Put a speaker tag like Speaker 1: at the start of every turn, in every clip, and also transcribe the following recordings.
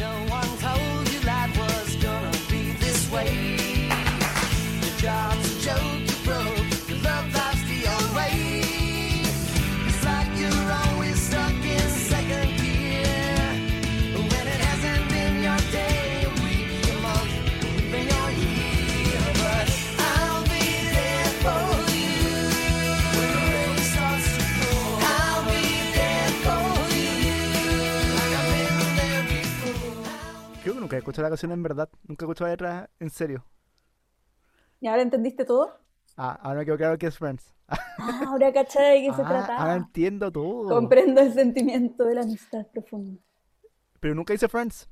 Speaker 1: No one told you life was gonna be this way. Your job's a joke, you broke. Your love life's the old way. It's like you're always stuck in second gear. When it hasn't been your day, week, your month, even your year. But I'll be there for you. When the rain starts to pour, I'll be there for you. Like I've been there before.
Speaker 2: Creo que nunca he escuchado la canción en verdad. Nunca he escuchado la letra en serio.
Speaker 3: ¿Y ahora entendiste todo?
Speaker 2: Ah, ahora me quedó claro que es Friends.
Speaker 3: Ah, ahora cachai de qué se
Speaker 2: Ah, ahora
Speaker 3: trataba.
Speaker 2: entiendo todo.
Speaker 3: Comprendo el sentimiento de la amistad profunda.
Speaker 2: Pero nunca hice Friends.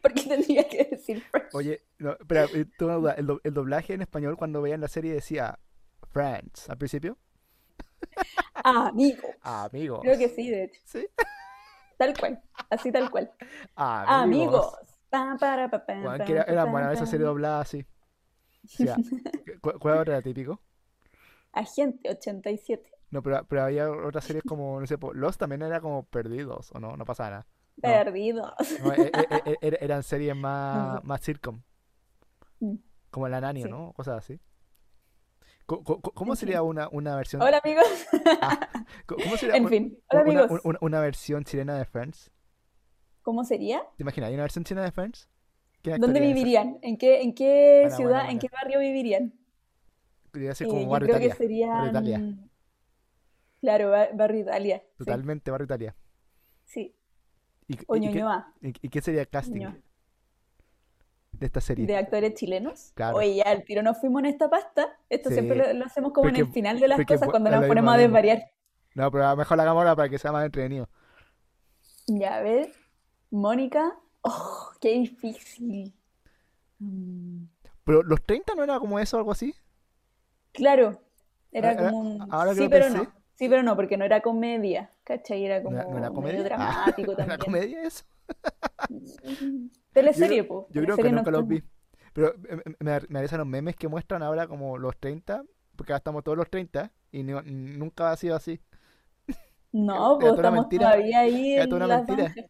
Speaker 3: ¿Por qué tendría que decir Friends?
Speaker 2: Oye, no, pero eh, tengo una duda. ¿El, do- el doblaje en español cuando veían la serie decía Friends al principio?
Speaker 3: Amigo.
Speaker 2: Amigos.
Speaker 3: Ah, Creo que sí, de hecho.
Speaker 2: Sí.
Speaker 3: Tal cual. Así tal cual.
Speaker 2: Amigos.
Speaker 3: Amigos. Pam, para, pa, pam,
Speaker 2: Bueno,
Speaker 3: pam,
Speaker 2: que era,
Speaker 3: pa,
Speaker 2: era
Speaker 3: pam,
Speaker 2: buena esa serie
Speaker 3: pam.
Speaker 2: doblada así. O sea, ¿cu- ¿Cuál era típico?
Speaker 3: Agente 87.
Speaker 2: No, pero, pero había otras series como, no sé, po, Lost también era como Perdidos, ¿o no? No pasaba nada. No.
Speaker 3: Perdido.
Speaker 2: No, e- e- e- e- eran series más, más sitcom,
Speaker 3: Mm.
Speaker 2: como La Nania,
Speaker 3: Sí.
Speaker 2: ¿no? Cosas así. Co- co- co- ¿Cómo sería una, una versión?
Speaker 3: Hola amigos.
Speaker 2: co- ¿Cómo sería
Speaker 3: En
Speaker 2: un-
Speaker 3: fin.
Speaker 2: un-
Speaker 3: Hola
Speaker 2: una,
Speaker 3: amigos.
Speaker 2: un- una- una versión chilena de Friends?
Speaker 3: ¿Cómo sería?
Speaker 2: ¿Te imaginas? ¿Hay una versión chilena de Friends? ¿Quién actuaría
Speaker 3: ¿Dónde
Speaker 2: en esa?
Speaker 3: vivirían? ¿En qué, en qué
Speaker 2: Buena,
Speaker 3: ciudad,
Speaker 2: buena,
Speaker 3: en
Speaker 2: buena.
Speaker 3: qué barrio vivirían?
Speaker 2: Podría ser
Speaker 3: Eh,
Speaker 2: como
Speaker 3: yo
Speaker 2: Barrio
Speaker 3: creo que
Speaker 2: Italia. Barrio Italia.
Speaker 3: serían... Claro, Ba- Barrio Italia. sí,
Speaker 2: Totalmente Barrio Italia.
Speaker 3: Sí.
Speaker 2: ¿Y, y-
Speaker 3: O
Speaker 2: y qué,
Speaker 3: Ñuñoa,
Speaker 2: y- y qué sería el casting
Speaker 3: Ñuñoa.
Speaker 2: de esta serie?
Speaker 3: De actores chilenos.
Speaker 2: Claro.
Speaker 3: Oye, ya, al tiro nos fuimos en esta pasta. Esto
Speaker 2: Sí.
Speaker 3: siempre lo, lo hacemos como en el
Speaker 2: Porque-
Speaker 3: final de las
Speaker 2: porque
Speaker 3: cosas,
Speaker 2: bu-
Speaker 3: cuando
Speaker 2: a
Speaker 3: nos
Speaker 2: la
Speaker 3: ponemos
Speaker 2: misma
Speaker 3: a
Speaker 2: vez.
Speaker 3: desvariar.
Speaker 2: No, pero a lo mejor la cámara para que sea más entretenido.
Speaker 3: Ya, a ver. Mónica. Oh, qué difícil. Mm,
Speaker 2: Pero los 30 no era como eso o algo así.
Speaker 3: Claro, era
Speaker 2: Ahora-
Speaker 3: como un
Speaker 2: ahora que
Speaker 3: sí,
Speaker 2: lo
Speaker 3: pero
Speaker 2: pensé.
Speaker 3: no. Sí, pero no, porque no era comedia. ¿Cachai? Era
Speaker 2: ¿No
Speaker 3: como
Speaker 2: era, no era
Speaker 3: medio
Speaker 2: comedia? Ah, ¿no
Speaker 3: dramático
Speaker 2: era
Speaker 3: también.
Speaker 2: comedia eso?
Speaker 3: Mm,
Speaker 2: Yo creo-
Speaker 3: Teleserie, po.
Speaker 2: Yo creo que
Speaker 3: teleserie
Speaker 2: nunca los
Speaker 3: nocturna.
Speaker 2: vi. Pero eh, eh, me, me interesan los memes que muestran ahora como los 30, porque ahora estamos todos los 30 y no- nunca ha sido así.
Speaker 3: No,
Speaker 2: Era
Speaker 3: pues
Speaker 2: toda una
Speaker 3: estamos
Speaker 2: mentira.
Speaker 3: todavía ahí
Speaker 2: Era
Speaker 3: en
Speaker 2: toda una
Speaker 3: las
Speaker 2: mentira.
Speaker 3: bancas.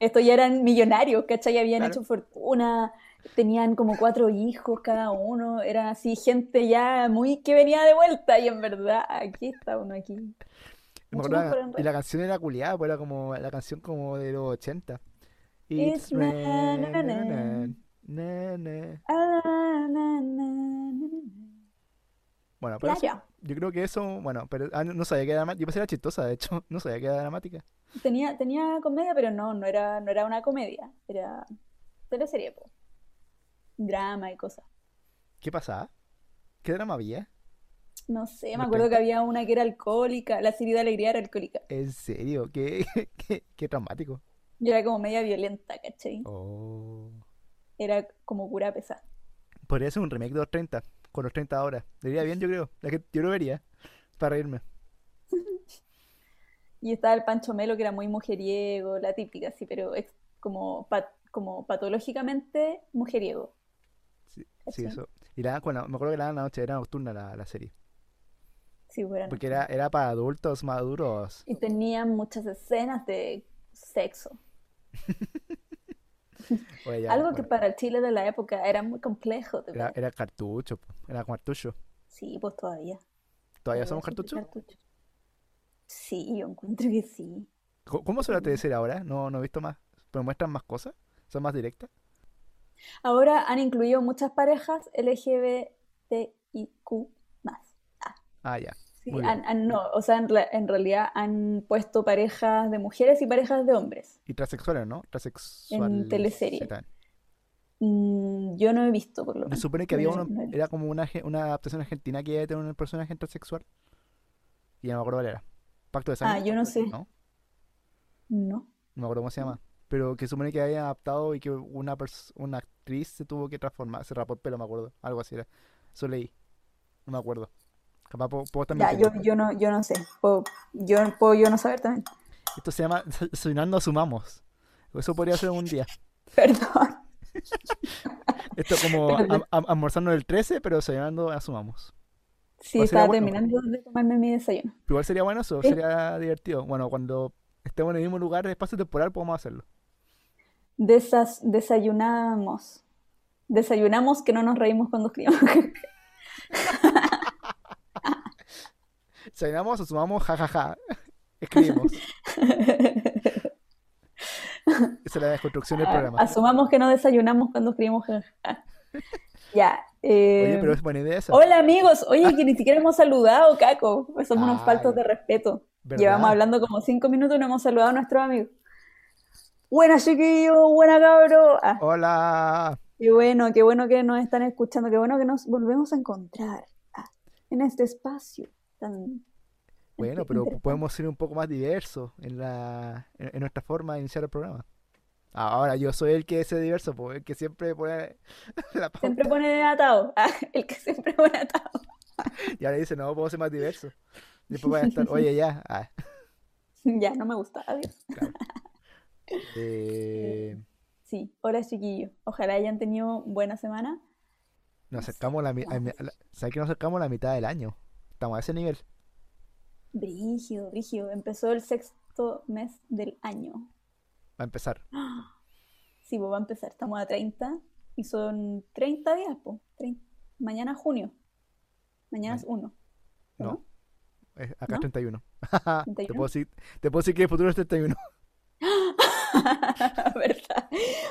Speaker 3: Estos ya eran millonarios, ¿cachai? Habían
Speaker 2: Claro.
Speaker 3: hecho fortuna, tenían como cuatro hijos cada uno, era así gente ya muy que venía de vuelta y en verdad, aquí está uno aquí.
Speaker 2: Me
Speaker 3: Mucho
Speaker 2: acordaba-
Speaker 3: mejor en
Speaker 2: y la
Speaker 3: realidad.
Speaker 2: canción era culiada, pues era como la canción como de los 80.
Speaker 3: It's na, na, na.
Speaker 2: na, na.
Speaker 3: Ah, na, na, na, na.
Speaker 2: Bueno, pero eso-
Speaker 3: Claro.
Speaker 2: yo creo que eso, bueno, pero ah, no, no sabía que era dramática. Yo pensé que era chistosa, de hecho, no sabía que era dramática.
Speaker 3: Tenía, tenía comedia, pero no, no era, no era una comedia, era teleserie, po. Drama y cosas.
Speaker 2: ¿Qué pasaba? ¿Qué drama había?
Speaker 3: No sé, me
Speaker 2: Los
Speaker 3: acuerdo
Speaker 2: 30.
Speaker 3: que había una que era alcohólica, la serie de Alegría era alcohólica.
Speaker 2: ¿En serio? ¿Qué, qué, qué traumático?
Speaker 3: Y era como media violenta, ¿cachai?
Speaker 2: Oh.
Speaker 3: Era como cura pesada.
Speaker 2: Podría ser un remake de los 30, con los 30 horas. Le iría bien, yo creo. La que yo lo vería, para reírme.
Speaker 3: Y estaba el Pancho Melo, que era muy mujeriego, la típica, sí, pero es como, pat- como patológicamente mujeriego.
Speaker 2: Sí, sí,
Speaker 3: ¿Cachai?
Speaker 2: eso. Y la, bueno, me acuerdo que la daban la noche, era nocturna la, la serie.
Speaker 3: Sí, bueno.
Speaker 2: Porque era, era para adultos maduros.
Speaker 3: Y tenían muchas escenas de sexo.
Speaker 2: Oye, ya,
Speaker 3: Algo que
Speaker 2: bueno,
Speaker 3: para el Chile de la época era muy complejo de
Speaker 2: era,
Speaker 3: ver.
Speaker 2: era cartucho, po, era cartucho.
Speaker 3: Sí, pues todavía.
Speaker 2: ¿Todavía
Speaker 3: Todavía
Speaker 2: somos
Speaker 3: son de
Speaker 2: cartuchos?
Speaker 3: cartucho. Sí, yo encuentro que sí.
Speaker 2: Co- ¿Cómo se la decir ahora? No, no he visto más. ¿Pero muestran más cosas? ¿Son más directas?
Speaker 3: Ahora han incluido muchas parejas LGBTIQ más.
Speaker 2: Ah, ya.
Speaker 3: Sí,
Speaker 2: Muy bien.
Speaker 3: han- han- no, o sea, en, re- en realidad han puesto parejas de mujeres y parejas de hombres.
Speaker 2: Y transexuales, ¿no? Transexuales.
Speaker 3: En teleserie. Mm, yo no he visto, por lo
Speaker 2: Me
Speaker 3: menos.
Speaker 2: supone que
Speaker 3: Yo
Speaker 2: había uno,
Speaker 3: no- no he visto.
Speaker 2: era como una, ge- una adaptación argentina que iba a tener un personaje transexual. Y ya no me acuerdo cuál era. Pacto de
Speaker 3: Ah,
Speaker 2: sangre.
Speaker 3: yo no sé.
Speaker 2: No,
Speaker 3: No.
Speaker 2: no me acuerdo cómo se llama. Pero que supone que había adaptado y que una, pers- una actriz se tuvo que transformar. Se rapó el pelo, me acuerdo. Algo así era. Eso leí. No me acuerdo. Capaz puedo, puedo estar
Speaker 3: Ya, yo,
Speaker 2: mintiendo.
Speaker 3: yo no, yo no sé. Puedo, yo puedo yo no saber también.
Speaker 2: Esto se llama Sonando Sumamos. Eso podría ser un día.
Speaker 3: Perdón.
Speaker 2: Esto como
Speaker 3: Pero-
Speaker 2: am- am- almorzando el 13, pero ah, soñando asumamos.
Speaker 3: Sí,
Speaker 2: Pues sería
Speaker 3: estaba
Speaker 2: bueno.
Speaker 3: terminando de tomarme mi desayuno.
Speaker 2: Igual sería bueno eso,
Speaker 3: Sí.
Speaker 2: sería divertido. Bueno, cuando estemos en el mismo lugar, espacio temporal, podemos hacerlo.
Speaker 3: Desas- desayunamos. Desayunamos que no nos reímos cuando escribimos.
Speaker 2: Sainamos o sumamos, jajaja. Escribimos. Esa es la desconstrucción
Speaker 3: Ah,
Speaker 2: del programa.
Speaker 3: Asumamos que no desayunamos cuando escribimos. jajaja. Ya.
Speaker 2: Oye,
Speaker 3: eh,
Speaker 2: pero es buena idea esa.
Speaker 3: Hola amigos, oye, que ni siquiera hemos saludado, Caco. Pues Somos unos
Speaker 2: Ah,
Speaker 3: faltos de
Speaker 2: ya.
Speaker 3: respeto.
Speaker 2: ¿Verdad?
Speaker 3: Llevamos hablando como cinco minutos y no hemos saludado a nuestros amigos. Buenas chiquillos, buena cabro. Ah,
Speaker 2: Hola.
Speaker 3: qué bueno, qué bueno que nos están escuchando, qué bueno que nos volvemos a encontrar ah, en este espacio tan...
Speaker 2: Bueno, pero podemos ser un poco más diversos en, la, en, en nuestra forma de iniciar el programa. Ahora, yo soy el que es diverso, pues, el que siempre pone la pauta.
Speaker 3: Siempre pone atado, ah, el que siempre pone atado.
Speaker 2: Y ahora dice, no, puedo ser más diverso. Después van a estar, oye, ya. Ah,
Speaker 3: Ya, no me gusta, adiós.
Speaker 2: claro. Eh,
Speaker 3: Sí, hola chiquillos, ojalá hayan tenido buena semana.
Speaker 2: nos acercamos a la, mi- a mi- a la- ¿sabes que nos acercamos a la mitad del año? Estamos a ese nivel.
Speaker 3: Brígido, brígido, empezó el sexto mes del año.
Speaker 2: Va a empezar.
Speaker 3: Sí, pues va a empezar. Estamos a 30 y son 30 días, pues. Mañana es junio. Mañana es 1.
Speaker 2: No. Eh, acá
Speaker 3: ¿No?
Speaker 2: es 31. Te
Speaker 3: 31.
Speaker 2: puedo decir, te puedo decir que el futuro es 31.
Speaker 3: ¿Verdad?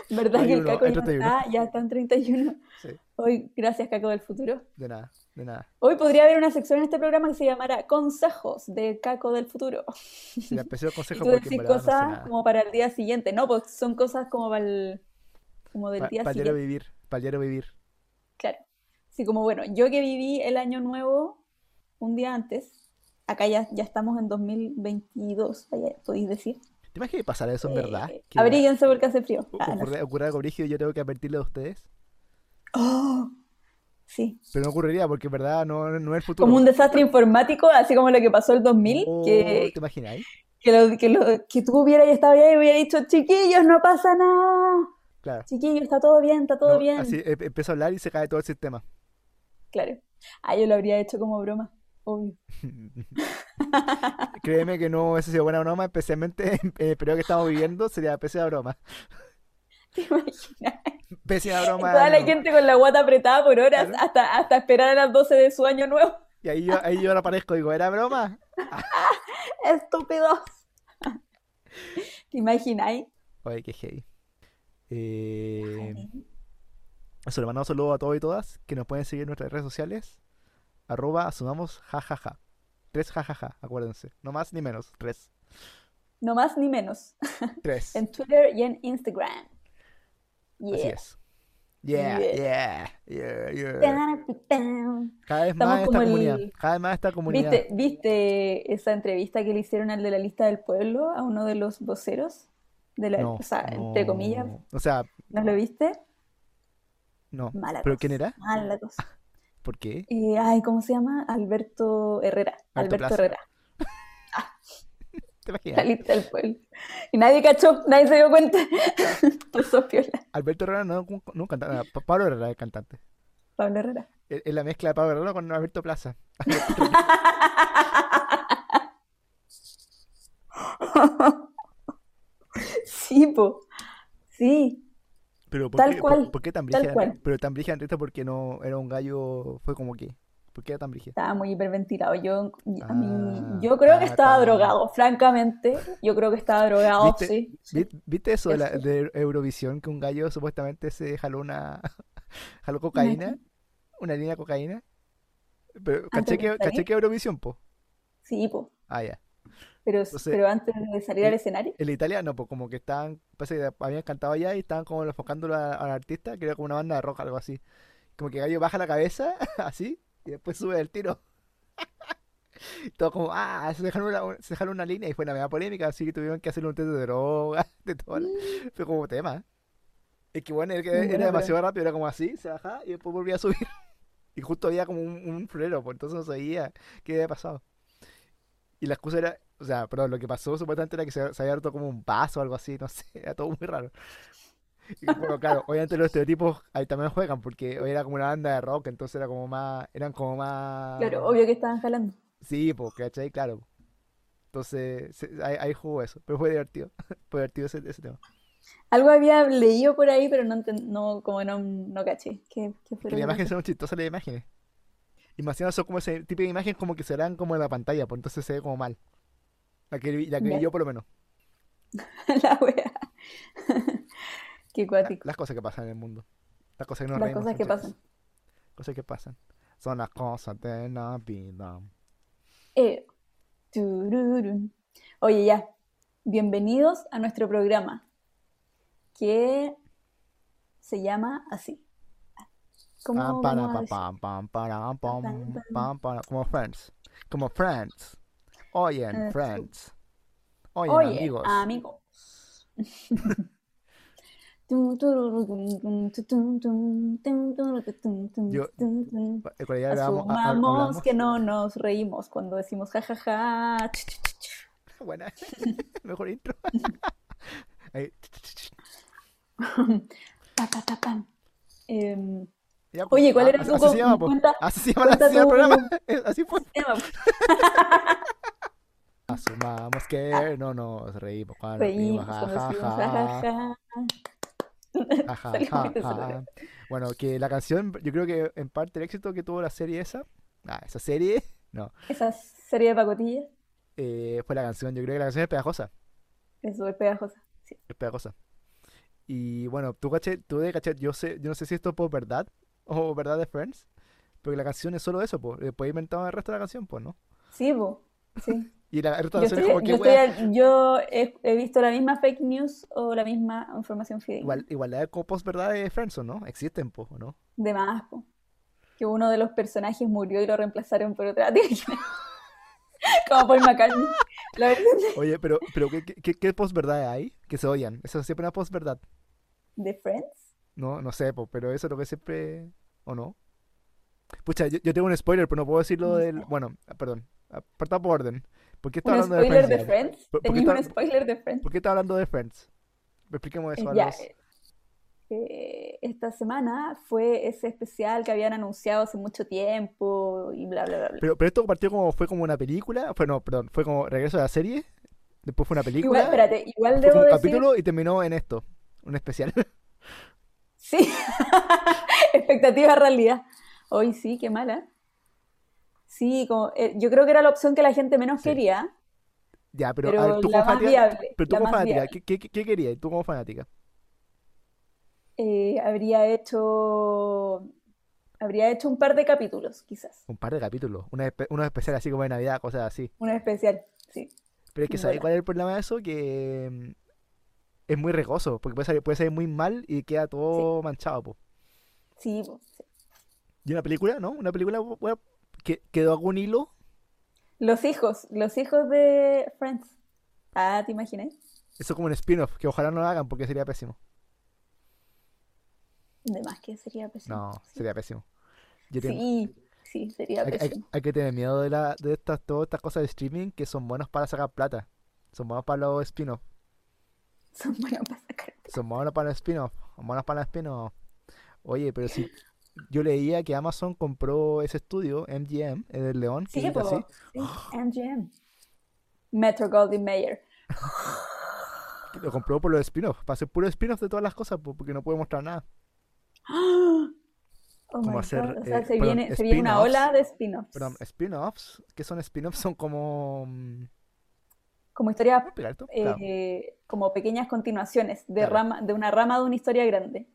Speaker 3: ¿Verdad que
Speaker 2: 31,
Speaker 3: el Caco
Speaker 2: es
Speaker 3: ya
Speaker 2: 31.
Speaker 3: está, ya está en 31?
Speaker 2: Sí,
Speaker 3: Hoy, gracias, Caco del futuro.
Speaker 2: de nada, de nada.
Speaker 3: Hoy podría haber una sección en este programa que se llamara Consejos de Caco del futuro.
Speaker 2: Si la empecé el
Speaker 3: Y
Speaker 2: consejo
Speaker 3: tú
Speaker 2: porque
Speaker 3: decís
Speaker 2: en verdad no sé
Speaker 3: cosas
Speaker 2: nada.
Speaker 3: como para el día siguiente. No, pues son cosas como para el, como del
Speaker 2: Pa-
Speaker 3: día
Speaker 2: pa'l diario
Speaker 3: siguiente.
Speaker 2: vivir, pa'l diario vivir.
Speaker 3: Claro. Sí, como bueno, yo que viví el año nuevo un día antes, acá ya, ya estamos en 2022, allá podéis decir.
Speaker 2: ¿Te imaginas que pasará eso en
Speaker 3: Eh,
Speaker 2: verdad? Que
Speaker 3: abríguense porque hace frío.
Speaker 2: o-
Speaker 3: Ah, no
Speaker 2: ocurre,
Speaker 3: sé.
Speaker 2: ocurre algo brígido y yo tengo que advertirle a ustedes.
Speaker 3: Oh, sí.
Speaker 2: Pero no ocurriría porque en verdad no, no es el futuro.
Speaker 3: Como un desastre informático, así como lo que pasó el 2000,
Speaker 2: Oh,
Speaker 3: que,
Speaker 2: ¿Te imaginas?
Speaker 3: que, lo- que, lo- que tú hubieras estado allá y hubieras dicho, chiquillos, no pasa nada.
Speaker 2: Claro.
Speaker 3: Chiquillos, está todo bien, está todo
Speaker 2: No,
Speaker 3: bien.
Speaker 2: Así em- empiezo a hablar y se cae todo el sistema.
Speaker 3: Claro. Ah, yo lo habría hecho como broma, obvio.
Speaker 2: Créeme que no hubiese sido buena broma, especialmente en el periodo que estamos viviendo, sería pésima broma.
Speaker 3: ¿Te imaginas?
Speaker 2: Pésima
Speaker 3: Y
Speaker 2: broma.
Speaker 3: Toda la
Speaker 2: no.
Speaker 3: gente con la guata apretada por horas
Speaker 2: Claro.
Speaker 3: hasta, hasta esperar a las 12 de su año nuevo.
Speaker 2: Y ahí yo, ahí yo ahora aparezco, digo, ¿era broma?
Speaker 3: Estúpidos. ¿Te imagináis?
Speaker 2: Oye, qué heavy. Eh, eso, le mandamos saludos a todos y todas que nos pueden seguir en nuestras redes sociales. Arroba asumamos jajaja. Tres jajaja, acuérdense. No más ni menos. Tres.
Speaker 3: No más ni menos.
Speaker 2: Tres.
Speaker 3: En Twitter y en Instagram.
Speaker 2: Así
Speaker 3: Yeah.
Speaker 2: es. Yeah,
Speaker 3: Yeah.
Speaker 2: yeah, yeah, yeah.
Speaker 3: Tarapitán.
Speaker 2: Cada vez
Speaker 3: Estamos
Speaker 2: más esta
Speaker 3: como el-
Speaker 2: comunidad. Cada vez más esta comunidad.
Speaker 3: ¿Viste, ¿Viste esa entrevista que le hicieron al de la lista del pueblo, a uno de los voceros? De la,
Speaker 2: No,
Speaker 3: o sea,
Speaker 2: no.
Speaker 3: entre comillas,
Speaker 2: O sea,
Speaker 3: ¿no lo viste?
Speaker 2: no.
Speaker 3: Mala
Speaker 2: ¿Pero
Speaker 3: cosa,
Speaker 2: quién era?
Speaker 3: mala cosa.
Speaker 2: ¿Por qué?
Speaker 3: Eh, ay, ¿cómo se llama? Alberto Herrera.
Speaker 2: Alberto
Speaker 3: Alberto
Speaker 2: Plaza.
Speaker 3: Herrera.
Speaker 2: ¿Te
Speaker 3: La
Speaker 2: imaginas?
Speaker 3: lista del pueblo. Y nadie cachó, nadie se dio cuenta. Pasó piola.
Speaker 2: Alberto Herrera no es un- no un cantante. Pa- Pablo Herrera es el cantante.
Speaker 3: Pablo Herrera.
Speaker 2: Es es la mezcla de Pablo Herrera con Alberto Plaza.
Speaker 3: Sí, po. Sí.
Speaker 2: Pero ¿por
Speaker 3: Tal
Speaker 2: qué,
Speaker 3: cual,
Speaker 2: por, por qué tan
Speaker 3: tal
Speaker 2: brígida?
Speaker 3: cual.
Speaker 2: Pero tan brígida Enrique, porque no era un gallo, fue como que. ¿Por qué era tan brígida?
Speaker 3: Estaba muy hiperventilado. Yo, a mí-
Speaker 2: Ah,
Speaker 3: yo creo que
Speaker 2: ah,
Speaker 3: estaba
Speaker 2: está.
Speaker 3: drogado, francamente. Yo creo que estaba drogado,
Speaker 2: ¿Viste?
Speaker 3: sí. sí.
Speaker 2: Vi- ¿Viste eso de, la-
Speaker 3: Eso.
Speaker 2: de Eurovisión? Que un gallo supuestamente se jaló una. jaló cocaína. Una línea de cocaína. Pero
Speaker 3: Ah,
Speaker 2: caché
Speaker 3: ¿te
Speaker 2: que,
Speaker 3: gustaría?
Speaker 2: caché que Eurovisión, po.
Speaker 3: Sí, po.
Speaker 2: Ah, ya.
Speaker 3: Pero,
Speaker 2: Entonces,
Speaker 3: pero antes de salir al escenario,
Speaker 2: En la Italia no, pues como que estaban, parece que habían cantado allá y estaban como enfocándolo a- al artista, que era como una banda de rock, algo así. Como que Gallo baja la cabeza, así, y después sube el tiro. Y Todo como, ah, se dejaron una, un- se dejaron una línea y fue una mega polémica, así que tuvieron que hacer un test de droga, de todo. la- Fue como tema. Es que bueno, era, que
Speaker 3: Mm. Bueno,
Speaker 2: era
Speaker 3: pero-
Speaker 2: demasiado rápido, era como así, se bajaba y después volvía a subir. Y justo había como un, un florero, pues entonces no sabía qué había pasado. Y la excusa era, o sea, perdón, lo que pasó supuestamente era que se, se había roto como un vaso o algo así, no sé, era todo muy raro. Y bueno, claro, obviamente los estereotipos ahí también juegan, porque hoy era como una banda de rock, entonces era como más, eran como más...
Speaker 3: claro, obvio que estaban jalando.
Speaker 2: Sí, pues, ¿cachai? Claro. Entonces, se- ahí, ahí jugó eso. Pero fue divertido. Fue divertido ese, ese tema.
Speaker 3: Algo había leído por ahí, pero no, enten- no como no, no caché. ¿Qué, qué
Speaker 2: Que
Speaker 3: fue lo
Speaker 2: las
Speaker 3: que
Speaker 2: imágenes
Speaker 3: pasó?
Speaker 2: son chistosas las imágenes. Y más encima son como ese tipo de imágenes como que se dan como en la pantalla, pues entonces se ve como mal. La que, vi- la que vi
Speaker 3: Ya.
Speaker 2: yo por lo menos.
Speaker 3: La wea. Qué
Speaker 2: La-
Speaker 3: cuático.
Speaker 2: las cosas que pasan en el mundo. Las cosas que Ah, nos
Speaker 3: Las
Speaker 2: reímos
Speaker 3: cosas que
Speaker 2: entre
Speaker 3: pasan.
Speaker 2: cosas. Cosas que pasan. Son las cosas de la vida.
Speaker 3: Eh, tururún. Oye, ya. Bienvenidos a nuestro programa, que se llama así. ¿Cómo
Speaker 2: Pam, Ah,
Speaker 3: vamos
Speaker 2: para,
Speaker 3: a
Speaker 2: pa,
Speaker 3: decir?
Speaker 2: pam, pam, para,
Speaker 3: Pam,
Speaker 2: pam,
Speaker 3: pam.
Speaker 2: pam, para. Como Friends. Como Friends. Oyen,
Speaker 3: Eh, sí.
Speaker 2: Friends. Oyen,
Speaker 3: Oye,
Speaker 2: amigos.
Speaker 3: amigo. Tum, tururún, tum, tum, tum, tum, tum, tum, tum,
Speaker 2: Yo-
Speaker 3: tum, tum.
Speaker 2: Eh, con ella hablamos- ha- ha-
Speaker 3: Asumamos
Speaker 2: hablamos.
Speaker 3: que no nos reímos cuando decimos jajaja. ch, ch, ch, ch.
Speaker 2: Buena. Mejor intro. Ahí.
Speaker 3: Pa, pa, pa, pam. Em,
Speaker 2: Ya, pues,
Speaker 3: Oye, ¿cuál
Speaker 2: ah,
Speaker 3: era
Speaker 2: así-
Speaker 3: tu
Speaker 2: así se
Speaker 3: co-
Speaker 2: llama, po.
Speaker 3: cuenta-
Speaker 2: Así se llama la-
Speaker 3: cuenta
Speaker 2: así se llama el
Speaker 3: tu-
Speaker 2: programa. Eh, Así fue.
Speaker 3: tema?
Speaker 2: Asumamos que no nos reímos cuando
Speaker 3: Ah. Reímos,
Speaker 2: ja,
Speaker 3: cuando
Speaker 2: ja,
Speaker 3: decimos
Speaker 2: ja,
Speaker 3: jajaja.
Speaker 2: ja, ja,
Speaker 3: Salió
Speaker 2: ja,
Speaker 3: muy
Speaker 2: ja.
Speaker 3: desagradable.
Speaker 2: Bueno, que la canción, yo creo que en parte el éxito que tuvo la serie esa, ah, esa serie, no,
Speaker 3: Esa serie de pacotillas,
Speaker 2: eh, fue la canción, yo creo que la canción es pegajosa,
Speaker 3: eso es pegajosa. Sí.
Speaker 2: es pegajosa. Y bueno, tú caché, tú de caché, yo sé, yo no sé si esto es por verdad o verdad de Friends, porque la canción es solo eso, pues, después inventaron el resto de la canción, pues, ¿no?
Speaker 3: Sí, po. Sí.
Speaker 2: Y la, el resto de
Speaker 3: Yo
Speaker 2: la canción es
Speaker 3: estoy,
Speaker 2: como que
Speaker 3: yo
Speaker 2: wea,
Speaker 3: estoy al- yo he, he visto la misma fake news o la misma información fidedigna.
Speaker 2: igual, igualdad de copos, verdad de Friends, ¿o no? Existen, pues, ¿o no?
Speaker 3: De más, po. Que uno de los personajes murió y lo reemplazaron por otra. Como Paul McCartney. La versión de,
Speaker 2: Oye, pero, pero ¿qué, qué, qué posverdad hay? Que se odian. Eso es siempre una posverdad.
Speaker 3: de Friends.
Speaker 2: No, no sé, po, pero eso es lo que siempre. ¿O no? Pucha, yo, yo tengo un spoiler, pero no puedo decirlo
Speaker 3: No
Speaker 2: del. Bueno, ah, perdón. Apartado por orden. ¿Por qué está
Speaker 3: ¿Un
Speaker 2: hablando de
Speaker 3: spoiler
Speaker 2: Friends?
Speaker 3: de
Speaker 2: ya?
Speaker 3: Friends?
Speaker 2: ¿Por- por qué
Speaker 3: ¿Tenéis un
Speaker 2: está-
Speaker 3: spoiler de Friends?
Speaker 2: ¿Por qué está hablando de Friends? Expliquemos eso a
Speaker 3: Ya,
Speaker 2: los.
Speaker 3: eh, eh, esta semana fue ese especial que habían anunciado hace mucho tiempo y bla, bla, bla, bla.
Speaker 2: Pero, pero esto partió como. Fue como una película. Fue, no, perdón. Fue como regreso de la serie. Después fue una
Speaker 3: Igual,
Speaker 2: película.
Speaker 3: espérate, igual
Speaker 2: fue
Speaker 3: debo
Speaker 2: como un
Speaker 3: decir,
Speaker 2: capítulo y terminó en esto. Un especial.
Speaker 3: sí, expectativa realidad. Hoy sí, qué mala. Sí, como, eh, yo creo que era la opción que la gente menos
Speaker 2: Sí.
Speaker 3: quería,
Speaker 2: ya, pero a ver,
Speaker 3: pero
Speaker 2: tú
Speaker 3: la
Speaker 2: como
Speaker 3: más
Speaker 2: fanática.
Speaker 3: viable,
Speaker 2: Pero tú
Speaker 3: la
Speaker 2: como
Speaker 3: más
Speaker 2: fanática,
Speaker 3: viable.
Speaker 2: ¿qué, qué, qué qué querías? Tú como fanática.
Speaker 3: Eh, habría hecho, habría hecho un par de capítulos, quizás,
Speaker 2: Un par de capítulos. Una espe- unos especiales así como de Navidad, cosas así.
Speaker 3: un especial, sí.
Speaker 2: Pero es que ¿sabes
Speaker 3: Bola.
Speaker 2: cuál es el problema de eso? Que mm, es muy riesgoso, porque puede salir, puede salir muy mal y queda todo manchado, po.
Speaker 3: Sí, po, sí.
Speaker 2: Y una película, ¿no? Una película bu- buena que quedó algún hilo.
Speaker 3: Los hijos, los hijos de Friends. Ah, ¿te imaginas?
Speaker 2: Eso es como un spin-off, que ojalá no lo hagan porque sería pésimo.
Speaker 3: De más que sería pésimo.
Speaker 2: No,
Speaker 3: sí.
Speaker 2: sería pésimo. Yo tengo-
Speaker 3: Sí, sí, sería
Speaker 2: hay, hay-
Speaker 3: pésimo.
Speaker 2: hay que tener miedo de, la, de estas, todas estas cosas de streaming que son buenos para sacar plata. Son buenos para los spin-off.
Speaker 3: Son buenos para sacar.
Speaker 2: Son buenos para los spin-off. Son buenos para los spin-off. Oye, pero si yo leía que Amazon compró ese estudio, MGM, el del León, que
Speaker 3: Sí,
Speaker 2: grita así.
Speaker 3: po, sí, MGM. Metro Goldwyn Mayer.
Speaker 2: Lo compró por los spin-offs, para hacer puro spin-off de todas las cosas, po, porque no puede mostrar nada.
Speaker 3: Oh
Speaker 2: Como
Speaker 3: my
Speaker 2: hacer,
Speaker 3: God. O sea,
Speaker 2: eh,
Speaker 3: se
Speaker 2: perdón,
Speaker 3: viene, se viene una
Speaker 2: spin-offs.
Speaker 3: ola de spin-offs.
Speaker 2: Pero spin-offs, ¿qué son spin-offs? Son como... mm,
Speaker 3: Como historias,
Speaker 2: ¿puedo explicar esto? Claro.
Speaker 3: eh, como pequeñas continuaciones de
Speaker 2: Claro.
Speaker 3: rama, de una rama de una historia grande.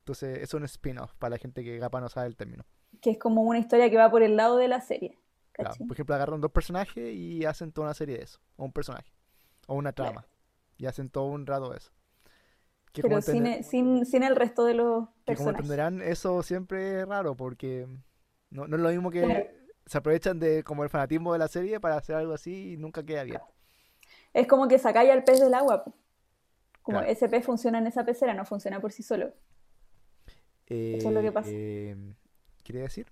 Speaker 2: Entonces, es un spin-off para la gente que capaz no sabe el término.
Speaker 3: Que es como una historia que va por el lado de la serie.
Speaker 2: Claro. pues,
Speaker 3: ¿cachai?
Speaker 2: Por ejemplo, agarran dos personajes y hacen toda una serie de eso, o un personaje, o una
Speaker 3: Claro.
Speaker 2: trama, y hacen todo un rato de eso. Que como
Speaker 3: Pero sin,
Speaker 2: entender-
Speaker 3: e- sin, sin el resto de los
Speaker 2: que como
Speaker 3: personajes.
Speaker 2: entenderán, eso siempre es raro, porque no, no es lo mismo que
Speaker 3: Claro.
Speaker 2: se aprovechan de como el fanatismo de la serie para hacer algo así y nunca queda bien.
Speaker 3: Es como que sacáis al pez del agua. po. Como
Speaker 2: Claro.
Speaker 3: ese pez funciona en esa pecera, no funciona por sí solo. Eso es lo que pasa.
Speaker 2: Eh, ¿Quería decir?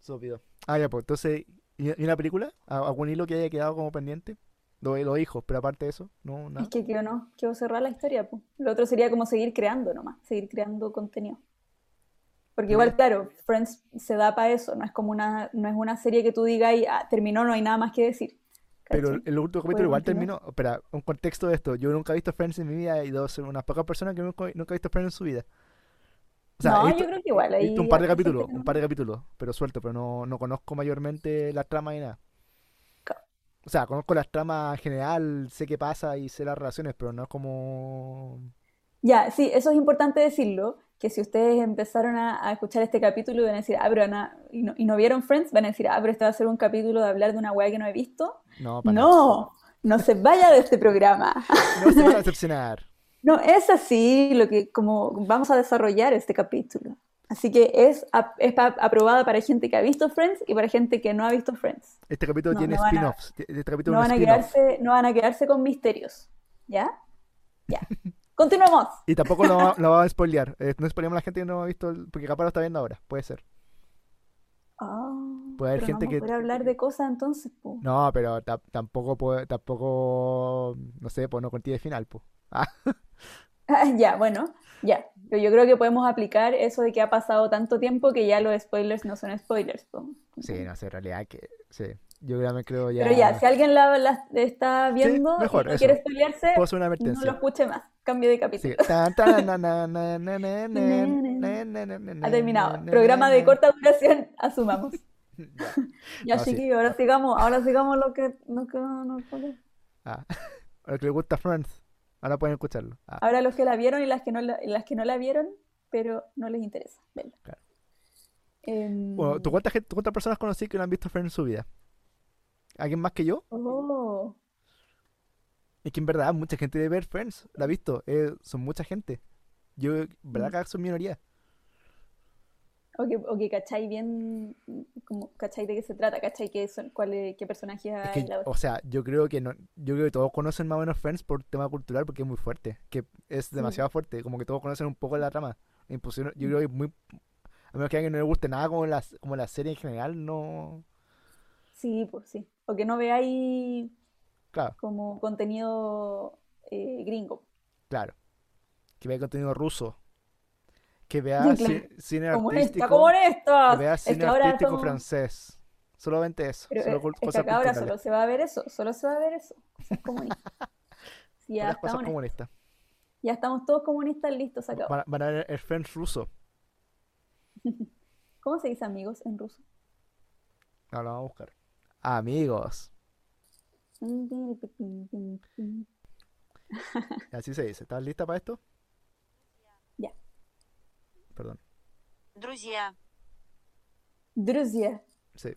Speaker 2: Se olvidó. Ah, ya, pues entonces, ¿y y una película? ¿A- ¿Algún hilo que haya quedado como pendiente? Lo de los hijos, pero aparte de eso, no, nada.
Speaker 3: Es que quiero no, quiero cerrar la historia. po. Lo otro sería como seguir creando nomás, seguir creando contenido.
Speaker 2: Mm.
Speaker 3: Porque igual, claro, Friends se da para eso, no es como una, no es una serie que tú digas y "Ah, terminó, no hay nada más que decir.
Speaker 2: Pero
Speaker 3: ¿cachai?
Speaker 2: el último capítulo
Speaker 3: Puede
Speaker 2: igual
Speaker 3: continuar.
Speaker 2: terminó. Espera, un contexto de esto. Yo nunca he visto Friends en mi vida y dos, soy unas pocas personas que nunca, nunca he visto Friends en su vida. O sea, he
Speaker 3: No,
Speaker 2: visto-
Speaker 3: yo creo que igual
Speaker 2: he visto un
Speaker 3: hay
Speaker 2: par de
Speaker 3: harta gente
Speaker 2: capítulos,
Speaker 3: que
Speaker 2: un
Speaker 3: no.
Speaker 2: par de capítulos, pero suelto, pero no, no conozco mayormente la trama ni nada.
Speaker 3: Ca-
Speaker 2: O sea, conozco las tramas en general, sé qué pasa y sé las relaciones, pero no es como...
Speaker 3: Ya, sí, eso es importante decirlo, que si ustedes empezaron a, a escuchar este capítulo y van a decir, ah, pero Ana, y no, y no vieron Friends, van a decir, ah, pero este va a ser un capítulo de hablar de una weá que no he visto.
Speaker 2: No, para nada.
Speaker 3: No, no se vaya de este programa.
Speaker 2: No se van a decepcionar.
Speaker 3: No, es así lo que como vamos a desarrollar este capítulo. Así que es, ap- es pa- aprobada para gente que ha visto Friends y para gente que no ha visto Friends.
Speaker 2: Este capítulo
Speaker 3: No,
Speaker 2: tiene
Speaker 3: no van a-
Speaker 2: spin-offs. Ti- Este capítulo
Speaker 3: No
Speaker 2: es
Speaker 3: van
Speaker 2: un
Speaker 3: a
Speaker 2: spin-off.
Speaker 3: quedarse, no van a quedarse con misterios. ¿Ya? Ya. Continuamos.
Speaker 2: Y tampoco lo, va- lo va a spoilear. Eh, no spoileamos a la gente que no ha visto, el- porque capaz lo está viendo ahora. Puede ser.
Speaker 3: Ah,
Speaker 2: Puede haber
Speaker 3: pero
Speaker 2: gente
Speaker 3: vamos
Speaker 2: que-
Speaker 3: a poder hablar de cosas entonces, po.
Speaker 2: No, pero ta- tampoco, puede- tampoco, no sé, pues no contiene final, pues. Ah,
Speaker 3: Ah, Ya, bueno, ya. Pero yo creo que podemos aplicar eso de que ha pasado tanto tiempo que ya los spoilers no son spoilers, po.
Speaker 2: sí, no sé, en realidad que, sí. Yo ya me creo
Speaker 3: Pero ya,
Speaker 2: ya...
Speaker 3: si alguien la, la está viendo y
Speaker 2: mejor,
Speaker 3: no
Speaker 2: eso.
Speaker 3: quiere spoilearse,
Speaker 2: Puedo hacer una
Speaker 3: no lo
Speaker 2: advertencia.
Speaker 3: escuche más. Cambio de
Speaker 2: Sí.
Speaker 3: capítulo.
Speaker 2: Tan, tan, na, na, na, na, na, na, na, na, na, na,
Speaker 3: Ha terminado.
Speaker 2: na,
Speaker 3: Programa
Speaker 2: na,
Speaker 3: de
Speaker 2: na.
Speaker 3: corta duración, asumamos.
Speaker 2: Ya.
Speaker 3: Ya,
Speaker 2: No, sí.
Speaker 3: chiquillos, ahora sigamos, ahora sigamos lo que, lo que no- no- no-
Speaker 2: Ah. A los que les gusta Friends, ahora pueden escucharlo. Ah,
Speaker 3: Ahora los que la vieron y las que no la, y las que no la vieron, pero no les interesa. verla.
Speaker 2: Claro.
Speaker 3: Em,
Speaker 2: Bueno, ¿tú cuántas, gente- tú cuántas personas conocí que no han visto Friends en su vida? ¿Alguien más que yo?
Speaker 3: oh,
Speaker 2: Es que en verdad mucha gente debe ver Friends, la ha visto, eh, son mucha gente. Yo, en verdad
Speaker 3: Mm.
Speaker 2: que son minoría.
Speaker 3: o que, o que cacháis bien, como, cacháis de qué se trata, cacháis qué, son, cuál es- qué personaje
Speaker 2: Es
Speaker 3: hay.
Speaker 2: que,
Speaker 3: Ah, la-
Speaker 2: o sea, yo creo que no, yo creo que todos conocen más o menos Friends por tema cultural porque es muy fuerte, que es
Speaker 3: Mm.
Speaker 2: demasiado fuerte, como que todos conocen un poco la trama. Es imposible- yo creo que es muy, a menos que a alguien no le guste nada como las, como la serie en general, no,
Speaker 3: Sí, pues sí. O que no veáis
Speaker 2: claro,
Speaker 3: como contenido eh, gringo.
Speaker 2: claro. Que vea contenido ruso, que vea
Speaker 3: Sí,
Speaker 2: ci-
Speaker 3: claro.
Speaker 2: cine
Speaker 3: Como
Speaker 2: artístico,
Speaker 3: esta, como
Speaker 2: que
Speaker 3: estas.
Speaker 2: vea
Speaker 3: Es que
Speaker 2: cine
Speaker 3: ahora
Speaker 2: artístico
Speaker 3: somos-
Speaker 2: francés. Solamente eso,
Speaker 3: Pero
Speaker 2: solo
Speaker 3: eh,
Speaker 2: cul-
Speaker 3: es que
Speaker 2: cosas
Speaker 3: acá ahora
Speaker 2: culturales.
Speaker 3: solo se va a ver eso, solo se va a ver eso. Cosas comunistas. Si ya
Speaker 2: Puras cosas
Speaker 3: estamos, en-
Speaker 2: comunistas.
Speaker 3: ya estamos todos comunistas, listos, se acabó.
Speaker 2: Van, a- van a ver el Friends ruso.
Speaker 3: ¿Cómo se dice amigos en ruso?
Speaker 2: No, lo vamos a buscar. Amigos. Así se dice. ¿Estás lista para esto?
Speaker 3: Ya.
Speaker 2: Perdón.
Speaker 1: Друзья,
Speaker 3: Друзья,
Speaker 2: Sí.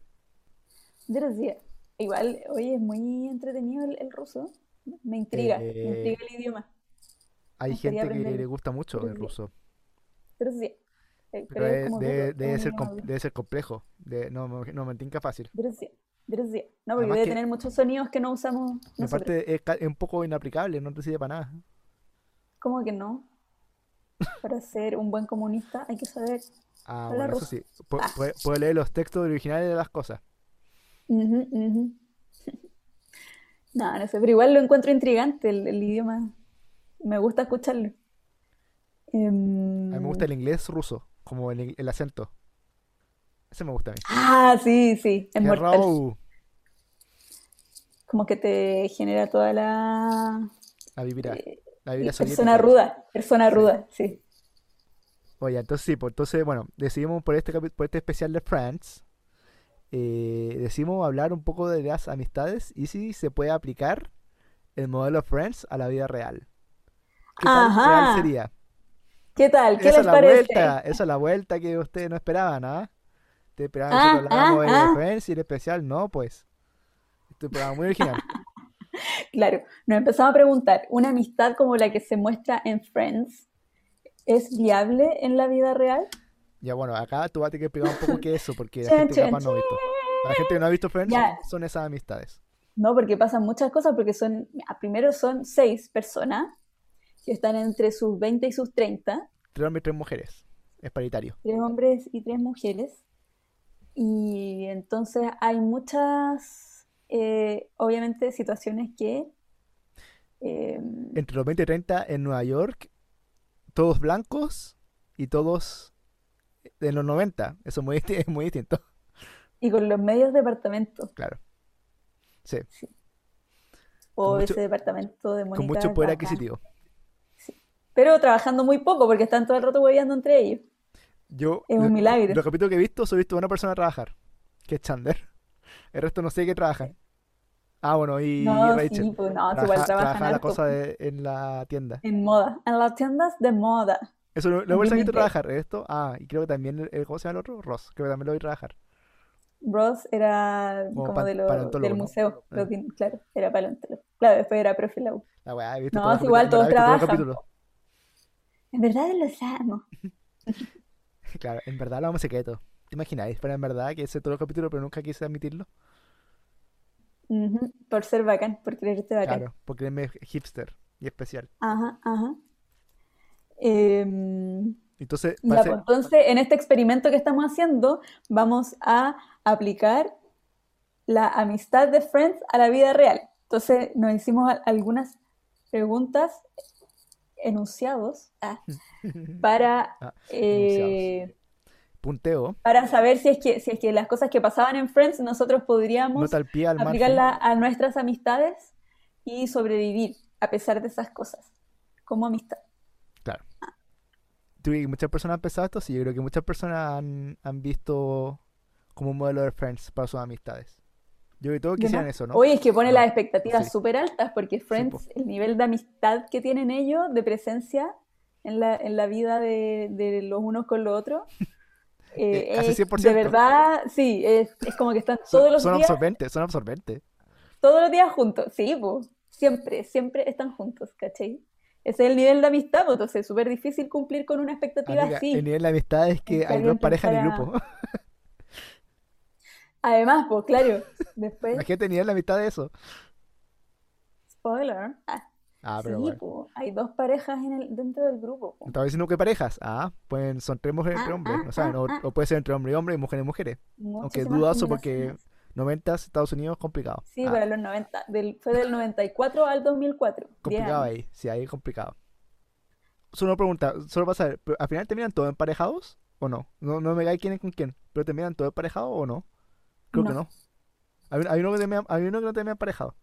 Speaker 3: друзья. Igual, oye, es muy entretenido el, el ruso. Me intriga, me
Speaker 2: Eh,
Speaker 3: intriga el idioma.
Speaker 2: Hay
Speaker 3: gustaría
Speaker 2: gente que
Speaker 3: aprenderlo.
Speaker 2: le gusta mucho el
Speaker 3: Ruso.
Speaker 2: ruso.
Speaker 3: Друзья.
Speaker 2: Pero
Speaker 3: Eh, pero es
Speaker 2: es-
Speaker 3: como
Speaker 2: debe,
Speaker 3: duro, es
Speaker 2: debe
Speaker 3: un
Speaker 2: ser,
Speaker 3: idioma
Speaker 2: com-
Speaker 3: duro.
Speaker 2: debe ser complejo. De- no, me- no me tinca fácil.
Speaker 3: Друзья, друзья. No, porque
Speaker 2: Además
Speaker 3: debe
Speaker 2: que-
Speaker 3: tener muchos sonidos que no usamos
Speaker 2: Y
Speaker 3: nosotros.
Speaker 2: aparte es, ca- es un poco inaplicable, no te sirve para nada.
Speaker 3: ¿Cómo que no? Para ser un buen comunista hay que saber.
Speaker 2: Ah,
Speaker 3: Habla
Speaker 2: bueno, eso
Speaker 3: ruso.
Speaker 2: sí. Pu- pu- Puedo leer los textos originales de las cosas.
Speaker 3: Ujú, ujú. No, no sé, pero igual lo encuentro intrigante el, el idioma. Me gusta escucharlo.
Speaker 2: A mí me
Speaker 3: Em,
Speaker 2: gusta el inglés ruso, como el, el acento. Ese me gusta a mí.
Speaker 3: Ah, sí, sí, es mortal.
Speaker 2: Hello,
Speaker 3: Como que te genera toda la
Speaker 2: La vibra.
Speaker 3: eh,
Speaker 2: La vibra
Speaker 3: persona
Speaker 2: soviética.
Speaker 3: ruda, persona ruda, sí.
Speaker 2: Oye, entonces sí, pues entonces, bueno, decidimos por este capi- por este especial de Friends, eh, decidimos hablar un poco de las amistades y si se puede aplicar el modelo Friends a la vida real. ¿Qué tal real
Speaker 3: Ajá.
Speaker 2: sería?
Speaker 3: ¿Qué tal? ¿Qué
Speaker 2: Esa es
Speaker 3: les
Speaker 2: la
Speaker 3: parece?
Speaker 2: vuelta, esa es la vuelta que ustedes no esperaban, ¿ah? Ustedes esperaban que
Speaker 3: Ah,
Speaker 2: nosotros hablábamos
Speaker 3: ah,
Speaker 2: de
Speaker 3: ah.
Speaker 2: Friends y el especial, no, pues. Este es un programa muy original.
Speaker 3: Claro, nos empezamos a preguntar, ¿una amistad como la que se muestra en Friends es viable en la vida real?
Speaker 2: Ya bueno, acá tú vas a tener que explicar un poco qué es eso, porque la
Speaker 3: Chan,
Speaker 2: gente
Speaker 3: chan,
Speaker 2: capaz no ha visto. Para la gente que no ha visto Friends,
Speaker 3: Ya.
Speaker 2: son esas amistades.
Speaker 3: No, porque pasan muchas cosas, porque son, a- primero son seis personas que están entre sus 20 y sus 30,
Speaker 2: Tres hombres y tres mujeres. Es paritario.
Speaker 3: tres hombres y tres mujeres, y entonces hay muchas, eh, obviamente, situaciones que... eh,
Speaker 2: entre los 20 y 30 en Nueva York, todos blancos y todos de los 90. Eso es muy, disti- es muy distinto,
Speaker 3: y con los medios departamentos.
Speaker 2: claro. Sí.
Speaker 3: o
Speaker 2: mucho-
Speaker 3: ese departamento de
Speaker 2: Con
Speaker 3: Mónica
Speaker 2: mucho poder
Speaker 3: es bacán.
Speaker 2: adquisitivo.
Speaker 3: Pero trabajando muy poco porque están todo el rato hueveando entre ellos.
Speaker 2: Yo,
Speaker 3: Es un
Speaker 2: lo-
Speaker 3: milagro.
Speaker 2: Los capítulos que he visto, solo he visto a una persona trabajar, que es Chandler. El resto no sé qué trabajan. Ah, bueno, y
Speaker 3: No,
Speaker 2: Rachel.
Speaker 3: sí, pues no, si igual
Speaker 2: Trabaja,
Speaker 3: trabajan
Speaker 2: trabaja la
Speaker 3: harto
Speaker 2: cosa de- en la tienda.
Speaker 3: en moda, en las tiendas de moda.
Speaker 2: Eso lo, lo que he
Speaker 3: Jimmy
Speaker 2: visto
Speaker 3: Page.
Speaker 2: trabajar. Esto, ah, y creo que también, el, el- ¿cómo se llama el otro? Ross. Creo que también lo vi trabajar.
Speaker 3: Ross era
Speaker 2: Como
Speaker 3: como
Speaker 2: pan-
Speaker 3: de lo-
Speaker 2: paleontólogo,
Speaker 3: del
Speaker 2: ¿no?
Speaker 3: museo,
Speaker 2: Ah.
Speaker 3: lo que- claro, era paleontólogo. Claro, después era profe en la U.
Speaker 2: La weá, he visto
Speaker 3: No,
Speaker 2: todos los
Speaker 3: es igual,
Speaker 2: capítulos,
Speaker 3: todos
Speaker 2: ¿verdad? He visto
Speaker 3: trabajan, En verdad los amo.
Speaker 2: los capítulos. Claro, en verdad lo vamos secreto. ¿Te imagináis? Pero en verdad que sé todos los capítulos, pero nunca quise admitirlo.
Speaker 3: Ujú, Por ser bacán, por creerte bacán.
Speaker 2: Claro, porque es hipster y especial.
Speaker 3: Ajá, ajá. Em,
Speaker 2: Entonces,
Speaker 3: ya,
Speaker 2: parece-
Speaker 3: pues, entonces, en este experimento que estamos haciendo, vamos a aplicar la amistad de Friends a la vida real. Entonces, nos hicimos al- algunas preguntas, enunciados, ah, para,
Speaker 2: Ah,
Speaker 3: eh,
Speaker 2: punteo,
Speaker 3: para saber si es que, si es que las cosas que pasaban en Friends nosotros podríamos
Speaker 2: nota al pie al margen.
Speaker 3: aplicarla a nuestras amistades y sobrevivir a pesar de esas cosas, como amistad.
Speaker 2: Tú y muchas personas han pensado esto, sí, yo creo que muchas personas han, han visto como un modelo de Friends para sus amistades. Yo creo que todos
Speaker 3: Yo
Speaker 2: quisieran
Speaker 3: no-
Speaker 2: eso, ¿no?
Speaker 3: Hoy es que pone
Speaker 2: Ah,
Speaker 3: las expectativas
Speaker 2: sí.
Speaker 3: súper altas porque Friends,
Speaker 2: po.
Speaker 3: el nivel de amistad que tienen ellos, de presencia en la, en la vida de, de los unos con los otros, eh,
Speaker 2: Eh, casi
Speaker 3: es-
Speaker 2: 100%.
Speaker 3: de verdad, sí, es, es como que están
Speaker 2: Son,
Speaker 3: todos los
Speaker 2: son
Speaker 3: días,
Speaker 2: absorbentes, son absorbentes.
Speaker 3: todos los días juntos, sí, po, siempre, siempre están juntos, ¿cachai? Ese es el nivel de amistad, po, entonces es súper difícil cumplir con una expectativa
Speaker 2: Amiga,
Speaker 3: así.
Speaker 2: el nivel de amistad es que
Speaker 3: Es que
Speaker 2: hay dos
Speaker 3: alguien
Speaker 2: parejas en el
Speaker 3: pensara-
Speaker 2: grupo.
Speaker 3: Además, pues claro, después,
Speaker 2: La gente nivel la mitad de eso.
Speaker 3: spoiler, ah,
Speaker 2: Ah, pero
Speaker 3: sí,
Speaker 2: bueno.
Speaker 3: po, hay dos parejas en el, dentro del grupo. po.
Speaker 2: Estaba diciendo que parejas. Ah, pues son tres mujeres entre
Speaker 3: Ah,
Speaker 2: hombres,
Speaker 3: ah,
Speaker 2: ¿no saben?
Speaker 3: ah,
Speaker 2: O,
Speaker 3: ah.
Speaker 2: o puede ser entre hombre y hombre y mujeres y mujeres. Aunque
Speaker 3: Muchísimas
Speaker 2: dudoso porque
Speaker 3: combinaciones.
Speaker 2: 90 Estados Unidos complicado.
Speaker 3: Sí,
Speaker 2: Ah,
Speaker 3: para los 90, del, fue del 94 al 2004. diez
Speaker 2: complicado
Speaker 3: años.
Speaker 2: ahí, sí, ahí es complicado. Solo una pregunta, solo para saber, ¿pero ¿al final terminan todos emparejados o no? No, no me digáis quién es con quién, pero terminan todos emparejados o no? Creo que
Speaker 3: No.
Speaker 2: no. Hay, un- hay uno que termina, hay uno que no termina emparejado.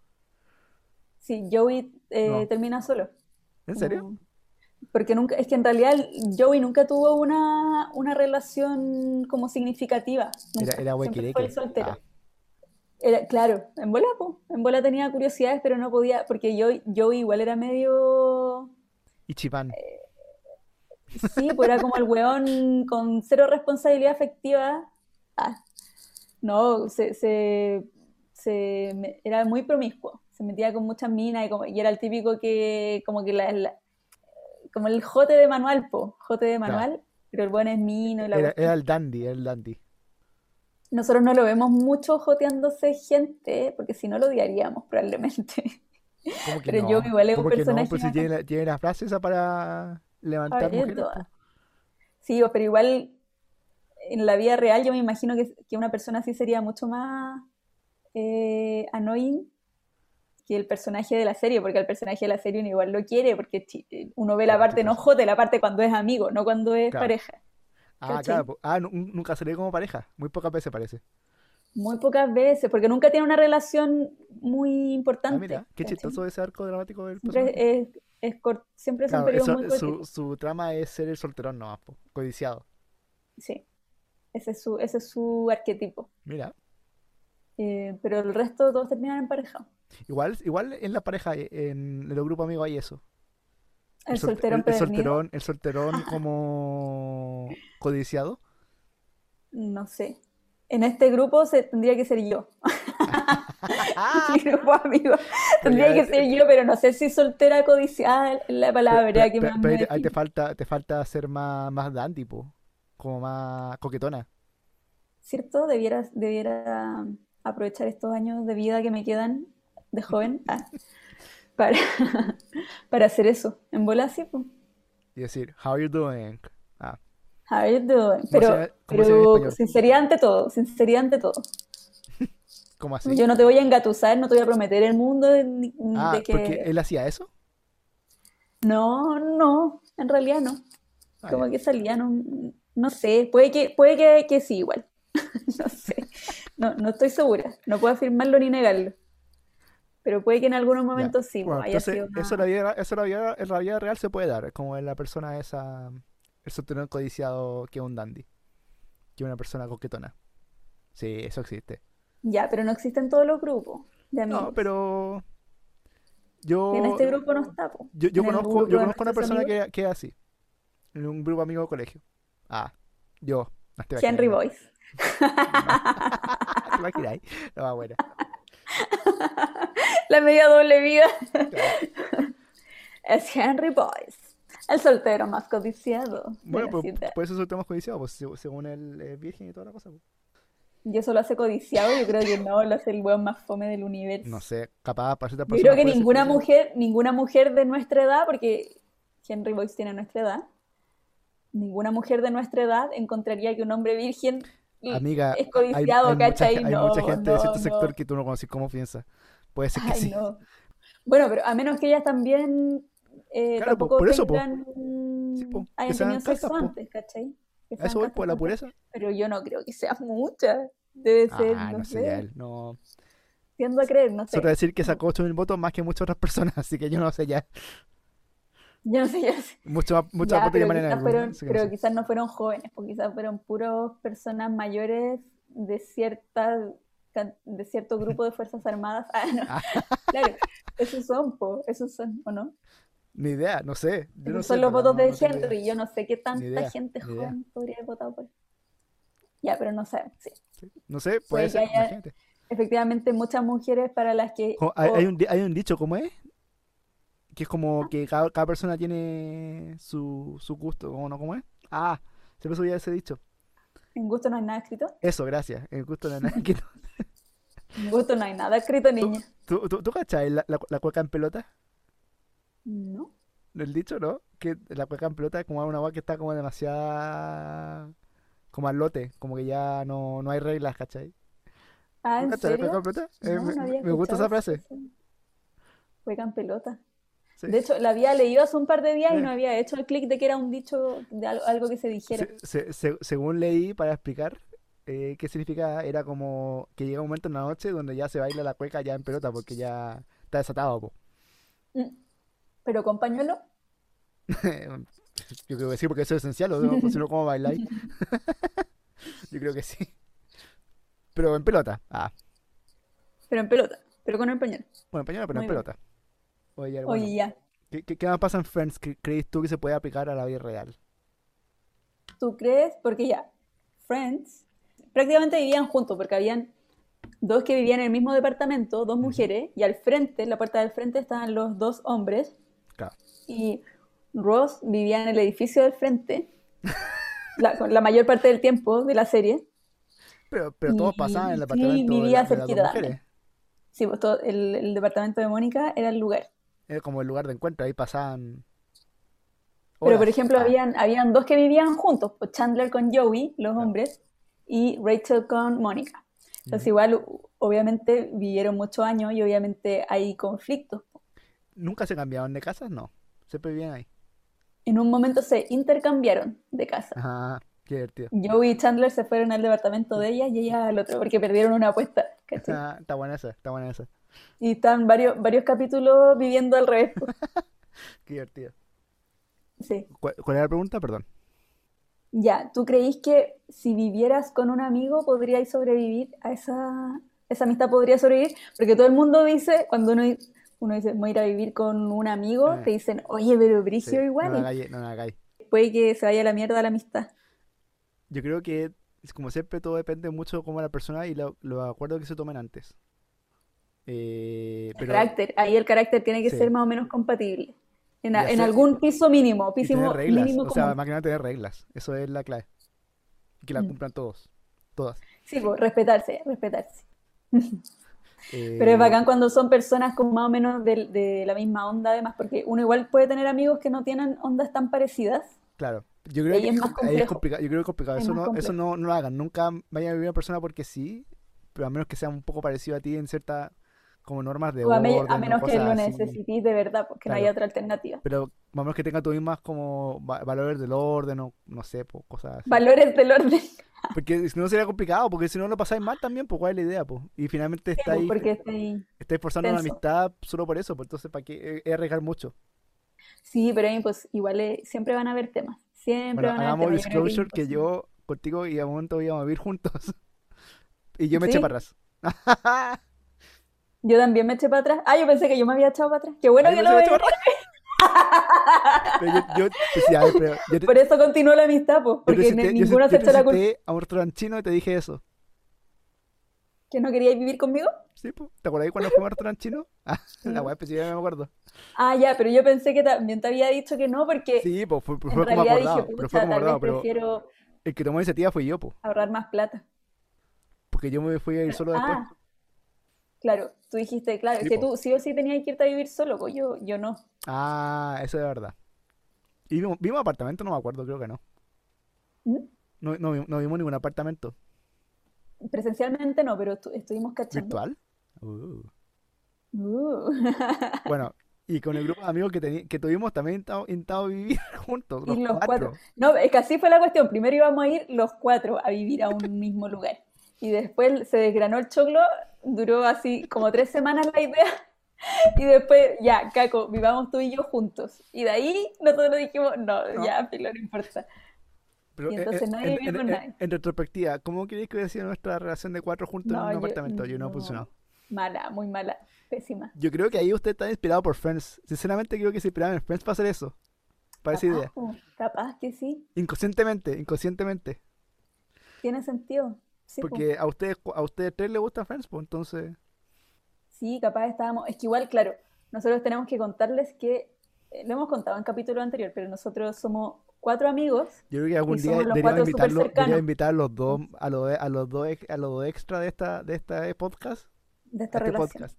Speaker 3: Sí, Joey eh,
Speaker 2: No.
Speaker 3: termina solo.
Speaker 2: ¿En serio?
Speaker 3: Como- Porque nunca, es que en realidad el- Joey nunca tuvo una, una relación como significativa.
Speaker 2: Era,
Speaker 3: nunca.
Speaker 2: era
Speaker 3: Siempre fue el
Speaker 2: huequireque.
Speaker 3: soltero.
Speaker 2: Ah,
Speaker 3: Era, claro, en bola, po. En bola tenía curiosidades, pero no podía, porque Joey, Joey igual era medio...
Speaker 2: y Chipán.
Speaker 3: Eh, Sí, pues era como el weón con cero responsabilidad afectiva. Ah, no, se, se, se me- era muy promiscuo. Se metía con muchas minas y, como- y era el típico que, como que la, la- como el jote de manual, po, jote de manual, pero el weón es mino y la
Speaker 2: Era,
Speaker 3: cuestión.
Speaker 2: era el dandy, era el dandy.
Speaker 3: Nosotros no lo vemos mucho joteándose gente, porque si no lo odiaríamos probablemente.
Speaker 2: ¿Cómo que
Speaker 3: Pero
Speaker 2: no?
Speaker 3: yo igual es un
Speaker 2: ¿Cómo que no?
Speaker 3: personaje
Speaker 2: Pues si
Speaker 3: bacán.
Speaker 2: tiene la, tiene la frase esa para levantar
Speaker 3: Ay,
Speaker 2: mujeres.
Speaker 3: esto-
Speaker 2: pues.
Speaker 3: Sí, o- pero igual en la vida real yo me imagino que, que una persona así sería mucho más eh, annoying que el personaje de la serie, porque al personaje de la serie uno igual lo quiere, porque chi- eh, uno ve la
Speaker 2: Claro,
Speaker 3: parte
Speaker 2: chistoso.
Speaker 3: enojo de la parte cuando es amigo, no cuando es
Speaker 2: Claro.
Speaker 3: pareja.
Speaker 2: Ah,
Speaker 3: ¿cachai?
Speaker 2: claro. pues. Ah, nu- nunca se le ve como pareja. Muy pocas veces parece. Ah,
Speaker 3: Muy pocas veces, porque nunca tiene una relación muy
Speaker 2: Ah,
Speaker 3: importante.
Speaker 2: mira, qué
Speaker 3: ¿cachai?
Speaker 2: chistoso ese arco dramático del
Speaker 3: Siempre,
Speaker 2: personaje.
Speaker 3: es, es cort- siempre son
Speaker 2: Claro,
Speaker 3: periodos
Speaker 2: eso-
Speaker 3: muy
Speaker 2: su,
Speaker 3: cortitos.
Speaker 2: su trama es ser el solterón nomás, po, codiciado.
Speaker 3: Sí, ese es su, ese es su arquetipo.
Speaker 2: Mira,
Speaker 3: Eh, pero el resto todos terminan emparejados.
Speaker 2: igual, igual en la pareja, eh, en los grupos amigos hay eso.
Speaker 3: El
Speaker 2: solte-
Speaker 3: soltero
Speaker 2: el, el
Speaker 3: empedernido.
Speaker 2: solterón, el solterón como codiciado.
Speaker 3: No sé. En este grupo se, tendría que ser yo.
Speaker 2: Ah.
Speaker 3: Mi grupo amigo. Tendría que ser yo, pero no sé si soltera codiciada es la palabra
Speaker 2: Pero-
Speaker 3: que
Speaker 2: pero-
Speaker 3: más me
Speaker 2: pero ahí te- ahí te
Speaker 3: define.
Speaker 2: falta, te falta ser más, más dandy, po, como más coquetona.
Speaker 3: ¿Cierto? Debiera, debiera aprovechar estos años de vida que me quedan de joven ah, para, para hacer eso. En bola sí, pues.
Speaker 2: Y decir, how you doing? Ah,
Speaker 3: How you doing? Pero,
Speaker 2: se ve- cómo se ve en
Speaker 3: pero
Speaker 2: español?
Speaker 3: sinceridad ante todo, sinceridad ante todo.
Speaker 2: ¿cómo así?
Speaker 3: Yo no te voy a engatusar, no te voy a prometer el mundo ni- ni
Speaker 2: Ah,
Speaker 3: de que...
Speaker 2: porque él hacía eso.
Speaker 3: No, no, en realidad no.
Speaker 2: Ah,
Speaker 3: Como
Speaker 2: ya.
Speaker 3: que salía, no, no sé, puede que, puede que, que sí, igual. No sé, no, no estoy segura, no puedo afirmarlo ni negarlo. Pero puede que en algunos momentos sí,
Speaker 2: Bueno,
Speaker 3: pues, haya
Speaker 2: entonces,
Speaker 3: sido más-
Speaker 2: eso, en la vida, eso en la vida- en la vida real se puede dar. Es como en la persona esa, el solterón codiciado que es un dandy. Que es una persona coquetona. Sí, eso existe.
Speaker 3: Ya, pero no existen todos los grupos de amigos.
Speaker 2: No, pero
Speaker 3: Y
Speaker 2: yo,
Speaker 3: En este grupo no está, po.
Speaker 2: yo, yo
Speaker 3: en el
Speaker 2: conozco,
Speaker 3: grupo
Speaker 2: yo
Speaker 3: de
Speaker 2: conozco una
Speaker 3: nuestros
Speaker 2: persona
Speaker 3: amigos.
Speaker 2: que, que es así. En un grupo amigo de colegio. Ah, yo. No te
Speaker 3: Henry
Speaker 2: imaginas,
Speaker 3: Boyce.
Speaker 2: no. ¿Te imaginas? No, Ah, bueno.
Speaker 3: La media doble vida
Speaker 2: Claro.
Speaker 3: es Henry Boyce, el soltero más codiciado de
Speaker 2: Bueno,
Speaker 3: la
Speaker 2: pues
Speaker 3: ciudad.
Speaker 2: por eso soltamos codiciados, pues, se- según el eh, virgen y toda la cosa. pues.
Speaker 3: Y eso lo hace codiciado, yo creo que no, lo hace el weón más fome del universo.
Speaker 2: No sé, capaz para ciertas
Speaker 3: Yo creo
Speaker 2: personas
Speaker 3: que
Speaker 2: puede ser
Speaker 3: ninguna
Speaker 2: codiciado.
Speaker 3: mujer, ninguna mujer de nuestra edad, porque Henry Boyce tiene nuestra edad, ninguna mujer de nuestra edad encontraría que un hombre virgen
Speaker 2: Amiga,
Speaker 3: Mm, es
Speaker 2: hay, hay
Speaker 3: codiciado,
Speaker 2: mucha,
Speaker 3: ¿cachai?
Speaker 2: ge- hay mucha
Speaker 3: No,
Speaker 2: gente de cierto
Speaker 3: no,
Speaker 2: sector
Speaker 3: no.
Speaker 2: que tú no conoces cómo piensa. Puede ser que
Speaker 3: Ay,
Speaker 2: sí.
Speaker 3: no. Bueno, pero a menos que ellas también eh,
Speaker 2: Claro, po,
Speaker 3: tampoco
Speaker 2: por eso, po.
Speaker 3: tengan,
Speaker 2: Sí, po, que
Speaker 3: hayan
Speaker 2: sean
Speaker 3: tenido sexo
Speaker 2: castas, po.
Speaker 3: antes, ¿cachai? Que
Speaker 2: A
Speaker 3: sean
Speaker 2: eso voy, por la
Speaker 3: castas antes.
Speaker 2: pureza.
Speaker 3: Pero yo no creo que sean muchas. Debe ser,
Speaker 2: Ah,
Speaker 3: no
Speaker 2: no sé,
Speaker 3: sé,
Speaker 2: ya él, no.
Speaker 3: tiendo a creer, no sé.
Speaker 2: Solo decir que sacó 8.000 votos más que muchas otras personas, así que yo no sé ya.
Speaker 3: Yo no sé, yo no sé.
Speaker 2: Mucho más, mucho
Speaker 3: Ya,
Speaker 2: más votos
Speaker 3: pero
Speaker 2: llaman en
Speaker 3: quizás
Speaker 2: algo,
Speaker 3: fueron,
Speaker 2: así que no
Speaker 3: pero
Speaker 2: sé.
Speaker 3: quizás no fueron jóvenes, porque quizás fueron puros personas mayores de cierta can- de cierto grupo de Fuerzas Armadas. Ah, no.
Speaker 2: Ah.
Speaker 3: Claro, esos son, po, esos son, ¿o no?
Speaker 2: Ni idea, no sé. Yo no sé,
Speaker 3: Esos son los
Speaker 2: pero
Speaker 3: votos
Speaker 2: no-
Speaker 3: de
Speaker 2: no tengo idea.
Speaker 3: Henry. Yo no sé qué tanta
Speaker 2: idea,
Speaker 3: gente
Speaker 2: ni idea.
Speaker 3: joven podría haber votado por él. Ya, pero no sabemos. sí.
Speaker 2: Sí, No sé, puede
Speaker 3: que
Speaker 2: ser,
Speaker 3: haya-
Speaker 2: imagínate.
Speaker 3: Efectivamente, muchas mujeres para las que.
Speaker 2: Jo- Hay,
Speaker 3: o-
Speaker 2: hay un, di- hay un dicho, ¿cómo es? Que es
Speaker 3: Ah.
Speaker 2: como que cada, cada persona tiene su, su gusto, ¿cómo no? ¿Cómo es? Ah, siempre subía ese dicho.
Speaker 3: En gusto no hay nada escrito.
Speaker 2: Eso, gracias. El gusto de la nada que no-
Speaker 3: En gusto no hay nada escrito, niña.
Speaker 2: ¿Tú, tú, tú cachai la, la, la cueca en pelota?
Speaker 3: No.
Speaker 2: ¿El dicho, no? Que la cueca en pelota es como una agua que está como demasiada... Como al lote, como que ya no, no hay reglas, ¿cachai?
Speaker 3: Ah,
Speaker 2: ¿Tú
Speaker 3: ¿en
Speaker 2: cachai la cueca en
Speaker 3: serio?
Speaker 2: pelota? Eh,
Speaker 3: No,
Speaker 2: me,
Speaker 3: no había
Speaker 2: me gusta esa
Speaker 3: escuchado
Speaker 2: frase.
Speaker 3: eso. Juegan pelota.
Speaker 2: Sí.
Speaker 3: De hecho, la había leído hace un par de días y no
Speaker 2: Eh.
Speaker 3: había hecho el clic de que era un dicho de al- algo que se dijera.
Speaker 2: Se- se- se- según leí para explicar eh, qué significa, era como que llega un momento en la noche donde ya se baila la cueca ya en pelota porque ya está desatado, po.
Speaker 3: Mm. Pero con pañuelo,
Speaker 2: Yo creo que sí, porque eso es esencial, o no, Pues, si no, ¿cómo bailáis? Yo creo que sí. Pero en pelota. Ah,
Speaker 3: pero en pelota, pero con el pañuelo.
Speaker 2: bueno, en pañuelo, pero en
Speaker 3: Muy bien.
Speaker 2: pelota. Oye, ya, bueno,
Speaker 3: Oye, ya,
Speaker 2: ¿qué, qué, qué más pasa en Friends que crees tú que se puede aplicar a la vida real?
Speaker 3: ¿tú crees? Porque ya, Friends prácticamente vivían juntos porque habían dos que vivían en el mismo departamento, dos mujeres, y al frente, en la puerta del frente, estaban los dos hombres.
Speaker 2: Claro.
Speaker 3: y Ross vivía en el edificio del frente la, con la mayor parte del tiempo de la serie.
Speaker 2: Pero, pero todos
Speaker 3: Y-
Speaker 2: pasaban en el
Speaker 3: sí,
Speaker 2: apartamento de,
Speaker 3: vivía
Speaker 2: la- de las dos
Speaker 3: cerquita también.
Speaker 2: mujeres.
Speaker 3: Sí, pues todo- el, el departamento de Mónica era el lugar.
Speaker 2: Era como el lugar de encuentro, ahí pasaban.
Speaker 3: Pero, por
Speaker 2: horas.
Speaker 3: ejemplo,
Speaker 2: Ah,
Speaker 3: habían, habían dos que vivían juntos, pues Chandler con Joey, los hombres, y Rachel con Mónica. Entonces,
Speaker 2: ujú.
Speaker 3: igual, u- obviamente, vivieron muchos años y obviamente hay conflictos.
Speaker 2: ¿Nunca se cambiaban de casas? No. Siempre vivían ahí.
Speaker 3: En un momento se intercambiaron de casa.
Speaker 2: Ajá, Ah, qué divertido.
Speaker 3: Joey y Chandler se fueron al departamento de ella y ella al otro, porque perdieron una apuesta, ¿cachai?
Speaker 2: Ah, está buena esa, está buena esa.
Speaker 3: Y están varios, varios capítulos viviendo al revés. pues.
Speaker 2: Qué divertido.
Speaker 3: Sí.
Speaker 2: ¿Cuál, cuál era la pregunta? Perdón.
Speaker 3: Ya, ¿tú creís que si vivieras con un amigo podríais sobrevivir a esa, esa amistad podría sobrevivir? Porque todo el mundo dice, cuando uno, di- uno dice, voy a ir a vivir con un amigo,
Speaker 2: Eh.
Speaker 3: te dicen, oye, pero
Speaker 2: Sí,
Speaker 3: Brigio igual,
Speaker 2: No la
Speaker 3: y
Speaker 2: hagáis, no la hagáis.
Speaker 3: puede que se vaya a la mierda la amistad.
Speaker 2: Yo creo que, es como siempre, todo depende mucho de cómo la persona y lo- los acuerdos que se tomen antes. Eh,
Speaker 3: El
Speaker 2: pero,
Speaker 3: carácter, ahí el carácter tiene que
Speaker 2: Sí.
Speaker 3: ser más o menos compatible. En,
Speaker 2: Y
Speaker 3: a- en
Speaker 2: hacer-
Speaker 3: algún piso mínimo,
Speaker 2: y tener
Speaker 3: piso
Speaker 2: reglas,
Speaker 3: mínimo
Speaker 2: o sea,
Speaker 3: común.
Speaker 2: más que nada tener reglas. Eso es la clave. Que la
Speaker 3: Mm.
Speaker 2: cumplan todos. Todas.
Speaker 3: Sí, pues, respetarse, respetarse. Pero
Speaker 2: Eh,
Speaker 3: es bacán cuando son personas con más o menos del- de, la misma onda, además, porque uno igual puede tener amigos que no tienen ondas tan parecidas.
Speaker 2: Claro. Yo creo
Speaker 3: Ahí
Speaker 2: que
Speaker 3: es más
Speaker 2: ahí es
Speaker 3: complejo.
Speaker 2: complicado. Yo creo que es complicado.
Speaker 3: Es
Speaker 2: Eso
Speaker 3: más
Speaker 2: no, eso
Speaker 3: complejo.
Speaker 2: no, no lo hagan. Nunca vayan a vivir a una persona porque sí, pero a menos que sea un poco parecido a ti en ciertas como normas de
Speaker 3: O a, me- a
Speaker 2: orden o
Speaker 3: menos que
Speaker 2: cosas
Speaker 3: lo
Speaker 2: así.
Speaker 3: necesites de verdad, porque no
Speaker 2: Claro.
Speaker 3: hay otra alternativa.
Speaker 2: Pero a menos que tenga tú mismas como va- valores del orden o no sé, po, cosas así.
Speaker 3: Valores del orden.
Speaker 2: Porque si no sería complicado, porque si no lo pasáis mal también, pues cuál es la idea, pues. Y finalmente está
Speaker 3: pues,
Speaker 2: ahí,
Speaker 3: porque está ahí.
Speaker 2: estáis forzando una
Speaker 3: tenso.
Speaker 2: amistad solo por eso, pues entonces para qué es arriesgar mucho.
Speaker 3: Sí, pero ahí, pues igual eh, siempre van a haber temas. Siempre
Speaker 2: Bueno,
Speaker 3: van a haber
Speaker 2: hagamos
Speaker 3: temas. Yo creo que es
Speaker 2: disclosure que
Speaker 3: imposible.
Speaker 2: yo contigo y a un momento íbamos a vivir juntos. Y yo me eché
Speaker 3: Sí.
Speaker 2: para atrás.
Speaker 3: Yo también me eché para atrás. Ah, yo pensé que yo me había echado para atrás. Qué bueno
Speaker 2: Ay,
Speaker 3: que
Speaker 2: no
Speaker 3: no
Speaker 2: se Ah,
Speaker 3: me
Speaker 2: me echó
Speaker 3: había-
Speaker 2: Pero yo, yo, pues, ya, pero yo te-
Speaker 3: Por eso continuó la amistad,
Speaker 2: yo
Speaker 3: pues,
Speaker 2: te
Speaker 3: porque
Speaker 2: cité-
Speaker 3: ne-
Speaker 2: yo
Speaker 3: ninguno
Speaker 2: cité- yo
Speaker 3: se echó
Speaker 2: te
Speaker 3: la culpa.
Speaker 2: cité a un restaurante chino y te dije eso.
Speaker 3: ¿Que no queríais vivir conmigo?
Speaker 2: ¿Sí, po? ¿Te acuerdas cuando fuimos al restaurante chino? Ah, la weá específica me acuerdo.
Speaker 3: Ah, ya, pero yo pensé que también te había dicho que no, porque
Speaker 2: Sí, pues fue, fue
Speaker 3: Eh,
Speaker 2: como
Speaker 3: en realidad dije,
Speaker 2: acordado, pero fue como
Speaker 3: pucha, tal vez
Speaker 2: acordado, pero
Speaker 3: prefiero
Speaker 2: el que tomó la iniciativa fue yo, pues". po,
Speaker 3: ahorrar más plata.
Speaker 2: porque yo me fui a ir solo después.
Speaker 3: Ah, claro, tú dijiste, claro,
Speaker 2: Sí,
Speaker 3: que
Speaker 2: po.
Speaker 3: tú sí o sí tenías que irte a vivir solo, pues yo, yo no.
Speaker 2: Ah, eso es verdad. ¿Y vimos, vimos apartamento? No me acuerdo, creo que no.
Speaker 3: ¿Mm?
Speaker 2: No, no, vi- no vimos ningún apartamento.
Speaker 3: Presencialmente no, pero estu- estuvimos cachando.
Speaker 2: ¿Virtual? Uh.
Speaker 3: Uh.
Speaker 2: Bueno, y con el grupo de amigos que, teni- que tuvimos también intentamos intentamos vivir juntos,
Speaker 3: Y
Speaker 2: los
Speaker 3: los
Speaker 2: cuatro.
Speaker 3: cuatro. No, es que así fue la cuestión. Primero íbamos a ir los cuatro a vivir a un mismo lugar. Y después se desgranó el choclo, duró así como tres semanas la idea. Y después, ya, Caco, vivamos tú y yo juntos. Y de ahí nosotros dijimos, no,
Speaker 2: No.
Speaker 3: ya, filo, no importa.
Speaker 2: Pero
Speaker 3: Y
Speaker 2: eh,
Speaker 3: entonces
Speaker 2: eh,
Speaker 3: nadie
Speaker 2: en,
Speaker 3: vivió
Speaker 2: en-
Speaker 3: con
Speaker 2: en-
Speaker 3: nadie.
Speaker 2: en retrospectiva, ¿cómo creéis que hubiera sido nuestra relación de cuatro juntos en
Speaker 3: No,
Speaker 2: un
Speaker 3: yo,
Speaker 2: apartamento? Yo no he
Speaker 3: no.
Speaker 2: funcionado.
Speaker 3: Mala, muy mala, pésima.
Speaker 2: Yo creo que ahí usted está inspirado por Friends. Sinceramente creo que se inspiraron en Friends para hacer eso, para esa
Speaker 3: Capaz,
Speaker 2: idea.
Speaker 3: po, capaz que sí,
Speaker 2: Inconscientemente, inconscientemente.
Speaker 3: tiene sentido. Sí, po.
Speaker 2: Porque a ustedes, cu- a ustedes tres les gusta Friends, pues entonces.
Speaker 3: Sí, capaz estábamos. Es que igual, claro, nosotros tenemos que contarles que eh, lo hemos contado en capítulo anterior, pero nosotros somos cuatro amigos.
Speaker 2: Yo creo que algún día
Speaker 3: somos los
Speaker 2: deberíamos
Speaker 3: cuatro súper
Speaker 2: invitarlo, deberíamos
Speaker 3: cercanos.
Speaker 2: invitar a los dos, a los de- a los dos ex- a los dos extra de esta, de esta eh, podcast, a
Speaker 3: de
Speaker 2: este
Speaker 3: esta relación.
Speaker 2: podcast.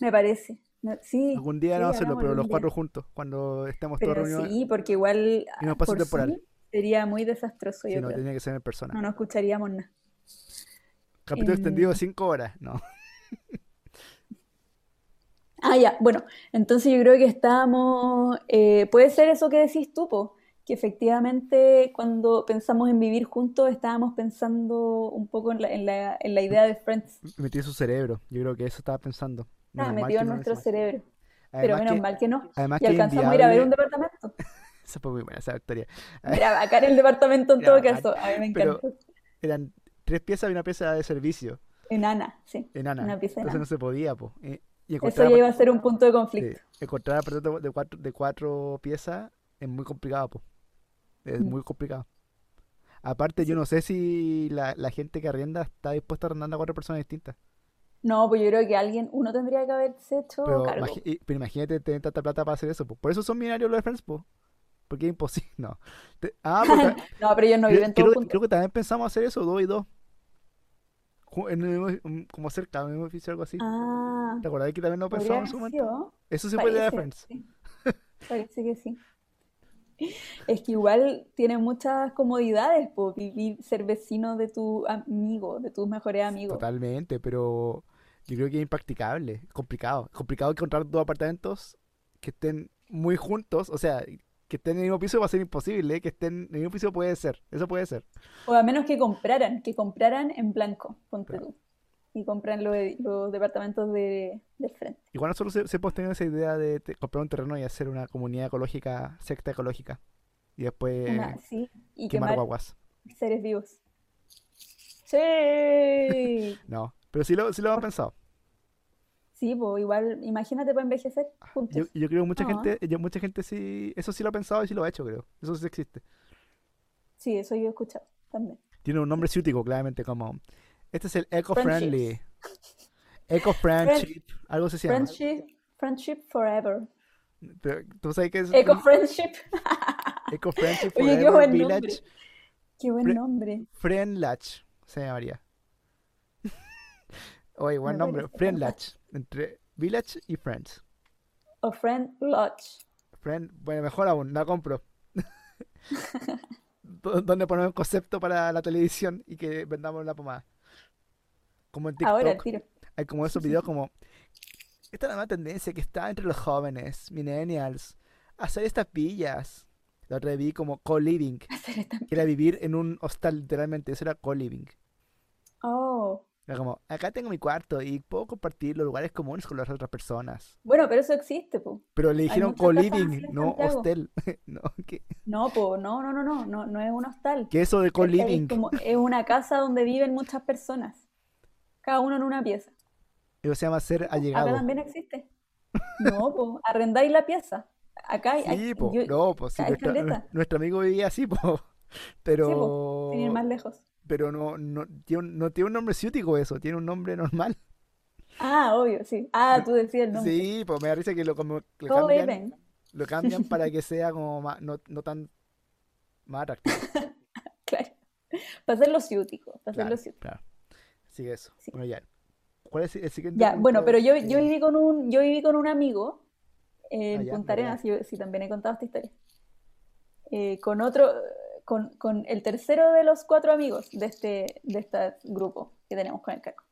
Speaker 3: Me parece. Me- sí,
Speaker 2: Algún día
Speaker 3: sí,
Speaker 2: no hacerlo,
Speaker 3: hagamos
Speaker 2: pero los
Speaker 3: algún día.
Speaker 2: cuatro juntos, cuando estemos todos
Speaker 3: Pero
Speaker 2: reunidos,
Speaker 3: sí, porque igual
Speaker 2: y un
Speaker 3: ah,
Speaker 2: espacio
Speaker 3: por
Speaker 2: temporal.
Speaker 3: Zoom sería muy desastroso,
Speaker 2: si
Speaker 3: yo
Speaker 2: no
Speaker 3: creo.
Speaker 2: tiene que ser en persona.
Speaker 3: No nos escucharíamos nada.
Speaker 2: Capítulo
Speaker 3: Em,
Speaker 2: extendido de cinco horas, no.
Speaker 3: Ah, ya. Bueno, entonces yo creo que estábamos. eh, puede ser eso que decís tú, po, que efectivamente cuando pensamos en vivir juntos estábamos pensando un poco en la, en la, en la idea de Friends.
Speaker 2: Metí su cerebro, yo creo que eso estaba pensando.
Speaker 3: Estaba
Speaker 2: Menos mal
Speaker 3: metido
Speaker 2: que
Speaker 3: en
Speaker 2: no lo
Speaker 3: Ah, nuestro
Speaker 2: hicimos.
Speaker 3: cerebro. Pero
Speaker 2: Además
Speaker 3: menos
Speaker 2: que-
Speaker 3: mal que no.
Speaker 2: Además
Speaker 3: Y
Speaker 2: que es
Speaker 3: alcanzamos a ir a ver un
Speaker 2: inviable-
Speaker 3: departamento.
Speaker 2: Esa fue muy buena esa historia.
Speaker 3: Era bacán el departamento en
Speaker 2: Era
Speaker 3: todo
Speaker 2: bacán,
Speaker 3: caso. A mí me
Speaker 2: pero-
Speaker 3: encantó.
Speaker 2: Eran tres piezas y una pieza de servicio,
Speaker 3: Enana, sí.
Speaker 2: enana.
Speaker 3: Una pieza
Speaker 2: Entonces no
Speaker 3: enana.
Speaker 2: se podía, po. Y, y
Speaker 3: Eso
Speaker 2: encontrar
Speaker 3: ya iba a ser un punto de
Speaker 2: Sí,
Speaker 3: conflicto.
Speaker 2: encontrar aparatos de cuatro, de cuatro piezas es muy complicado, po. Es
Speaker 3: Mm.
Speaker 2: muy complicado. Aparte, yo no sé si la, la gente que arrienda está dispuesta a arrendar a cuatro personas distintas.
Speaker 3: No, pues yo creo que alguien, uno tendría que haberse hecho
Speaker 2: Pero,
Speaker 3: cargo.
Speaker 2: imagi- y- pero imagínate tener tanta plata para hacer eso, po. Por eso son millonarios los de Friends, po. Porque es imposible. No. Te- ah, pero ta-
Speaker 3: No, pero ellos no
Speaker 2: creo,
Speaker 3: viven
Speaker 2: creo-
Speaker 3: todos juntos.
Speaker 2: creo que también pensamos hacer eso, dos y dos. Ju- en el mismo- mm, como cerca, en el mismo edificio, algo así.
Speaker 3: Ah,
Speaker 2: ¿Te acordás que también lo
Speaker 3: podría
Speaker 2: pensamos en
Speaker 3: haber
Speaker 2: su momento?
Speaker 3: sido.
Speaker 2: Eso sí fue la idea de
Speaker 3: Parece,
Speaker 2: Friends.
Speaker 3: sí. Parece que sí. Es que igual tiene muchas comodidades, por vivir, ser vecino de tu amigo, de tus mejores amigos.
Speaker 2: Totalmente, pero yo creo que es impracticable, complicado. Complicado encontrar dos apartamentos que estén muy juntos, o sea, que estén en el mismo piso va a ser imposible, ¿eh? que estén en el mismo piso puede ser, eso puede ser.
Speaker 3: O a menos que compraran, que compraran en blanco, ponte
Speaker 2: Claro.
Speaker 3: tú. Y compran los, edi- los departamentos de, del frente.
Speaker 2: Igual nosotros se- siempre hemos tenido esa idea de te- comprar un terreno y hacer una comunidad ecológica, secta ecológica, y después
Speaker 3: Una, sí, y
Speaker 2: quemar
Speaker 3: quemar
Speaker 2: guaguas.
Speaker 3: seres vivos. ¡Sí!
Speaker 2: No, pero sí lo, sí lo han pensado.
Speaker 3: Sí, pues igual, imagínate para envejecer
Speaker 2: Yo,
Speaker 3: juntos.
Speaker 2: yo creo que mucha
Speaker 3: Ah.
Speaker 2: gente, yo- mucha gente sí, eso sí lo ha pensado y sí lo ha hecho, creo. Eso sí existe.
Speaker 3: Sí, eso yo he escuchado también.
Speaker 2: Tiene un nombre ciútico, claramente, como. Este es el eco-friendly. Eco-friendship. Algo así se llama.
Speaker 3: Friendship, friendship forever.
Speaker 2: Pero, ¿Tú sabes qué es?
Speaker 3: Eco-friendship.
Speaker 2: Eco-friendship
Speaker 3: Oye, qué
Speaker 2: Forever
Speaker 3: buen
Speaker 2: Village
Speaker 3: nombre. Qué buen
Speaker 2: Fre-
Speaker 3: nombre.
Speaker 2: Friendlatch se llamaría. Oye, buen
Speaker 3: Me
Speaker 2: nombre.
Speaker 3: parece
Speaker 2: Friendlatch. Entre Village y Friends.
Speaker 3: O friend lodge.
Speaker 2: Friend, bueno, mejor aún, la compro. Do- ¿Dónde ponemos el concepto para la televisión y que vendamos la pomada? Como en TikTok.
Speaker 3: Ahora el tiro.
Speaker 2: Hay como esos videos como... Esta es la nueva tendencia que está entre los jóvenes, millennials, hacer estas villas. La otra vi como co-living,
Speaker 3: Hacer esta-
Speaker 2: que era vivir en un hostal, literalmente. Eso era co-living.
Speaker 3: Oh.
Speaker 2: Era como, acá tengo mi cuarto y puedo compartir los lugares comunes con las otras personas.
Speaker 3: Bueno, pero eso existe, po.
Speaker 2: Pero le
Speaker 3: Hay
Speaker 2: dijeron
Speaker 3: muchas casas así
Speaker 2: co-living,
Speaker 3: en
Speaker 2: no
Speaker 3: Santiago.
Speaker 2: hostel. No, que,
Speaker 3: No, po, no, no, no, no, no, no es un hostal.
Speaker 2: que eso de
Speaker 3: ¿Cachai?
Speaker 2: co-living.
Speaker 3: Como es una casa donde viven muchas personas, cada uno en una pieza.
Speaker 2: Eso se llama ser
Speaker 3: Acá
Speaker 2: allegado.
Speaker 3: también existe. No, po, arrendáis la pieza. Acá hay, hay-
Speaker 2: Sí, po,
Speaker 3: yo-
Speaker 2: no, pues sí,
Speaker 3: hay
Speaker 2: nuestra-
Speaker 3: caleta.
Speaker 2: nuestro amigo vivía así, po.
Speaker 3: Sí, po, sin ir
Speaker 2: Pero,
Speaker 3: más lejos.
Speaker 2: pero no, no, tiene un, no tiene un nombre ciútico eso, tiene un nombre normal.
Speaker 3: Ah, obvio, sí. Ah, tú decías el nombre.
Speaker 2: Sí, pues me da risa que lo, como, lo cambian,
Speaker 3: Co-living.
Speaker 2: lo cambian para que sea como más, no, no tan más atractivo.
Speaker 3: Claro. Para hacerlo ciútico, para hacerlo
Speaker 2: Claro,
Speaker 3: ciútico.
Speaker 2: claro. Así que eso.
Speaker 3: Sí.
Speaker 2: Bueno, ya. ¿Cuál es el siguiente
Speaker 3: Ya, bueno,
Speaker 2: punto?
Speaker 3: pero yo, yo
Speaker 2: Eh,
Speaker 3: viví con un, yo viví con un amigo en
Speaker 2: Ah, ya,
Speaker 3: Punta
Speaker 2: verdad.
Speaker 3: Arenas, si, si también he contado esta historia. Eh, con otro, con, con el tercero de los cuatro amigos de este, de este grupo que tenemos con el Caco.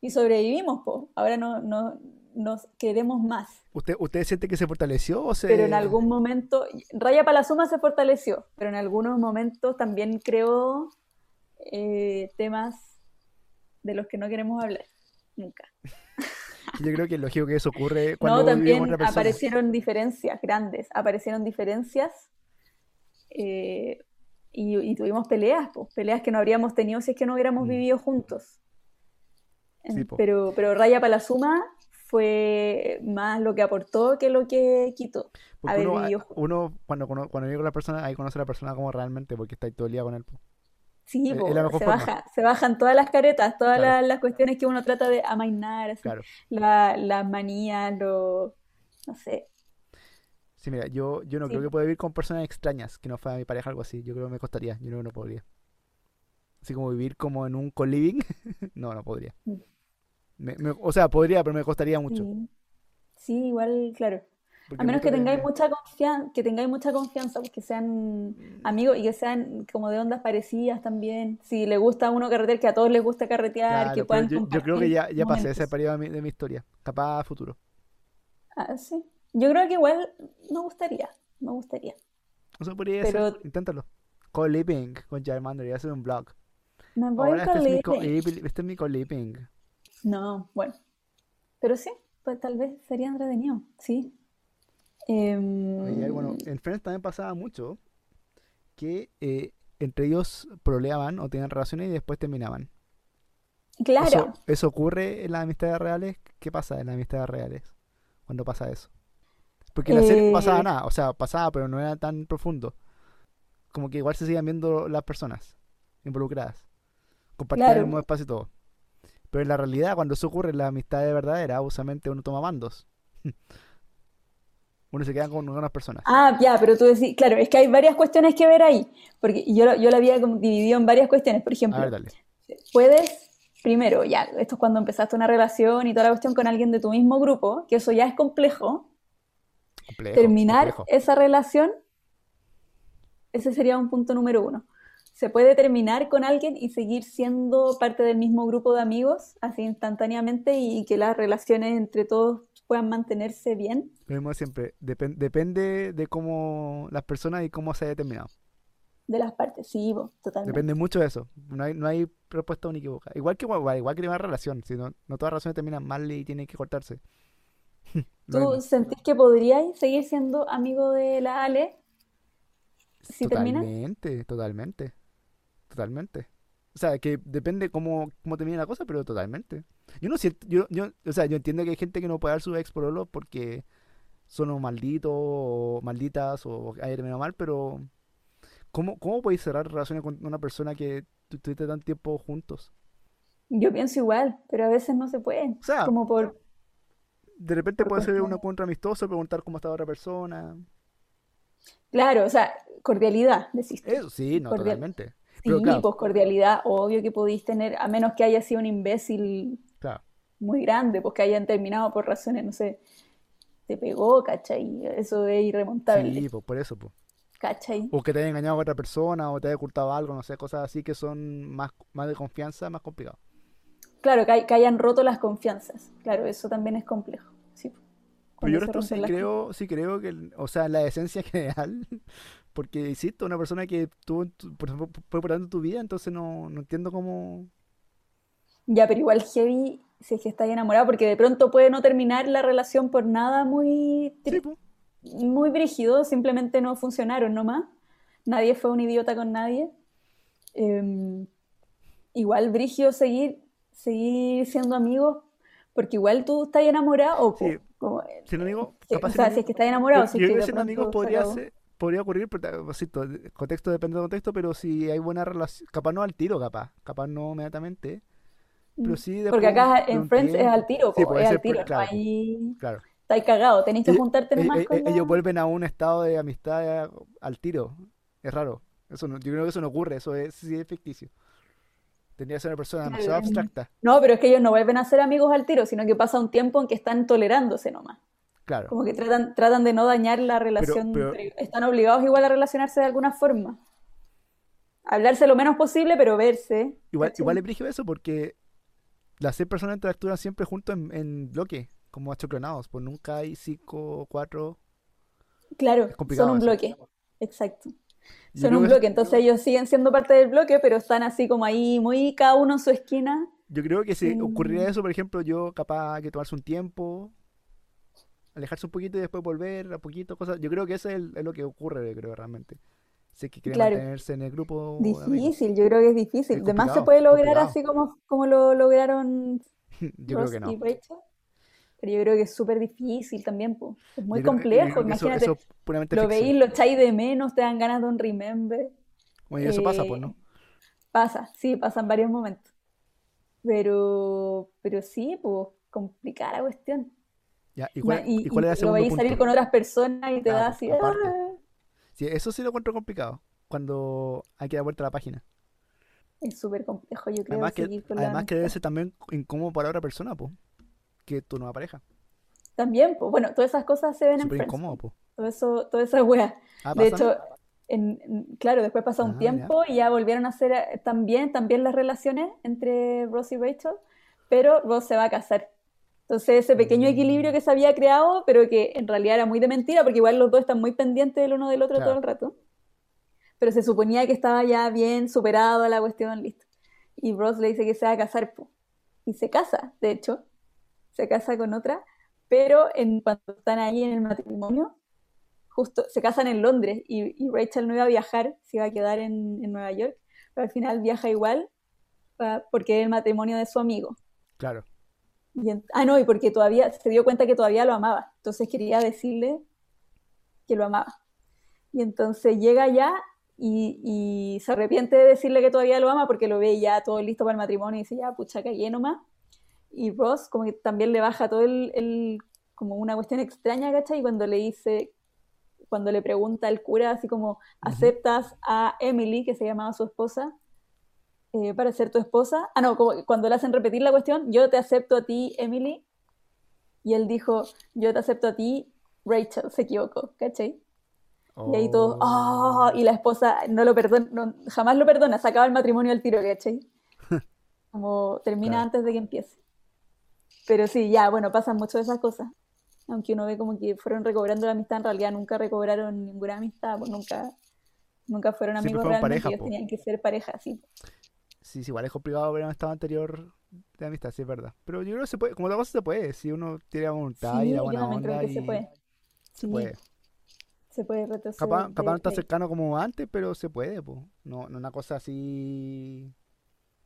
Speaker 3: Y sobrevivimos, po. Ahora no, no, nos queremos más.
Speaker 2: ¿Usted, usted siente que se fortaleció o se...
Speaker 3: Pero en algún momento, Raya Palazuma se fortaleció, pero en algunos momentos también creó eh, temas de los que no queremos hablar nunca.
Speaker 2: Yo creo que es lógico que eso ocurre cuando vivimos
Speaker 3: No,
Speaker 2: con
Speaker 3: también
Speaker 2: otra persona.
Speaker 3: aparecieron diferencias grandes, aparecieron diferencias eh, y, y tuvimos peleas, po, peleas que no habríamos tenido si es que no hubiéramos
Speaker 2: Mm.
Speaker 3: vivido juntos. En-
Speaker 2: Sí, po.
Speaker 3: pero, pero Raya Palazuma fue más lo que aportó que lo que quitó.
Speaker 2: Porque
Speaker 3: haber
Speaker 2: uno,
Speaker 3: vivido ju-
Speaker 2: uno cuando, cono- cuando vive con la persona, ahí conoce a la persona como realmente, porque está ahí todo el día con él. pues, po.
Speaker 3: Sí,
Speaker 2: Es-
Speaker 3: po,
Speaker 2: es la mejor
Speaker 3: se
Speaker 2: forma.
Speaker 3: baja- se bajan todas las caretas, todas
Speaker 2: Claro.
Speaker 3: las, las cuestiones que uno trata de amainar, así,
Speaker 2: Claro.
Speaker 3: la- las manías, lo, no sé,
Speaker 2: Sí, mira, yo, yo no
Speaker 3: Sí,
Speaker 2: creo que
Speaker 3: po.
Speaker 2: pueda vivir con personas extrañas, que no fuera mi pareja algo así. Yo creo que me costaría, yo creo que no podría. Así como vivir como en un co-living, no, no podría.
Speaker 3: Mm.
Speaker 2: Me- me- o sea, podría, pero me costaría mucho.
Speaker 3: sí. Sí, igual, claro.
Speaker 2: porque
Speaker 3: A menos que
Speaker 2: muchas
Speaker 3: tengáis
Speaker 2: veces-
Speaker 3: mucha confianza, que tengáis mucha confianza, pues, que sean
Speaker 2: Mm.
Speaker 3: amigos y que sean como de ondas parecidas también. Si le gusta a uno carretear, que a todos les gusta carretear,
Speaker 2: Claro,
Speaker 3: que
Speaker 2: pero
Speaker 3: puedan
Speaker 2: yo, yo creo que
Speaker 3: compartir
Speaker 2: ya, ya pasé ese
Speaker 3: momentos.
Speaker 2: periodo de mi, de mi historia. Capaz futuro.
Speaker 3: Ah, sí. Yo creo que igual me gustaría, me gustaría.
Speaker 2: Eso podría
Speaker 3: Pero-
Speaker 2: ser. Inténtalo. Co-living con Charmander y hacer un blog.
Speaker 3: Me voy
Speaker 2: Ahora
Speaker 3: con
Speaker 2: este es mi
Speaker 3: Lili.
Speaker 2: co-living. Este es mi co-living.
Speaker 3: No, bueno. Pero sí, pues tal vez sería entretenido, sí. Em,
Speaker 2: Oye, bueno, en Friends también pasaba mucho que eh, entre ellos peleaban o tenían relaciones y después terminaban.
Speaker 3: claro,
Speaker 2: Eso, eso ocurre en las amistades reales. ¿Qué pasa en las amistades reales? Cuando pasa eso. Porque en la serie no pasaba
Speaker 3: Eh.
Speaker 2: nada, o sea, pasaba, pero no era tan profundo. Como que igual se siguen viendo las personas involucradas. Compartían el
Speaker 3: Claro.
Speaker 2: mismo espacio y todo. Pero en la realidad, cuando eso ocurre en las amistades verdaderas, usualmente uno toma bandos. Uno se queda con unas personas.
Speaker 3: Ah, ya, pero tú decís, claro, es que hay varias cuestiones que ver ahí, porque yo, lo- yo la había como dividido en varias cuestiones, por
Speaker 2: A ver,
Speaker 3: ejemplo,
Speaker 2: dale.
Speaker 3: puedes, primero, ya, esto es cuando empezaste una relación y toda la cuestión con alguien de tu mismo grupo, que eso ya es complejo,
Speaker 2: Complejo,
Speaker 3: terminar
Speaker 2: complejo.
Speaker 3: esa relación, ese sería un punto número uno. Se puede terminar con alguien y seguir siendo parte del mismo grupo de amigos, así instantáneamente, y que las relaciones entre todos puedan mantenerse bien.
Speaker 2: Lo mismo de siempre. Depen- depende de cómo las personas y cómo se haya terminado.
Speaker 3: De las partes, sí, bo, totalmente.
Speaker 2: Depende mucho de eso. No hay, no hay propuesta unívoca. Igual que igual, igual que una relación. Si no, no todas las relaciones terminan mal y tienen que cortarse. Lo
Speaker 3: ¿Tú
Speaker 2: mismo.
Speaker 3: sentís que podríais seguir siendo amigo de la Ale si terminas?
Speaker 2: Totalmente, totalmente. Totalmente. O sea, que depende cómo, cómo termine la cosa, pero totalmente. Yo no siento, yo, yo, o sea, yo entiendo que hay gente que no puede dar su ex pololo porque son unos malditos o malditas o haya terminado mal, pero ¿cómo, cómo podéis cerrar relaciones con una persona que tu- tuviste tanto tiempo juntos?
Speaker 3: Yo pienso igual, pero a veces no se puede.
Speaker 2: O sea,
Speaker 3: Como por...
Speaker 2: de repente
Speaker 3: por
Speaker 2: puede ser un
Speaker 3: cuestiones.
Speaker 2: encuentro amistoso, preguntar cómo está la otra persona.
Speaker 3: Claro, o sea, cordialidad, decís tú.
Speaker 2: Eso sí, no,
Speaker 3: Cordial.
Speaker 2: totalmente.
Speaker 3: Sí,
Speaker 2: Eh, Pero claro,
Speaker 3: pues cordialidad, obvio que podéis tener, a menos que haya sido un imbécil
Speaker 2: claro.
Speaker 3: muy grande, pues que hayan terminado por razones, no sé, te pegó, ¿cachai? Eso es irremontable,
Speaker 2: Sí, pues, por eso, pues.
Speaker 3: ¿cachai?
Speaker 2: O que te haya engañado con otra persona, o te haya ocultado algo, no sé, cosas así que son más, más de confianza, más complicado.
Speaker 3: Claro, que, hay- que hayan roto las confianzas, claro, eso también es complejo, sí. pues,
Speaker 2: Pero
Speaker 3: cuando
Speaker 2: Pues yo
Speaker 3: se
Speaker 2: el resto
Speaker 3: rompen
Speaker 2: sí
Speaker 3: las
Speaker 2: creo, sí creo que, el- o sea, la esencia en general, porque insisto, una persona que tuvo, en tu- por ejemplo, fue por tanto tu vida, entonces no, no entiendo cómo...
Speaker 3: Ya, pero igual heavy si es que estáis enamorado, porque de pronto puede no terminar la relación por nada muy,
Speaker 2: Sí,
Speaker 3: tri-
Speaker 2: po.
Speaker 3: muy brígido, simplemente no funcionaron nomás. Nadie fue un idiota con nadie. Eh, igual brígido seguir, seguir siendo amigos, porque igual tú estás enamorado,
Speaker 2: Sí.
Speaker 3: po, como, eh,
Speaker 2: Siendo amigo,
Speaker 3: que-
Speaker 2: capaz siendo
Speaker 3: o sea, si es
Speaker 2: amigo-
Speaker 3: que estás enamorado,
Speaker 2: yo,
Speaker 3: si
Speaker 2: yo
Speaker 3: es que
Speaker 2: creo que
Speaker 3: de
Speaker 2: siendo amigos
Speaker 3: pronto se
Speaker 2: podría
Speaker 3: acabó.
Speaker 2: ser- podría ocurrir, pero, insisto, de- contexto depende del contexto, pero si hay buena relación, capaz no al tiro, capaz, capaz no inmediatamente, pero
Speaker 3: Mm.
Speaker 2: sí
Speaker 3: Porque
Speaker 2: después
Speaker 3: acá
Speaker 2: de
Speaker 3: en
Speaker 2: un
Speaker 3: Friends es al
Speaker 2: tiempo.
Speaker 3: tiro,
Speaker 2: Sí,
Speaker 3: po,
Speaker 2: puede
Speaker 3: es
Speaker 2: ser,
Speaker 3: al
Speaker 2: por-
Speaker 3: tiro, no
Speaker 2: claro,
Speaker 3: hay-
Speaker 2: claro.
Speaker 3: estáis cagados, tenéis que
Speaker 2: Ellos,
Speaker 3: juntarte
Speaker 2: e-
Speaker 3: nomás
Speaker 2: e-
Speaker 3: con
Speaker 2: e-
Speaker 3: la...
Speaker 2: ellos vuelven a un estado de amistad eh, al tiro. Es raro. Eso no- yo creo que eso no ocurre, eso es, sí es ficticio. Tendría que ser una persona
Speaker 3: Claro,
Speaker 2: demasiado
Speaker 3: em,
Speaker 2: abstracta.
Speaker 3: No, pero es que ellos no vuelven a ser amigos al tiro, sino que pasa un tiempo en que están tolerándose nomás.
Speaker 2: Claro.
Speaker 3: Como que tratan, tratan de no dañar la relación,
Speaker 2: pero-
Speaker 3: pero están obligados igual a relacionarse de alguna forma. Hablarse lo menos posible, pero verse.
Speaker 2: Igual,
Speaker 3: ¿cachai?
Speaker 2: igual es brígido eso porque las seis personas interactúan siempre juntos en, en bloque, como achoclonados. Pues nunca hay cinco, cuatro.
Speaker 3: Claro,
Speaker 2: Es
Speaker 3: son
Speaker 2: complicado
Speaker 3: un
Speaker 2: eso.
Speaker 3: bloque. Exacto.
Speaker 2: Yo
Speaker 3: Son
Speaker 2: creo
Speaker 3: un
Speaker 2: que eso-
Speaker 3: bloque, entonces ellos siguen siendo parte del bloque, pero están así como ahí, muy cada uno en su esquina.
Speaker 2: Yo creo que si ocurriera
Speaker 3: Mm,
Speaker 2: eso, por ejemplo, yo capaz hay que tomarse un tiempo, alejarse un poquito y después volver a poquito, cosas. Yo creo que eso es, el- es lo que ocurre, yo creo, realmente. Si es que quiere
Speaker 3: claro.
Speaker 2: mantenerse en el grupo de amigos.
Speaker 3: Difícil, yo creo que es
Speaker 2: Oh, Es
Speaker 3: difícil. De más se
Speaker 2: complicado,
Speaker 3: puede lograr
Speaker 2: complicado.
Speaker 3: así como, como lo lograron
Speaker 2: Yo creo
Speaker 3: Ross
Speaker 2: que no.
Speaker 3: y Rachel. Pero yo creo que es súper difícil también, po. Es muy
Speaker 2: Yo creo, yo
Speaker 3: complejo,
Speaker 2: creo que eso, eso
Speaker 3: imagínate.
Speaker 2: es puramente
Speaker 3: Lo veis,
Speaker 2: ficción.
Speaker 3: lo echáis de menos, te dan ganas de un remember.
Speaker 2: Bueno, y eso pasa, pues,
Speaker 3: Eh,
Speaker 2: ¿no?
Speaker 3: pasa, sí, pasan varios momentos. Pero, pero sí, pues, complicada la cuestión.
Speaker 2: Ya, ¿y
Speaker 3: Ma-
Speaker 2: cuál,
Speaker 3: Y,
Speaker 2: y cuál era el
Speaker 3: y lo
Speaker 2: segundo
Speaker 3: veis salir
Speaker 2: punto?
Speaker 3: con otras personas y te
Speaker 2: Ah,
Speaker 3: da
Speaker 2: pues,
Speaker 3: así,
Speaker 2: aparte.
Speaker 3: "Ah".
Speaker 2: Sí, eso sí lo encuentro complicado, cuando hay que dar vuelta a la página.
Speaker 3: Es súper complejo, yo creo,
Speaker 2: Además que,
Speaker 3: seguir con la
Speaker 2: además que debe
Speaker 3: amistad.
Speaker 2: ser también incómodo para otra persona, pues, que tu nueva pareja.
Speaker 3: También, pues, bueno, todas esas cosas se ven en
Speaker 2: Súper
Speaker 3: Friends,
Speaker 2: incómodo,
Speaker 3: po.
Speaker 2: pues.
Speaker 3: Todo eso, toda esa wea.
Speaker 2: Ah,
Speaker 3: De
Speaker 2: pasan.
Speaker 3: hecho, en, en- claro, después pasa un
Speaker 2: Ah, ya.
Speaker 3: tiempo y ya volvieron a ser eh, también, también las relaciones entre Ross y Rachel, pero Ross se va a casar. Entonces ese pequeño equilibrio
Speaker 2: Mm,
Speaker 3: que se había creado, pero que en realidad era muy de mentira, porque igual los dos están muy pendientes del uno del otro todo
Speaker 2: claro.
Speaker 3: el rato, pero se suponía que estaba ya bien superado la cuestión, listo. Y Ross le dice que se va a casar, po. Y se casa, de hecho, se casa con otra, pero en, cuando están ahí en el matrimonio, justo se casan en Londres y, y Rachel no iba a viajar, se iba a quedar en, en Nueva York, pero al final viaja igual pa- porque era el matrimonio de su amigo.
Speaker 2: Claro.
Speaker 3: Y en- ah, no, y porque todavía se dio cuenta que todavía lo amaba, entonces quería decirle que lo amaba. Y entonces llega allá y, y se arrepiente de decirle que todavía lo ama porque lo ve ya todo listo para el matrimonio y dice, ya, pucha, callé nomás. Y Ross como que también le baja todo el, el- como una cuestión extraña, ¿cachai? Y cuando le dice, cuando le pregunta al cura, así como,
Speaker 2: Ujú.
Speaker 3: ¿aceptas a Emily, que se llamaba su esposa, eh, para ser tu esposa? Ah, no, como que cuando le hacen repetir la cuestión, yo te acepto a ti, Emily. Y él dijo, yo te acepto a ti, Rachel, se equivocó, ¿cachai? Y ahí todos, ¡ah!
Speaker 2: Oh.
Speaker 3: Y la esposa no lo perdona, no- jamás lo perdona, se acaba el matrimonio al tiro, ¿cachai? Como termina
Speaker 2: Claro.
Speaker 3: antes de que empiece. Pero sí, ya, bueno, pasan mucho de esas cosas. Aunque uno ve como que fueron recobrando la amistad, en realidad nunca recobraron ninguna amistad, pues nunca, nunca fueron
Speaker 2: Siempre
Speaker 3: amigos
Speaker 2: fueron
Speaker 3: realmente,
Speaker 2: parejas,
Speaker 3: ellos
Speaker 2: po.
Speaker 3: tenían que ser pareja, sí.
Speaker 2: Sí, sí, igual es complicado ver un estado anterior de amistad, sí, es verdad. Pero yo creo que se puede, como la cosa se puede, si uno tiene la voluntad y la
Speaker 3: Sí, yo
Speaker 2: buena
Speaker 3: también creo
Speaker 2: onda
Speaker 3: que se
Speaker 2: y
Speaker 3: puede.
Speaker 2: se
Speaker 3: Sí,
Speaker 2: puede.
Speaker 3: se puede retroceder
Speaker 2: Capaz, capaz no
Speaker 3: de,
Speaker 2: está
Speaker 3: de ahí.
Speaker 2: cercano como antes, pero se puede, pues. No, no una cosa así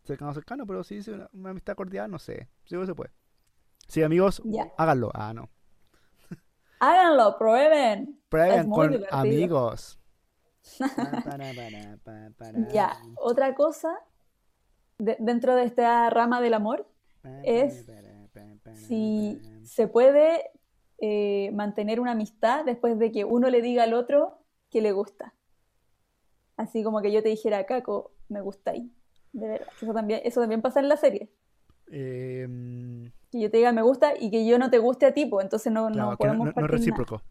Speaker 2: cercano cercano, pero sí, sí, una, una amistad cordial, no sé. Seguro se puede. Sí, amigos,
Speaker 3: Ya.
Speaker 2: háganlo. Ah, no.
Speaker 3: Háganlo, prueben. Es
Speaker 2: Prueben
Speaker 3: muy
Speaker 2: con
Speaker 3: divertido.
Speaker 2: amigos. Pam, para, para, pa,
Speaker 3: Ya,
Speaker 2: para.
Speaker 3: otra cosa de- dentro de esta rama del amor
Speaker 2: Pam, para,
Speaker 3: es
Speaker 2: para, pam, para,
Speaker 3: si
Speaker 2: pam.
Speaker 3: se puede eh, mantener una amistad después de que uno le diga al otro que le gusta. Así como que yo te dijera, Caco, me gustáis. De verdad. Eso también, eso también pasa en la serie.
Speaker 2: Em,
Speaker 3: Que yo te diga me gusta y que yo no te guste a ti, pues entonces no,
Speaker 2: claro, que
Speaker 3: no
Speaker 2: no,
Speaker 3: podemos
Speaker 2: no, no es
Speaker 3: partir nada.
Speaker 2: recíproco.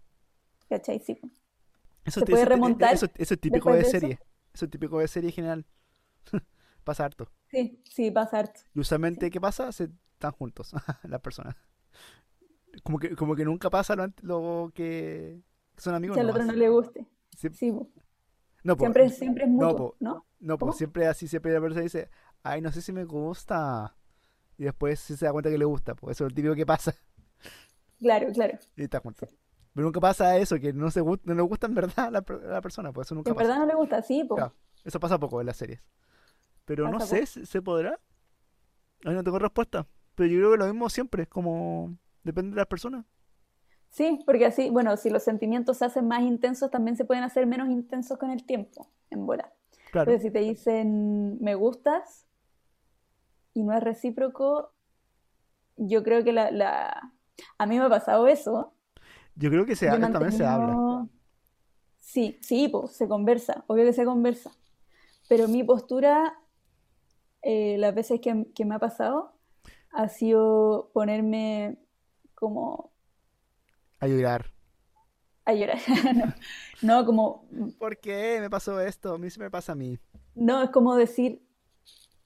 Speaker 3: ¿Cachai? Sí, pues.
Speaker 2: Eso,
Speaker 3: Se
Speaker 2: te-
Speaker 3: puede
Speaker 2: eso, te- e-
Speaker 3: remontar
Speaker 2: eso, eso es típico
Speaker 3: después
Speaker 2: de
Speaker 3: de eso.
Speaker 2: serie. Eso es típico de serie en general. Pasa harto.
Speaker 3: Sí, sí, pasa harto.
Speaker 2: Y usualmente,
Speaker 3: Sí.
Speaker 2: ¿qué pasa? Se están juntos las personas. Como que, como que nunca pasa lo, ant- lo que son amigos
Speaker 3: Si al otro
Speaker 2: nomás.
Speaker 3: no le guste.
Speaker 2: Siempre-
Speaker 3: Sí, po.
Speaker 2: no, po,
Speaker 3: siempre, siempre es mutuo,
Speaker 2: po.
Speaker 3: ¿no?
Speaker 2: no, pues
Speaker 3: ¿Cómo?
Speaker 2: siempre así, siempre la persona dice, ay, no sé si me gusta. Y después sí se da cuenta que le gusta, pues eso es lo típico que pasa.
Speaker 3: Claro, claro.
Speaker 2: Y está junto. Pero nunca pasa eso, que no, se gust- no le gusta en verdad a la, per- a la persona, pues eso
Speaker 3: Que
Speaker 2: nunca
Speaker 3: en
Speaker 2: pasa.
Speaker 3: verdad no le gusta, sí, po.
Speaker 2: Claro. Eso pasa poco en las series. Pero no
Speaker 3: Pasa
Speaker 2: sé, ¿se se podrá? Ay, no tengo respuesta. Pero yo creo que lo mismo siempre, es como depende de las personas.
Speaker 3: Sí, porque así, bueno, si los sentimientos se hacen más intensos, también se pueden hacer menos intensos con el tiempo, en bola.
Speaker 2: Claro.
Speaker 3: Pero si te dicen me gustas y no es recíproco, yo creo que la, la- A mí me ha pasado eso.
Speaker 2: Yo creo que se,
Speaker 3: Yo he
Speaker 2: habla- también se habla.
Speaker 3: mantenido- Sí, sí, po, se conversa, obvio que se conversa. Pero mi postura, eh, las veces que, que me ha pasado, ha sido ponerme como
Speaker 2: A llorar.
Speaker 3: a llorar. No, no, como,
Speaker 2: ¿Por qué me pasó esto? A mí se me pasa a mí.
Speaker 3: no, es como decir,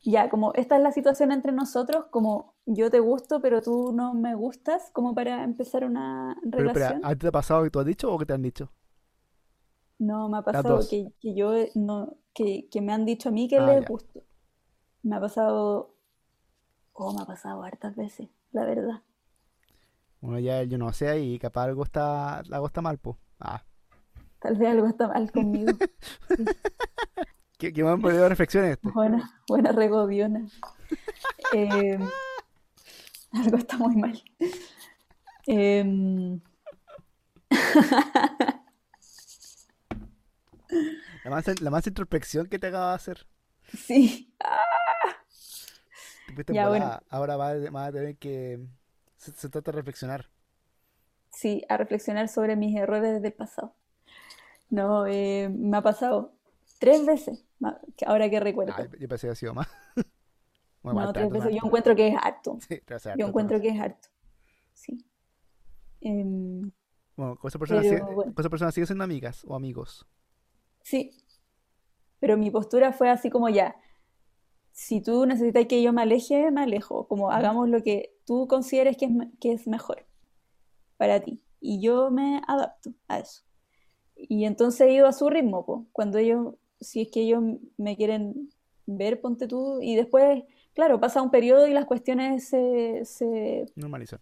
Speaker 3: ya, como esta es la situación entre nosotros, como yo te gusto, pero tú no me gustas, como para empezar una
Speaker 2: Pero espera,
Speaker 3: relación.
Speaker 2: ¿a ti te ha pasado que tú has dicho o que te han dicho?
Speaker 3: No, me ha
Speaker 2: Las
Speaker 3: pasado
Speaker 2: dos.
Speaker 3: que, que yo eh, no, que, que me han dicho a mí que
Speaker 2: Ah,
Speaker 3: les
Speaker 2: ya.
Speaker 3: gusto. Me ha pasado, oh, me ha pasado hartas veces, la verdad.
Speaker 2: Bueno, ya yo no sé, y capaz algo está, algo está mal, pues. Ah,
Speaker 3: Tal vez algo está mal conmigo.
Speaker 2: qué, qué buen periodo de reflexión este.
Speaker 3: Buena, buena regodiona. Eh, algo está muy mal. Em,
Speaker 2: La más, la más introspección que te acaba de hacer.
Speaker 3: sí,
Speaker 2: Te fuiste en
Speaker 3: Ya, bueno.
Speaker 2: volada. Ahora vas, vas a tener que... Se, se trata de reflexionar.
Speaker 3: sí, a reflexionar sobre mis errores del pasado. No, eh, me ha pasado tres veces, ma- que ahora que recuerdo.
Speaker 2: Ah, yo pensé que ha sido más. Bueno,
Speaker 3: No,
Speaker 2: igual,
Speaker 3: tres
Speaker 2: tanto
Speaker 3: veces.
Speaker 2: más.
Speaker 3: Yo encuentro que es harto.
Speaker 2: Sí, te vas a dar tanto
Speaker 3: Yo
Speaker 2: más.
Speaker 3: encuentro que es harto. Sí. Em,
Speaker 2: Bueno, con esa persona,
Speaker 3: pero
Speaker 2: sigue-
Speaker 3: bueno,
Speaker 2: con esa persona sigue siendo amigas o amigos.
Speaker 3: sí. Pero mi postura fue así como ya. Si tú necesitas que yo me aleje, me alejo. Como hagamos lo que tú consideres que es, me- que es mejor para ti. Y yo me adapto a eso. Y entonces he ido a su ritmo, po. Cuando ellos, si es que ellos me quieren ver, ponte tú. Y después, claro, pasa un periodo y las cuestiones se, se
Speaker 2: Normalizar.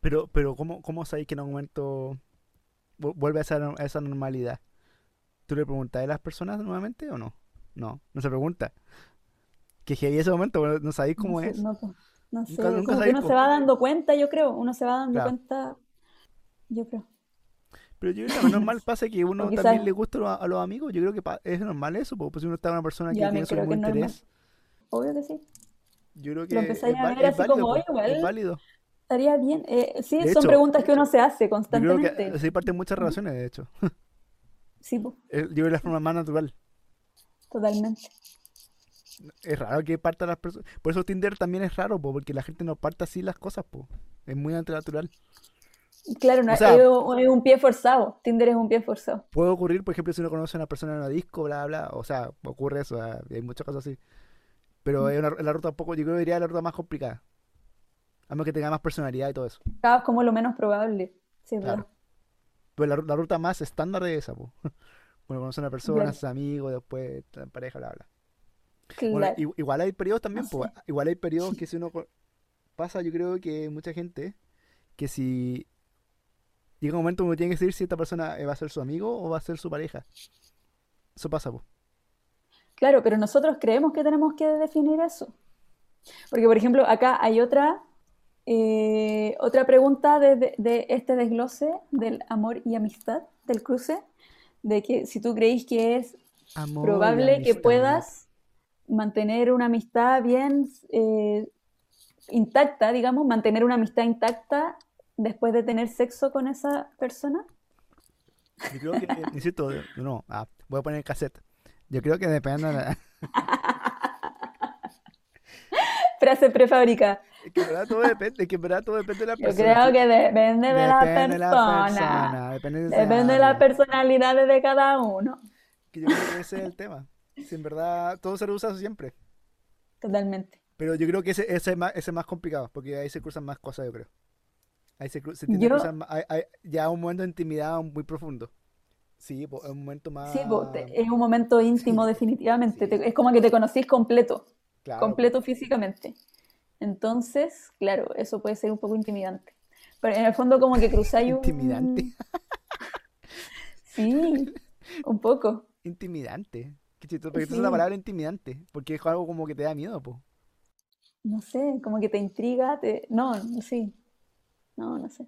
Speaker 2: Pero, pero ¿cómo, cómo sabéis que en algún momento vu- vuelve a esa, no- a esa normalidad? ¿Tú le preguntas a las personas nuevamente o no? No, no se pregunta. Que heavy ese momento, bueno, no sabéis
Speaker 3: No
Speaker 2: cómo
Speaker 3: sé,
Speaker 2: es.
Speaker 3: no, po- no sé,
Speaker 2: Nunca- nunca
Speaker 3: como que
Speaker 2: sabéis,
Speaker 3: uno
Speaker 2: po.
Speaker 3: se va dando cuenta, yo creo, uno se va dando
Speaker 2: Claro.
Speaker 3: cuenta, yo creo.
Speaker 2: Pero yo creo que también normal pasa que
Speaker 3: O
Speaker 2: uno
Speaker 3: quizás,
Speaker 2: también le gusta lo- a los amigos. Yo creo que pa- es normal eso, porque pues, si uno está con una persona que
Speaker 3: ya
Speaker 2: tiene
Speaker 3: me
Speaker 2: su
Speaker 3: creo
Speaker 2: mismo
Speaker 3: que es normal,
Speaker 2: interés,
Speaker 3: obvio que sí.
Speaker 2: yo creo
Speaker 3: Lo
Speaker 2: que es,
Speaker 3: empezáis a
Speaker 2: va-
Speaker 3: ver
Speaker 2: es
Speaker 3: así
Speaker 2: válido,
Speaker 3: como, oye,
Speaker 2: pues, es
Speaker 3: igual
Speaker 2: válido.
Speaker 3: estaría bien. Eh, sí,
Speaker 2: De
Speaker 3: son
Speaker 2: hecho,
Speaker 3: preguntas que uno se hace
Speaker 2: yo creo que
Speaker 3: constantemente.
Speaker 2: así parten muchas
Speaker 3: Ujú,
Speaker 2: relaciones, de hecho.
Speaker 3: Sí, po,
Speaker 2: Eh, Yo creo que es la forma más natural.
Speaker 3: totalmente.
Speaker 2: Es raro que partan las personas. Por eso Tinder también es raro, po, porque la gente no parte así las cosas, po. Es muy antinatural.
Speaker 3: Claro, no,
Speaker 2: O
Speaker 3: es,
Speaker 2: sea,
Speaker 3: es un pie forzado, Tinder es un pie forzado.
Speaker 2: puede ocurrir, por ejemplo, si uno conoce a una persona en una disco, bla, bla. O sea, ocurre eso. ah, Hay muchos casos así.
Speaker 3: Mm.
Speaker 2: Pero es una- la ruta un poco, yo creo que diría la ruta más complicada. A menos que tenga más personalidad y todo eso.
Speaker 3: Cada vez como lo menos probable, sí, es
Speaker 2: Claro.
Speaker 3: verdad.
Speaker 2: Pero la, ru- la ruta más estándar es esa, po. Uno conoce a una persona,
Speaker 3: Claro,
Speaker 2: sus amigos, después la pareja, bla, bla. Bueno,
Speaker 3: claro,
Speaker 2: i- igual hay periodos
Speaker 3: no
Speaker 2: también, po.
Speaker 3: sé.
Speaker 2: Igual hay periodos que si uno co- pasa, yo creo que mucha gente, que si Llega un momento uno tiene que decidir si esta persona eh, va a ser su amigo o va a ser su pareja. Eso pasa, po.
Speaker 3: Claro, pero nosotros creemos que tenemos que definir eso. Porque, por ejemplo, acá hay otra, eh, otra pregunta de, de- de este desglose del amor y amistad, del cruce, de que si tú creís que es
Speaker 2: Amor y
Speaker 3: probable que
Speaker 2: Oh, amistad.
Speaker 3: puedas mantener una amistad bien eh, intacta, digamos, mantener una amistad intacta después de tener sexo con esa persona.
Speaker 2: Yo creo que, eh, insisto, de- no, ah, voy a poner el cassette. Yo creo que depende de la-
Speaker 3: Frase prefabricada.
Speaker 2: es que en verdad todo depende, es que en verdad todo depende de la
Speaker 3: Yo
Speaker 2: persona.
Speaker 3: creo
Speaker 2: sí.
Speaker 3: que depende de la
Speaker 2: Depende de la
Speaker 3: persona.
Speaker 2: persona, depende de ese
Speaker 3: Depende de las
Speaker 2: algo.
Speaker 3: personalidades de cada uno.
Speaker 2: Que yo creo que ese es el tema. Si en verdad todo se usa siempre.
Speaker 3: Totalmente.
Speaker 2: Pero yo creo que ese, ese es más, ese es más complicado, porque ahí se cruzan más cosas, yo creo. Ahí se, cru- se tienden a
Speaker 3: Yo-
Speaker 2: cruzar ma- hay- hay- ya un momento de intimidad muy profundo. Sí, po, es un momento más.
Speaker 3: Sí, po, te- es un momento íntimo, definitivamente. Te- es como que te conocís completo,
Speaker 2: claro, po.
Speaker 3: completo físicamente. Entonces, claro, eso puede ser un poco intimidante. Pero en el fondo, como que cruzáis un.
Speaker 2: Intimidante.
Speaker 3: Sí, un poco.
Speaker 2: Intimidante. Qué chistoso, porque esa es
Speaker 3: Sí.
Speaker 2: la palabra intimidante. Porque es algo como que te da miedo, po.
Speaker 3: No sé, como que te intriga, te... No, sí. No, no sé.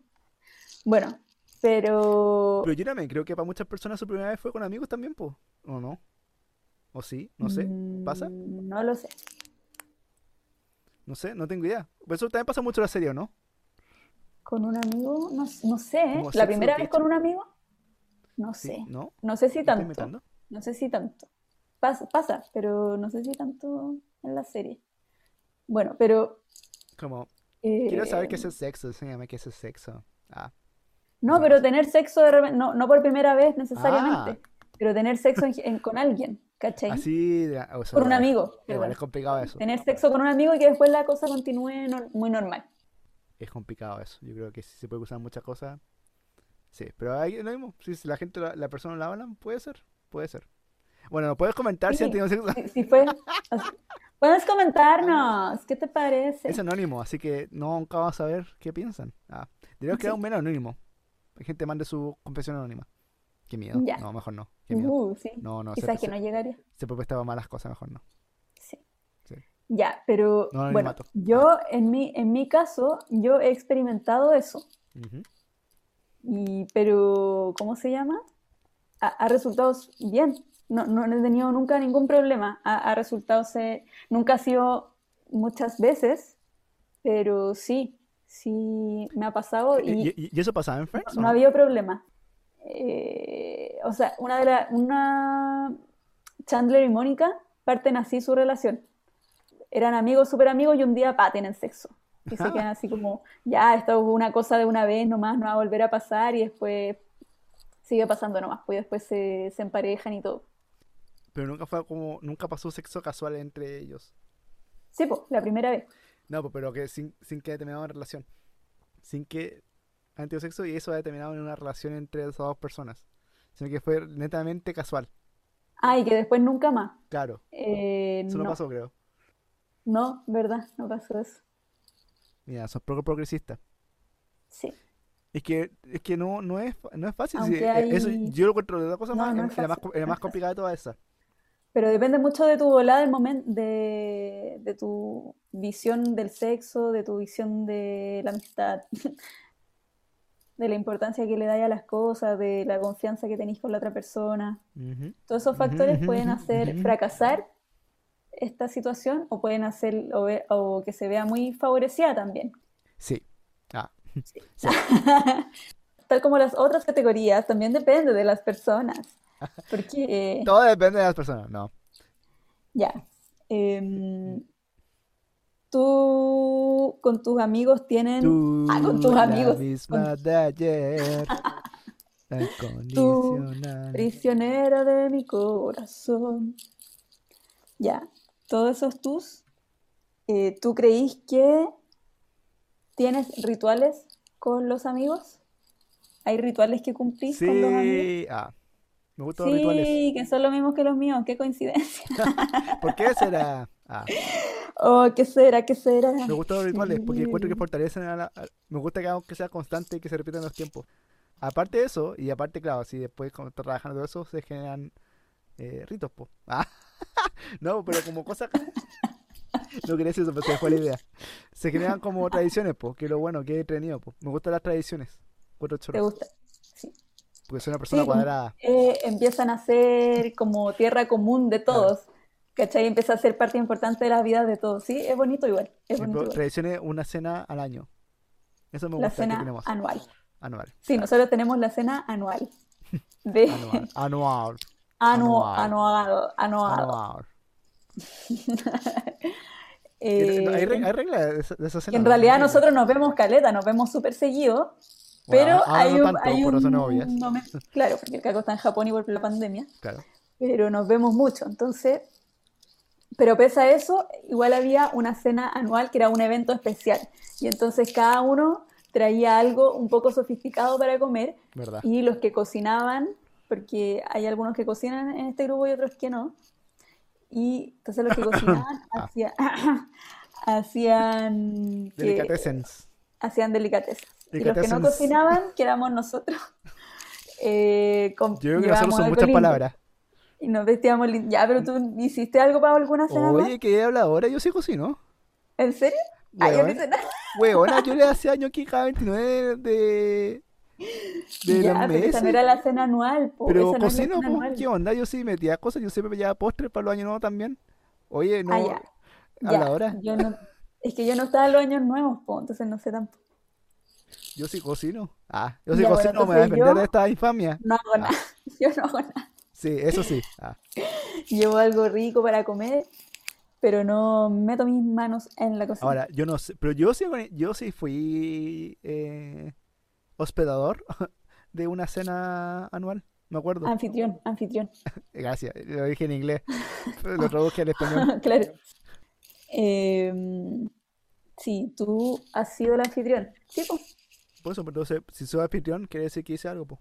Speaker 3: Bueno, pero...
Speaker 2: Pero yo también creo que para muchas personas su primera vez fue con amigos también, po. ¿O no? ¿O sí? No sé. ¿Pasa?
Speaker 3: mm, No lo sé.
Speaker 2: No sé, no tengo idea. Pero eso también pasa mucho en la serie, ¿o ¿no?
Speaker 3: ¿Con un amigo? No, s- no sé, ¿eh?
Speaker 2: Como
Speaker 3: ¿La
Speaker 2: Sex
Speaker 3: primera vez con
Speaker 2: Education.
Speaker 3: un amigo? No
Speaker 2: Sí,
Speaker 3: sé.
Speaker 2: ¿no?
Speaker 3: No sé si
Speaker 2: ¿Me estoy
Speaker 3: tanto.
Speaker 2: inventando?
Speaker 3: No sé si tanto. Pasa, pasa, pero no sé si tanto en la serie. Bueno, pero...
Speaker 2: Como, quiero saber qué
Speaker 3: eh,
Speaker 2: es el sexo, enséñame qué es el sexo. Ah,
Speaker 3: No, pero tener sexo de repen- no, no por primera vez necesariamente, pero tener sexo en- en- con alguien, ¿cachai?
Speaker 2: Ah. así. de- ah, o sea,
Speaker 3: Con un
Speaker 2: igual-
Speaker 3: amigo,
Speaker 2: Igual
Speaker 3: perdón.
Speaker 2: es complicado eso.
Speaker 3: Tener sexo con un amigo y que después la cosa continúe nor- muy normal.
Speaker 2: Es complicado eso. Yo creo que sí se puede usar muchas cosas. Sí, pero ahí es lo mismo. Si si la gente, la, la persona la hablan, puede ser. Puede ser. Bueno, puedes comentar si
Speaker 3: Sí.
Speaker 2: han tenido sexo.
Speaker 3: Si, si fue así. Puedes comentarnos, ¿qué te parece?
Speaker 2: Es anónimo, así que no, nunca vamos a saber qué piensan. Ah, deberíamos crear
Speaker 3: Sí.
Speaker 2: un menos anónimo. La gente mande su confesión anónima. Qué miedo.
Speaker 3: Ya.
Speaker 2: No, mejor no. Qué miedo.
Speaker 3: Uh, sí.
Speaker 2: No, no, se,
Speaker 3: Quizás que
Speaker 2: se-
Speaker 3: no llegaría.
Speaker 2: se protestaba malas cosas, mejor no.
Speaker 3: Sí.
Speaker 2: Sí.
Speaker 3: Ya, pero
Speaker 2: No,
Speaker 3: bueno,
Speaker 2: anonimato.
Speaker 3: yo en mi, en mi caso, yo he experimentado eso,
Speaker 2: Ujú.
Speaker 3: y, pero ¿cómo se llama? Ha, ha resultado s- bien. No, no he tenido nunca ningún problema. Ha, ha resultado ser, nunca ha sido muchas veces, pero sí, sí me ha pasado y...
Speaker 2: ¿Y, y- y eso pasaba en Friends? o
Speaker 3: No
Speaker 2: no?
Speaker 3: había problema. Eh, o sea, una de la, una Chandler y Mónica parten así su relación. Eran amigos, súper amigos, y un día paten el sexo. Y se quedan así como, ya, esto fue una cosa de una vez nomás, no va a volver a pasar, y después sigue pasando nomás, pues después se, se emparejan y todo.
Speaker 2: Pero nunca fue como, nunca pasó sexo casual entre ellos.
Speaker 3: Sí, pues, la primera vez.
Speaker 2: No, pues, pero que sin, sin que determinaban relación. Sin que han tenido sexo y eso ha determinado en una relación entre esas dos personas. Sino que fue netamente casual.
Speaker 3: Ah, y que después nunca más.
Speaker 2: Claro,
Speaker 3: Eh,
Speaker 2: eso no
Speaker 3: no,
Speaker 2: pasó, creo.
Speaker 3: no, ¿verdad? No pasó eso.
Speaker 2: Mira, son poco progresistas.
Speaker 3: Sí.
Speaker 2: Es que, es que no, no es, fa- no es fácil.
Speaker 3: Aunque
Speaker 2: sí, e- eso,
Speaker 3: hay-
Speaker 2: yo lo encuentro de la cosa
Speaker 3: No,
Speaker 2: más,
Speaker 3: no
Speaker 2: era
Speaker 3: es
Speaker 2: era más,
Speaker 3: fácil,
Speaker 2: co- era
Speaker 3: no
Speaker 2: más
Speaker 3: es fácil.
Speaker 2: complicada de toda esa.
Speaker 3: Pero depende mucho de tu volada, del momento, de, de tu visión del sexo, de tu visión de la amistad, de la importancia que le das a las cosas, de la confianza que tenés con la otra persona.
Speaker 2: Ujú.
Speaker 3: Todos esos
Speaker 2: Ujú,
Speaker 3: factores
Speaker 2: ujú,
Speaker 3: pueden
Speaker 2: ujú,
Speaker 3: hacer
Speaker 2: ujú.
Speaker 3: fracasar esta situación o pueden hacer o, ve- o que se vea muy favorecida también.
Speaker 2: Sí. Ah,
Speaker 3: Tal como las otras categorías, también depende de las personas. Porque, eh,
Speaker 2: todo depende de las personas. No.
Speaker 3: Ya. Em, tú con tus amigos tienen.
Speaker 2: Tú,
Speaker 3: Ah, con tus
Speaker 2: la
Speaker 3: amigos. con
Speaker 2: misma de ayer. Incondicional.
Speaker 3: prisionera de mi corazón. Ya. Todos esos tus. eh, ¿tú creís que tienes rituales con los amigos? ¿Hay rituales que cumplís con los amigos?
Speaker 2: Sí. Ah, me gustan los rituales.
Speaker 3: Sí, que son los mismos que los míos. Qué coincidencia.
Speaker 2: ¿Por qué será? Ah,
Speaker 3: Oh, ¿qué será? ¿Qué será?
Speaker 2: me gustan los rituales porque encuentro que
Speaker 3: Sí.
Speaker 2: fortalecen a la. a- me gusta que, haga- que sea constante y que se repitan los tiempos. Aparte de eso, y aparte, claro, si después cuando estás trabajando eso, se generan eh, ritos, po. Ah, no, pero como cosas. No quería decir eso, pero se me fue la idea. Se generan como tradiciones, po, que lo bueno, que he tenido, po. Me gustan las tradiciones. Cuatro
Speaker 3: ¿Te
Speaker 2: choros.
Speaker 3: gusta? Sí.
Speaker 2: Porque soy una persona
Speaker 3: Sí,
Speaker 2: cuadrada.
Speaker 3: eh, empiezan a ser como tierra común de
Speaker 2: Claro.
Speaker 3: todos, ¿cachai? Empieza a ser parte importante de las vidas de todos, ¿sí? Es bonito igual, es
Speaker 2: Sí,
Speaker 3: bonito
Speaker 2: pero
Speaker 3: igual.
Speaker 2: tradiciones, una cena al año. Eso me
Speaker 3: La
Speaker 2: gusta que
Speaker 3: cena
Speaker 2: tenemos.
Speaker 3: anual.
Speaker 2: Anual.
Speaker 3: Sí, nosotros tenemos la cena anual. De
Speaker 2: Anual. Anual.
Speaker 3: anu-
Speaker 2: Anual.
Speaker 3: anual, anual.
Speaker 2: Anual. Y re- no,
Speaker 3: Eh,
Speaker 2: Hay re- hay
Speaker 3: en-
Speaker 2: reglas de esa- de esa
Speaker 3: que
Speaker 2: cena.
Speaker 3: en
Speaker 2: ¿no?
Speaker 3: realidad
Speaker 2: Hay reglas.
Speaker 3: nosotros nos vemos caleta, nos vemos súper seguido,
Speaker 2: Bueno,
Speaker 3: pero
Speaker 2: ahora
Speaker 3: hay
Speaker 2: no
Speaker 3: un,
Speaker 2: tanto,
Speaker 3: hay
Speaker 2: por razones
Speaker 3: un
Speaker 2: obvias.
Speaker 3: momento- claro, porque el Caco está en Japón igual por la pandemia,
Speaker 2: Claro.
Speaker 3: pero nos vemos mucho, entonces... Pero pese a eso, igual había una cena anual que era un evento especial. Y entonces cada uno traía algo un poco sofisticado para comer
Speaker 2: ¿Verdad?
Speaker 3: y los que cocinaban, porque hay algunos que cocinan en este grupo y otros que no, y entonces los que cocinaban
Speaker 2: Ah.
Speaker 3: hacía- hacían que-
Speaker 2: Delicatessens.
Speaker 3: hacían delicateces. Y los que no
Speaker 2: Delicatessens.
Speaker 3: cocinaban, que éramos nosotros, eh, com-
Speaker 2: Yo creo que nosotros
Speaker 3: llevábamos
Speaker 2: son
Speaker 3: algo
Speaker 2: muchas
Speaker 3: lindo.
Speaker 2: palabras.
Speaker 3: Y nos vestíamos lindo. Ya, pero tú hiciste algo para alguna cena más?
Speaker 2: Oye, que habladora, yo sí cocino.
Speaker 3: ¿En serio? Ah, yo no
Speaker 2: Huevona.
Speaker 3: hice nada.
Speaker 2: Huevona, yo le hacía ñoqui cada 29 de, de
Speaker 3: Ya,
Speaker 2: los
Speaker 3: pero esa
Speaker 2: meses.
Speaker 3: no era la cena anual, po,
Speaker 2: Pero
Speaker 3: esa no es la
Speaker 2: cocino,
Speaker 3: cena
Speaker 2: pues,
Speaker 3: anual.
Speaker 2: ¿qué onda? Yo sí metía cosas, yo siempre pedía postres para los años nuevos también. Oye, no,
Speaker 3: Ah, ya, ya,
Speaker 2: habladora,
Speaker 3: yo no- es que yo no estaba en los años nuevos, po, entonces no sé tampoco.
Speaker 2: yo sí cocino. Ah, yo sí
Speaker 3: Ya, bueno,
Speaker 2: cocino, me voy a
Speaker 3: entonces
Speaker 2: defender
Speaker 3: yo-
Speaker 2: de esta infamia.
Speaker 3: No hago nada, yo no hago nada.
Speaker 2: Sí, eso sí. Ah,
Speaker 3: Llevo algo rico para comer, pero no meto mis manos en la cocina.
Speaker 2: Ahora, yo no sé, pero yo sí, organi- yo sí fui eh, hospedador de una cena anual, me acuerdo.
Speaker 3: Anfitrión, anfitrión,
Speaker 2: Gracias, lo dije en inglés, pero lo traduje al español.
Speaker 3: claro. Em, sí, tú has sido el anfitrión. Sí, po.
Speaker 2: Por eso, pero entonces, si soy anfitrión, quiere decir que hice algo, po.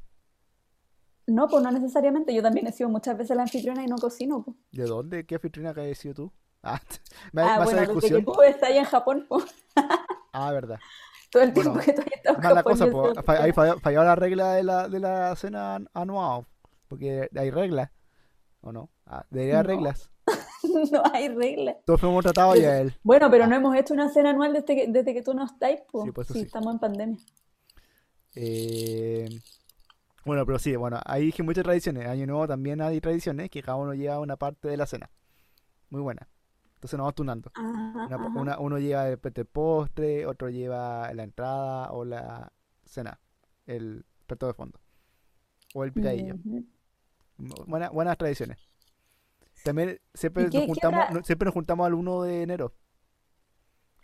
Speaker 3: No, pues no necesariamente. Yo también he sido muchas veces la anfitriona y no cocino, po.
Speaker 2: ¿De dónde? ¿Qué anfitriona que has sido tú? Ah, me,
Speaker 3: Ah,
Speaker 2: me hace
Speaker 3: bueno, desde que
Speaker 2: discusión.
Speaker 3: tú estás ahí en Japón, po.
Speaker 2: Ah, verdad.
Speaker 3: Todo el tiempo
Speaker 2: Bueno,
Speaker 3: que tú has estado en
Speaker 2: Mala
Speaker 3: Japón,
Speaker 2: cosa,
Speaker 3: yo
Speaker 2: po,
Speaker 3: soy
Speaker 2: fa- ahí
Speaker 3: anfitriona.
Speaker 2: falló, falló la regla de la, de la cena an- anual, porque hay reglas, ¿o no? Ah, debería haber
Speaker 3: No.
Speaker 2: reglas.
Speaker 3: No hay regla.
Speaker 2: Todos fuimos tratados ya él.
Speaker 3: Bueno, pero
Speaker 2: Ah.
Speaker 3: no hemos hecho una cena anual desde que, desde que tú no estás, po.
Speaker 2: Sí, pues eso
Speaker 3: Sí,
Speaker 2: sí.
Speaker 3: estamos en pandemia.
Speaker 2: Eh, bueno, pero sí, bueno, ahí dije muchas tradiciones. Año Nuevo también hay tradiciones que cada uno lleva una parte de la cena. Muy buena. Entonces nos vamos turnando.
Speaker 3: Ajá,
Speaker 2: Una-
Speaker 3: Ah, ajá.
Speaker 2: una- uno lleva de repente el postre, otro lleva la entrada o la cena, el plato de fondo o el picadillo.
Speaker 3: Ujú.
Speaker 2: Bu- buena- buenas tradiciones. También siempre
Speaker 3: ¿Y
Speaker 2: nos
Speaker 3: qué- qué
Speaker 2: juntamos,
Speaker 3: otra-
Speaker 2: no- siempre nos juntamos al 1 de enero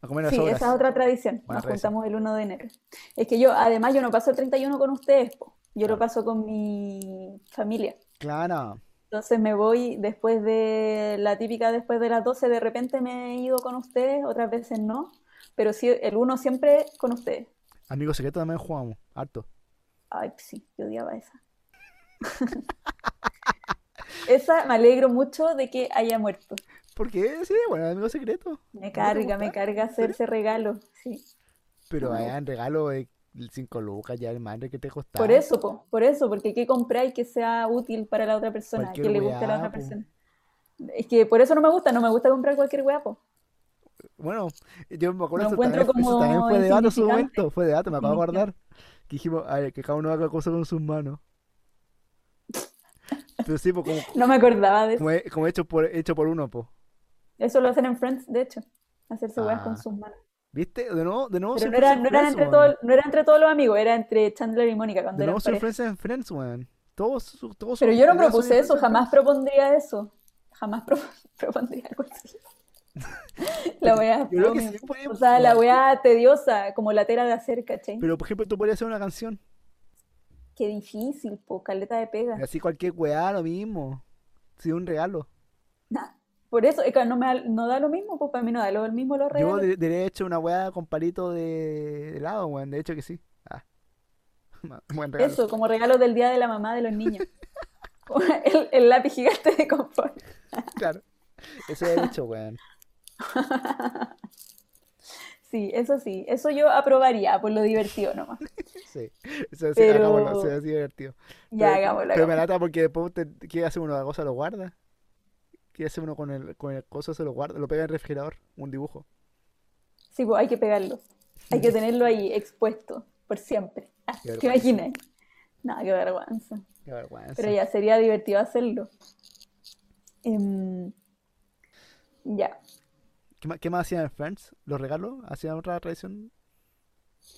Speaker 2: a comer las
Speaker 3: Sí,
Speaker 2: sobras.
Speaker 3: esa es otra tradición.
Speaker 2: Buena
Speaker 3: Nos
Speaker 2: tradición.
Speaker 3: juntamos el 1 de enero. Es que yo, además, yo no paso el 31 con ustedes, po. Yo
Speaker 2: Claro.
Speaker 3: lo paso con mi familia.
Speaker 2: Claro.
Speaker 3: Entonces me voy después de la típica después de las 12, de repente me he ido con ustedes, otras veces no, pero sí, el uno siempre con ustedes.
Speaker 2: Amigos secretos también jugamos, harto.
Speaker 3: Ay, sí, yo odiaba esa. Esa me alegro mucho de que haya muerto.
Speaker 2: Porque sí, bueno, amigos secretos.
Speaker 3: Me
Speaker 2: te
Speaker 3: carga, me
Speaker 2: gusta?
Speaker 3: carga hacerse regalo, sí.
Speaker 2: Pero
Speaker 3: No me
Speaker 2: hagan regalo de 5 lucas ya, madre, que te costaba.
Speaker 3: Por eso, po, por eso, porque qué compráis que sea útil para la otra persona, que
Speaker 2: Cualquier
Speaker 3: le guste a la
Speaker 2: weá,
Speaker 3: otra
Speaker 2: po.
Speaker 3: persona. Es que por eso no me gusta, no me gusta comprar cualquier guapo.
Speaker 2: Bueno, yo me acuerdo,
Speaker 3: Lo
Speaker 2: eso también,
Speaker 3: encuentro
Speaker 2: eso también
Speaker 3: como
Speaker 2: fue debate en su
Speaker 3: insignificante.
Speaker 2: momento, fue debate, me acabo de
Speaker 3: Insignificante.
Speaker 2: acordar. Que dijimos, a ver, que cada uno haga cosas con sus manos. Pero sí, pues, como,
Speaker 3: No me acordaba de eso.
Speaker 2: como he- como hecho por, hecho por uno, pues.
Speaker 3: Eso lo hacen en Friends, de hecho, hacerse weas con
Speaker 2: Ah.
Speaker 3: sus manos.
Speaker 2: ¿Viste? De nuevo, de nuevo
Speaker 3: Pero
Speaker 2: soy
Speaker 3: no era,
Speaker 2: Friends and
Speaker 3: no eran
Speaker 2: Friends,
Speaker 3: entre
Speaker 2: weón.
Speaker 3: todo- no era entre todos los amigos, era entre Chandler y Mónica cuando
Speaker 2: De nuevo
Speaker 3: eran
Speaker 2: soy
Speaker 3: pareja.
Speaker 2: Friends and Friends, weón. Todos, su- todos
Speaker 3: Pero
Speaker 2: su-
Speaker 3: yo no
Speaker 2: todos soy
Speaker 3: propuse
Speaker 2: Friends
Speaker 3: eso,
Speaker 2: and
Speaker 3: jamás
Speaker 2: Friends.
Speaker 3: propondría eso. Jamás pro- propondría algo así. La wea,
Speaker 2: Yo creo que
Speaker 3: fome.
Speaker 2: sí podemos,
Speaker 3: o sea, la
Speaker 2: weón.
Speaker 3: wea tediosa, como la tela de hacer, ¿cachai?
Speaker 2: Pero, por ejemplo, tú podrías hacer una canción.
Speaker 3: Qué difícil, po, caleta de pega.
Speaker 2: Así cualquier weá, lo mismo. Sí, un regalo.
Speaker 3: Nah, Por eso, es que no, me, da- no da lo mismo, pues para mí no da lo mismo los
Speaker 2: Yo
Speaker 3: regalos.
Speaker 2: de- debería hecho una weá con palito de helado, weón. De hecho que sí. Ah. Buen regalo.
Speaker 3: Eso, como regalos del día de la mamá de los niños. El, el lápiz gigante de confort.
Speaker 2: Claro. Eso es hecho, weón.
Speaker 3: Sí, eso sí, eso yo aprobaría por lo divertido nomás.
Speaker 2: Sí. Eso sí,
Speaker 3: Pero-
Speaker 2: hagámoslo. Eso es divertido.
Speaker 3: Ya
Speaker 2: Pero-
Speaker 3: hagámoslo,
Speaker 2: Pero me
Speaker 3: hagámoslo.
Speaker 2: lata porque después te, quiere hacer uno la cosa, lo guarda. Quiere hacer uno con el, con el coso, se lo guarda. Lo pega en el refrigerador. Un dibujo.
Speaker 3: Sí, pues hay que pegarlo. Hay que tenerlo ahí expuesto por siempre. Ah,
Speaker 2: Qué
Speaker 3: ¿te
Speaker 2: vergüenza.
Speaker 3: imaginas? No, qué vergüenza.
Speaker 2: Qué vergüenza.
Speaker 3: Pero ya sería divertido hacerlo. Em, ya.
Speaker 2: ¿Qué, más- qué más hacían en Friends? ¿Los regalos? ¿Hacían otra tradición?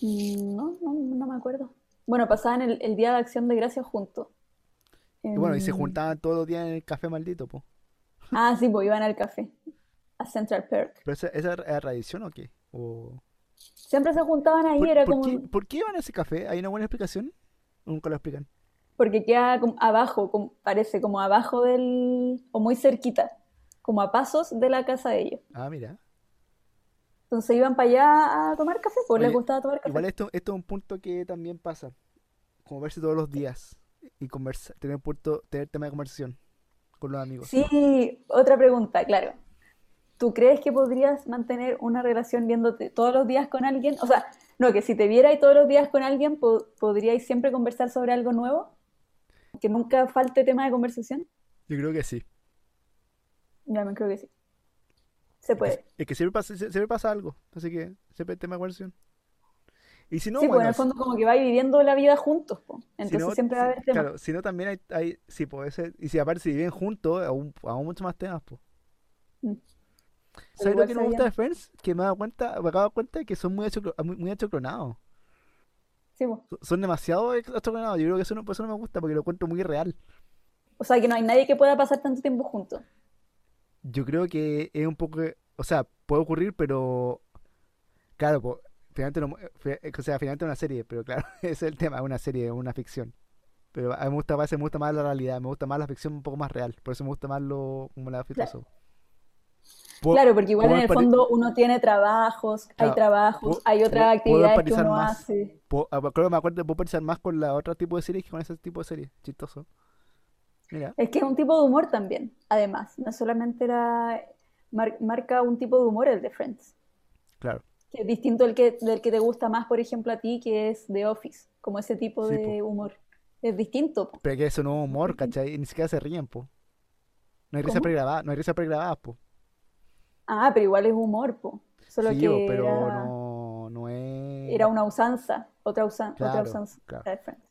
Speaker 3: Mm, No, no, no me acuerdo. Bueno, pasaban el, el Día de Acción de Gracias juntos.
Speaker 2: Y bueno, y se
Speaker 3: Em,
Speaker 2: juntaban todos los días en el café maldito, po.
Speaker 3: Ah, sí, pues iban al café, a Central Perk.
Speaker 2: ¿Pero esa, esa era tradición o qué? ¿O...
Speaker 3: Siempre se juntaban ahí,
Speaker 2: ¿Por,
Speaker 3: era
Speaker 2: por
Speaker 3: como,
Speaker 2: qué,
Speaker 3: un-
Speaker 2: por qué iban a ese café? ¿Hay una buena explicación? Nunca lo explican.
Speaker 3: porque queda como abajo, como- parece como abajo del, o muy cerquita, como a pasos de la casa de ellos.
Speaker 2: Ah, mira.
Speaker 3: Entonces iban para allá a tomar café, pues les
Speaker 2: Oye,
Speaker 3: gustaba tomar
Speaker 2: Igual
Speaker 3: café.
Speaker 2: esto, esto es un punto que también pasa. Como verse todos los días y conversar, tener punto, tener tema de conversación con los amigos.
Speaker 3: Sí, otra pregunta, claro. ¿Tú crees que podrías mantener una relación viéndote todos los días con alguien? O sea, no, que si te vierais todos los días con alguien, po- ¿podríais siempre conversar sobre algo nuevo? Que nunca falte tema de conversación.
Speaker 2: Yo creo que sí.
Speaker 3: Yo también creo que sí. Se
Speaker 2: Es
Speaker 3: puede.
Speaker 2: que, es que siempre pasa, sie- siempre pasa algo. Así que siempre hay tema de conversación. Y si no,
Speaker 3: Sí, pues en
Speaker 2: bueno,
Speaker 3: el
Speaker 2: si,
Speaker 3: fondo como que vais viviendo la vida juntos, po.
Speaker 2: si
Speaker 3: Entonces
Speaker 2: no,
Speaker 3: siempre va a
Speaker 2: si-
Speaker 3: haber temas.
Speaker 2: claro, si no también hay, hay sí, puede ser. Y si aparte si viven juntos, aún, aún mucho más temas, pues.
Speaker 3: Mm. Pero
Speaker 2: ¿Sabes lo
Speaker 3: igual
Speaker 2: que
Speaker 3: se
Speaker 2: no me gusta
Speaker 3: veían.
Speaker 2: de Friends? Que me he dado cuenta, me acabo de dar cuenta que son muy, achoclo- muy, muy achoclonados.
Speaker 3: Sí, po.
Speaker 2: Son- Son demasiado achoclonados. Yo creo que eso no, por eso no me gusta, porque lo encuentro muy real.
Speaker 3: O sea, que no hay nadie que pueda pasar tanto tiempo juntos.
Speaker 2: Yo creo que es un poco, o sea, puede ocurrir, pero claro, po, finalmente no mu- eh, fi- eh, o sea, finalmente es una serie, pero claro, ese es el tema, es una serie, es una ficción. Pero a mí me gusta, a veces me gusta más la realidad, me gusta más la ficción un poco más real, por eso me gusta más lo como la
Speaker 3: Claro.
Speaker 2: ficción. Puedo,
Speaker 3: Claro, porque igual
Speaker 2: puedo
Speaker 3: en el
Speaker 2: empati-
Speaker 3: fondo uno tiene trabajos, hay
Speaker 2: claro,
Speaker 3: trabajos,
Speaker 2: puedo-
Speaker 3: hay
Speaker 2: puedo-
Speaker 3: otras
Speaker 2: puedo
Speaker 3: actividades que
Speaker 2: empatizar
Speaker 3: uno
Speaker 2: más,
Speaker 3: hace.
Speaker 2: puedo- ah, creo que me acuerdo, puedo pensar más con la otro tipo de series que con ese tipo de series, chistoso. Mira,
Speaker 3: Es que es un tipo de humor también, además. No solamente la mar- marca un tipo de humor el de Friends,
Speaker 2: claro,
Speaker 3: que es distinto al que, del que te gusta más, por ejemplo, a ti, que es The Office, como ese tipo
Speaker 2: sí, po.
Speaker 3: de humor. Es distinto, po.
Speaker 2: Pero que eso no es humor,
Speaker 3: distinto.
Speaker 2: ¿cachai? Y Ni siquiera se ríen, po. No hay risa
Speaker 3: ¿Cómo?
Speaker 2: pregrabada, no hay risa pregrabada, po.
Speaker 3: Ah, pero igual es humor, po. Solo
Speaker 2: Sí, bo,
Speaker 3: que
Speaker 2: pero
Speaker 3: era,
Speaker 2: no, no
Speaker 3: era
Speaker 2: es.
Speaker 3: una usanza, otra usanza, otra
Speaker 2: Mm. Claro,
Speaker 3: usanza
Speaker 2: claro.
Speaker 3: de Friends.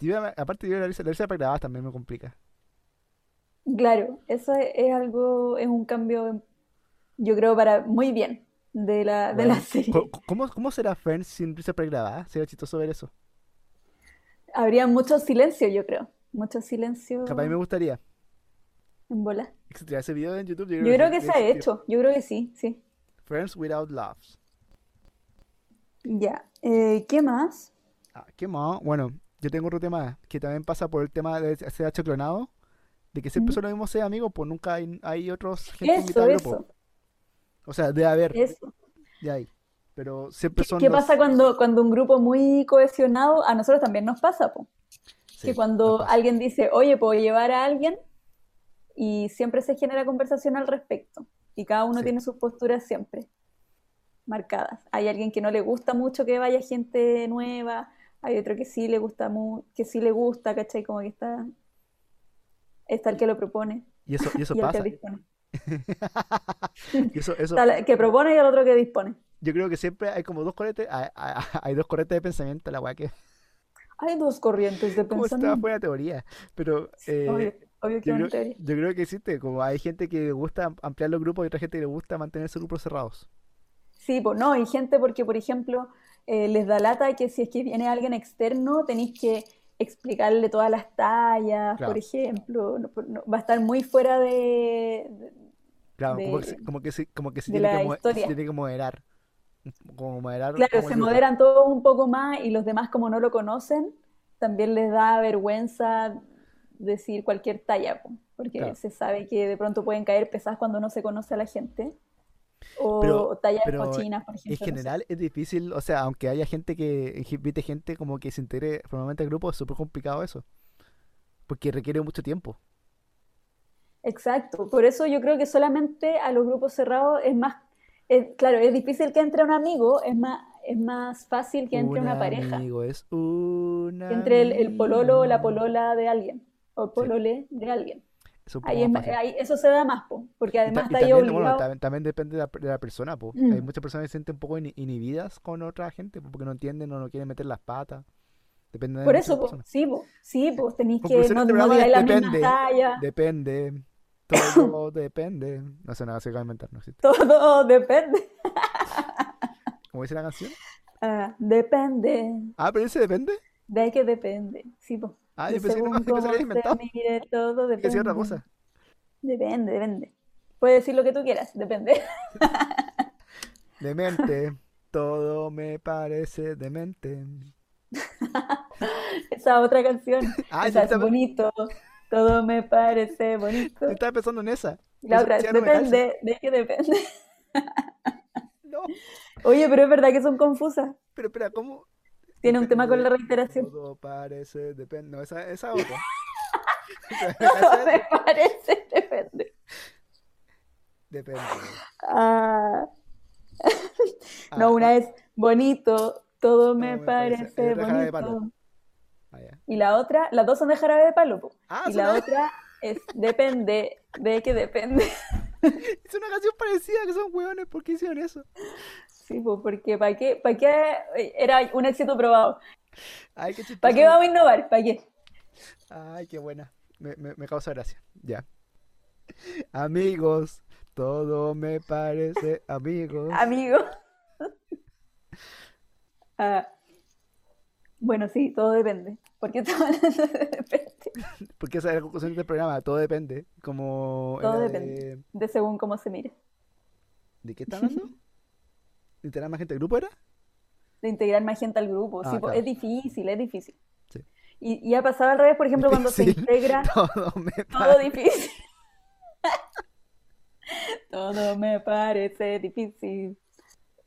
Speaker 2: Yo la- aparte, yo la risa, la risa pregrabada también me complica.
Speaker 3: Claro, eso es, es algo, es un cambio, yo creo, para muy bien de la, de
Speaker 2: Bueno,
Speaker 3: la
Speaker 2: co-
Speaker 3: serie.
Speaker 2: co- ¿cómo, cómo será Friends sin risa pregrabada? Sería chistoso ver eso.
Speaker 3: Habría mucho silencio, yo creo. Mucho
Speaker 2: Capaz a mí me
Speaker 3: silencio
Speaker 2: gustaría.
Speaker 3: en bola.
Speaker 2: Si tuviera ese video en YouTube, yo
Speaker 3: Yo
Speaker 2: creo
Speaker 3: creo
Speaker 2: que
Speaker 3: que
Speaker 2: sí,
Speaker 3: se
Speaker 2: debe
Speaker 3: ha
Speaker 2: existir.
Speaker 3: hecho, yo creo que sí, sí.
Speaker 2: Friends Without Laughs.
Speaker 3: Ya, eh, ¿qué más?
Speaker 2: Ah, qué más. Bueno, yo tengo otro tema que también pasa por el tema de ser achoclonado, de que siempre
Speaker 3: Ujú.
Speaker 2: son los mismos seis amigos, pues nunca hay, hay otros gente
Speaker 3: Eso,
Speaker 2: invitada al grupo.
Speaker 3: eso,
Speaker 2: O sea, debe haber,
Speaker 3: eso.
Speaker 2: de ahí. Pero siempre
Speaker 3: ¿Qué,
Speaker 2: son
Speaker 3: qué
Speaker 2: los.
Speaker 3: pasa cuando, cuando un grupo muy cohesionado, a nosotros también nos pasa, po, que
Speaker 2: Sí, nos
Speaker 3: cuando
Speaker 2: pasa.
Speaker 3: alguien dice, oye, ¿puedo llevar a alguien? Y siempre se genera conversación al respecto, y cada uno
Speaker 2: Sí.
Speaker 3: tiene sus posturas siempre. marcadas. Hay alguien que no le gusta mucho que vaya gente nueva, hay otro que sí le gusta mu- que sí le gusta, ¿cachai? Como que está, está el que lo propone
Speaker 2: Y eso, y eso
Speaker 3: y el que
Speaker 2: pasa.
Speaker 3: dispone.
Speaker 2: Y eso, eso,
Speaker 3: Está el que propone y el otro que dispone.
Speaker 2: Yo creo que siempre hay como dos corrientes, hay, hay- hay dos corrientes de pensamiento, la weá que
Speaker 3: Hay dos corrientes de
Speaker 2: como si estaba
Speaker 3: pensamiento.
Speaker 2: fuera de teoría, pero
Speaker 3: Obvio,
Speaker 2: eh,
Speaker 3: obvio que
Speaker 2: yo
Speaker 3: una
Speaker 2: creo,
Speaker 3: teoría.
Speaker 2: yo creo que existe, como hay gente que le gusta am- ampliar los grupos y otra gente que le gusta mantener sus grupos cerrados.
Speaker 3: Sí, pues no, y gente porque, por ejemplo, eh, les da lata que si es que viene alguien externo, tenéis que explicarle todas las tallas, por
Speaker 2: Claro,
Speaker 3: ejemplo. No- no- va a estar muy fuera de,
Speaker 2: claro, como que se,
Speaker 3: de,
Speaker 2: como que se, como que se
Speaker 3: de
Speaker 2: tiene que
Speaker 3: la
Speaker 2: mo- se
Speaker 3: historia.
Speaker 2: tiene que moderar, un- como moderar
Speaker 3: Claro,
Speaker 2: como el
Speaker 3: se
Speaker 2: grupo.
Speaker 3: moderan todos un poco más y los demás como no lo conocen, también les da vergüenza decir cualquier talla, po, porque
Speaker 2: Claro.
Speaker 3: se sabe que de pronto pueden caer pesadas cuando no se conoce a la gente, o,
Speaker 2: Pero,
Speaker 3: tallas
Speaker 2: pero
Speaker 3: cochinas, por
Speaker 2: en
Speaker 3: ejemplo, no sé.
Speaker 2: general es difícil, o sea, aunque haya gente que invite gente como que se integre formalmente al grupo, es súper complicado eso, porque requiere mucho tiempo.
Speaker 3: Exacto, por eso yo creo que solamente a los grupos cerrados es más, es- claro, es difícil que entre un amigo, es más, es más fácil que entre
Speaker 2: Un
Speaker 3: una pareja,
Speaker 2: amigo es un
Speaker 3: que entre el, el pololo o la
Speaker 2: amigo.
Speaker 3: polola de alguien, o el
Speaker 2: Sí,
Speaker 3: polole de alguien.
Speaker 2: es un poco
Speaker 3: Ahí es
Speaker 2: más
Speaker 3: ma-
Speaker 2: fácil.
Speaker 3: ahí- eso se da más, po, porque
Speaker 2: Y, ta-
Speaker 3: además
Speaker 2: y
Speaker 3: está ahí
Speaker 2: también, bueno,
Speaker 3: obligado.
Speaker 2: ta- también depende de la, per- de la persona, po. Hay
Speaker 3: Mm,
Speaker 2: muchas personas que se sienten un poco ini- inhibidas con otra gente po, porque no entienden o no quieren meter las patas. Depende de
Speaker 3: Por
Speaker 2: mucho de
Speaker 3: eso,
Speaker 2: la
Speaker 3: po,
Speaker 2: persona.
Speaker 3: sí, po, sí, pues tenéis que,
Speaker 2: Conclusión de
Speaker 3: no,
Speaker 2: este
Speaker 3: no
Speaker 2: programa es
Speaker 3: digáis las mismas
Speaker 2: depende,
Speaker 3: tallas,
Speaker 2: depende, todo depende. No sé, nada, se acaba de inventar, no existe.
Speaker 3: todo depende.
Speaker 2: ¿Cómo dice la canción?
Speaker 3: Ah, depende,
Speaker 2: Ah, pero dice depende.
Speaker 3: de que depende, sí, pues.
Speaker 2: Ah,
Speaker 3: De
Speaker 2: yo pensé que no, yo
Speaker 3: según
Speaker 2: pensé que
Speaker 3: cómo
Speaker 2: había
Speaker 3: se
Speaker 2: inventado,
Speaker 3: mire, todo
Speaker 2: que decía otra
Speaker 3: depende.
Speaker 2: cosa.
Speaker 3: Depende, depende. Puedes decir lo que tú quieras, depende.
Speaker 2: Demente, todo me parece demente.
Speaker 3: Esa otra canción,
Speaker 2: Ah, yo
Speaker 3: esa es
Speaker 2: estaba,
Speaker 3: bonito, todo me parece
Speaker 2: yo
Speaker 3: bonito.
Speaker 2: estaba pensando en esa.
Speaker 3: Y
Speaker 2: Por
Speaker 3: la
Speaker 2: eso
Speaker 3: otra,
Speaker 2: ya no me calza.
Speaker 3: depende, de que depende.
Speaker 2: no.
Speaker 3: Oye, pero es verdad que son confusas.
Speaker 2: Pero espera, ¿cómo?
Speaker 3: Tiene un tema con la reiteración.
Speaker 2: Todo parece, depende. No, esa, esa otra.
Speaker 3: Todo me parece, depende.
Speaker 2: Depende.
Speaker 3: Ah,
Speaker 2: Ah,
Speaker 3: no, una es bonito, todo
Speaker 2: me
Speaker 3: me
Speaker 2: parece.
Speaker 3: parece
Speaker 2: Y otra, jarabe de palo.
Speaker 3: bonito.
Speaker 2: ah, ya.
Speaker 3: Y la otra, las dos son de jarabe de palo, po.
Speaker 2: Ah,
Speaker 3: Y
Speaker 2: es
Speaker 3: la
Speaker 2: una,
Speaker 3: otra es depende, de que depende.
Speaker 2: es una canción parecida que son hueones. ¿Por qué hicieron eso?
Speaker 3: Sí, pues, porque ¿para qué? ¿Para qué? Era un éxito probado.
Speaker 2: Ay, qué chistoso.
Speaker 3: ¿Para qué vamos a innovar? ¿Para qué?
Speaker 2: Ay, qué buena. Me, me, me causa gracia. Ya. Amigos, todo me parece. Amigos.
Speaker 3: Amigo. Ah, bueno, sí, todo depende. ¿Por qué estamos hablando de depende?
Speaker 2: Porque esa es la conclusión del programa. Todo depende. Como
Speaker 3: Todo
Speaker 2: era
Speaker 3: depende.
Speaker 2: de-
Speaker 3: De según cómo se mire.
Speaker 2: ¿De qué está hablando? ¿De tener más gente del grupo era?
Speaker 3: de integrar más gente al grupo.
Speaker 2: Ah,
Speaker 3: Sí, po,
Speaker 2: claro.
Speaker 3: es difícil, es difícil.
Speaker 2: Sí.
Speaker 3: Y, y ha pasado al revés, por ejemplo, cuando se
Speaker 2: Difícil.
Speaker 3: integra
Speaker 2: Todo me
Speaker 3: Ah. todo
Speaker 2: parece.
Speaker 3: difícil. Todo me parece difícil.